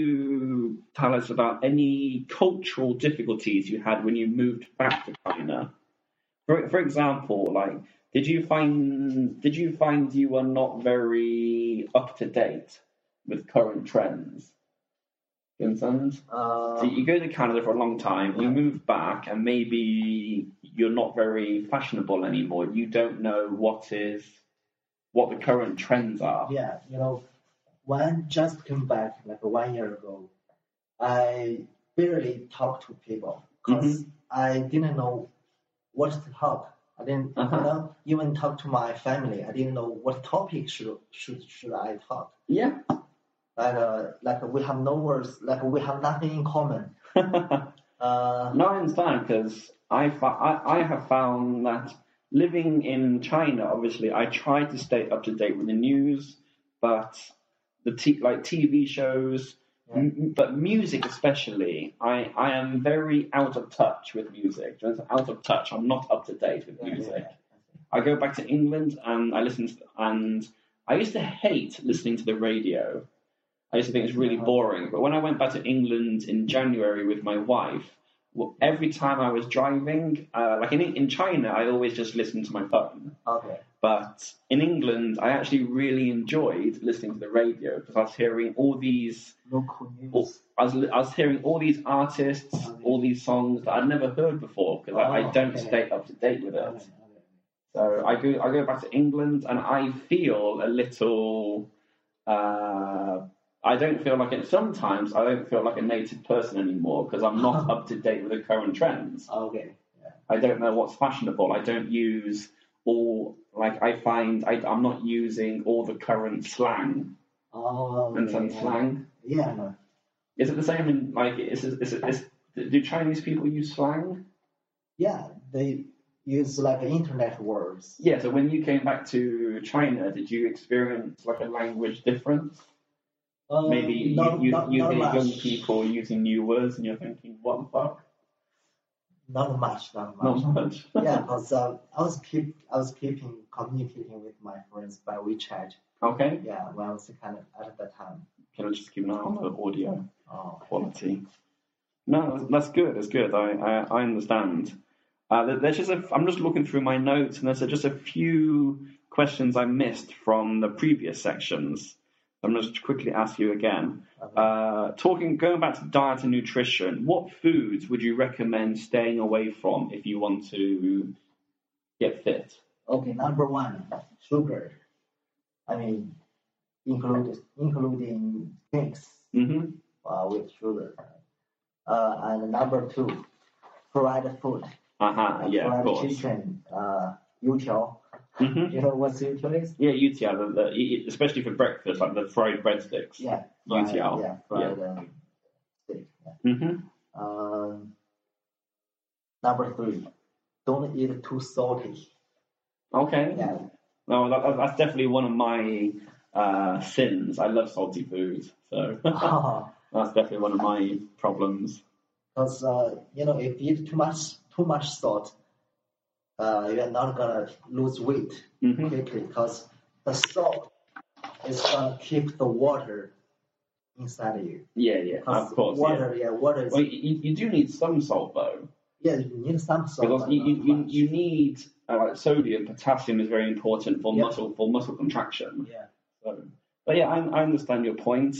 S1: tell us about any cultural difficulties you had when you moved back to China? for for example, like did you find did you find you were not very up to date with current trends? You understand? So
S2: Uh,
S1: you go to Canada for a long time, you move back, and maybe you're not very fashionable anymore. You don't know what is what the current trends are.
S2: yeah, you know, when I just came back like one year ago, I barely talked to people
S1: Mm-hmm.
S2: because I didn't know what to talk. I didn't
S1: Uh-huh.
S2: you know, even talk to my family. I didn't know what topic should should should I talk.
S1: Yeah.
S2: Like uh, like we have no words. Like we have nothing in common. Uh,
S1: No, I understand because I, fo- I, I have found that living in China, obviously, I try to stay up to date with the news, but the t- like TV shows, m- but music especially, I, I am very out of touch with music. Just out of touch. I'm not up to date with music. I go back to England and I listen to, and I used to hate listening to the radio. I used to think it's really
S2: Uh-huh.
S1: boring. But when I went back to England in January with my wife, well, every time I was driving, uh, like in, in China, I always just listened to my phone.
S2: okay.
S1: But in England, I actually really enjoyed listening to the radio because I was hearing all these,
S2: local news.
S1: all- I was, I was hearing all these artists, all these songs that I'd never heard before because I, I
S2: Uh-huh. Oh,
S1: don't
S2: okay.
S1: stay up to date with it.
S2: Alright, alright.
S1: So I go I go back to England and I feel a little uh, I don't feel like it sometimes I don't feel like a native person anymore because I'm not up to date with the current trends.
S2: Okay. Yeah.
S1: I don't know what's fashionable. I don't use all like I find I, I'm not using all the current slang
S2: Oh,
S1: and some
S2: yeah.
S1: slang.
S2: Yeah. no.
S1: Is it the same in like is it, is it, is, do Chinese people use slang?
S2: Yeah. They use like internet words.
S1: Yeah, so when you came back to China, did you experience like a language difference?
S2: Um,
S1: maybe you,
S2: not,
S1: you,
S2: not,
S1: you
S2: not
S1: hear
S2: much.
S1: young people using new words and you're thinking, what the fuck?
S2: Not much. Not much.
S1: Not much.
S2: yeah, because uh, I was keep I was keeping communicating with my friends by WeChat.
S1: okay.
S2: Yeah, when I was kind of at that time.
S1: Can I just keep an eye on the audio
S2: Oh,
S1: quality? No, that's- that's good. That's good. I, I, I understand. Uh, there- there's just a, I'm just looking through my notes and there's just a few questions I missed from the previous sections. I'm just quickly ask you again. Uh, talking, going back to diet and nutrition, what foods would you recommend staying away from if you want to get fit?
S2: okay. Number one, sugar. I mean, included including drinks
S1: hmm
S2: uh, with sugar. Uh, and number two, fried food.
S1: Uh-huh, yeah, of
S2: fried
S1: course.
S2: chicken. Uh, yuqiao.
S1: hmm
S2: You know what yuqiao is?
S1: Yeah, UTL, the, the, e- e- especially for breakfast, like the fried breadsticks.
S2: Yeah.
S1: UTL.
S2: fried- Yeah, fried um, steak. Yeah.
S1: hmm
S2: Um, number three, don't eat too salty.
S1: Okay.
S2: Yeah,
S1: No, that, that- that's definitely one of my uh, sins. I love salty food, so
S2: because
S1: that's definitely one of my problems.
S2: uh, you know if you eat too much too much salt, uh, you're not gonna lose weight
S1: Mhm.
S2: quickly because the salt is gonna keep the water inside of you.
S1: Yeah, yeah, of
S2: 'Cause
S1: course. Yeah.
S2: water, yeah, water is
S1: Well, you, you do need some salt though,
S2: yeah, you need some salt.
S1: because
S2: but
S1: you, you,
S2: not
S1: you,
S2: much.
S1: you need uh, like sodium, potassium is very important for
S2: Yeah.
S1: muscle for muscle contraction.
S2: yeah,
S1: So, but yeah, I, I understand your point.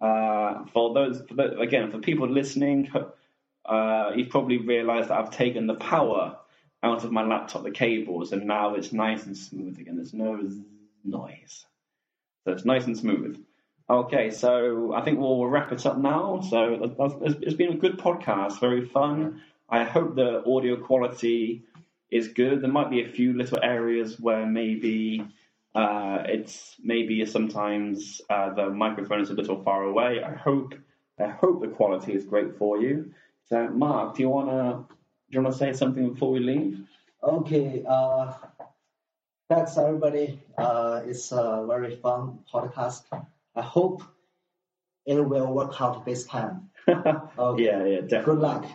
S1: Uh, for those, for the, again, for people listening, uh, you've probably realised that I've taken the power out of my laptop, the cables, and now it's nice and smooth again. There's no z- noise, so it's nice and smooth. Okay, so I think we'll wrap it up now. So that- that's- it's- it's been a good podcast, very fun. I hope the audio quality is good. There might be a few little areas where maybe uh, it's maybe sometimes uh, the microphone is a little far away. I hope I hope the quality is great for you. So, Mark, do you wanna do you wanna say something before we leave?
S2: Okay, uh, thanks everybody. Uh, it's a very fun podcast. I hope it will work out this time. Okay.
S1: Yeah, yeah, definitely.
S2: Good luck.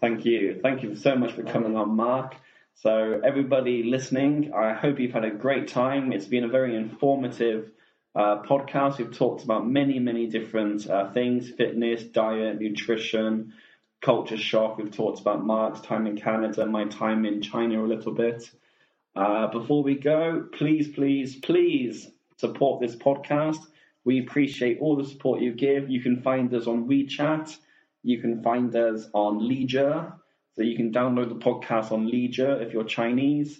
S1: Thank you. Thank you so much for coming on, Mark. So, everybody listening, I hope you've had a great time. It's been a very informative uh, podcast. We've talked about many, many different uh, things fitness, diet, nutrition, culture shock. We've talked about Mark's time in Canada, my time in China a little bit. Uh, before we go, please, please, please support this podcast. We appreciate all the support you give. You can find us on WeChat. You can find us on Leisure. So you can download the podcast on Leisure if you're Chinese.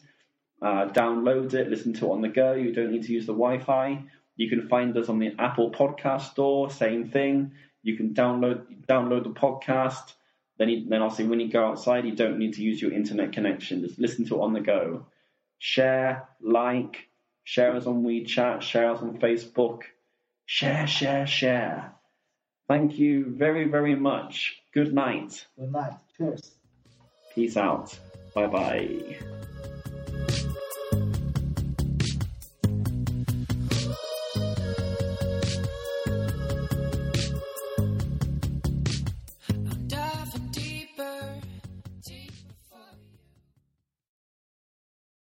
S1: Uh, download it, listen to it on the go. You don't need to use the Wi Fi. You can find us on the Apple Podcast Store, same thing. You can download download the podcast. Then, you, then obviously, when you go outside, you don't need to use your internet connection. Just listen to it on the go share, like, share us on WeChat, share us on Facebook. Share, share, share. Thank you very, very much. Good night.
S2: Good night. Cheers.
S1: Peace out. Bye bye.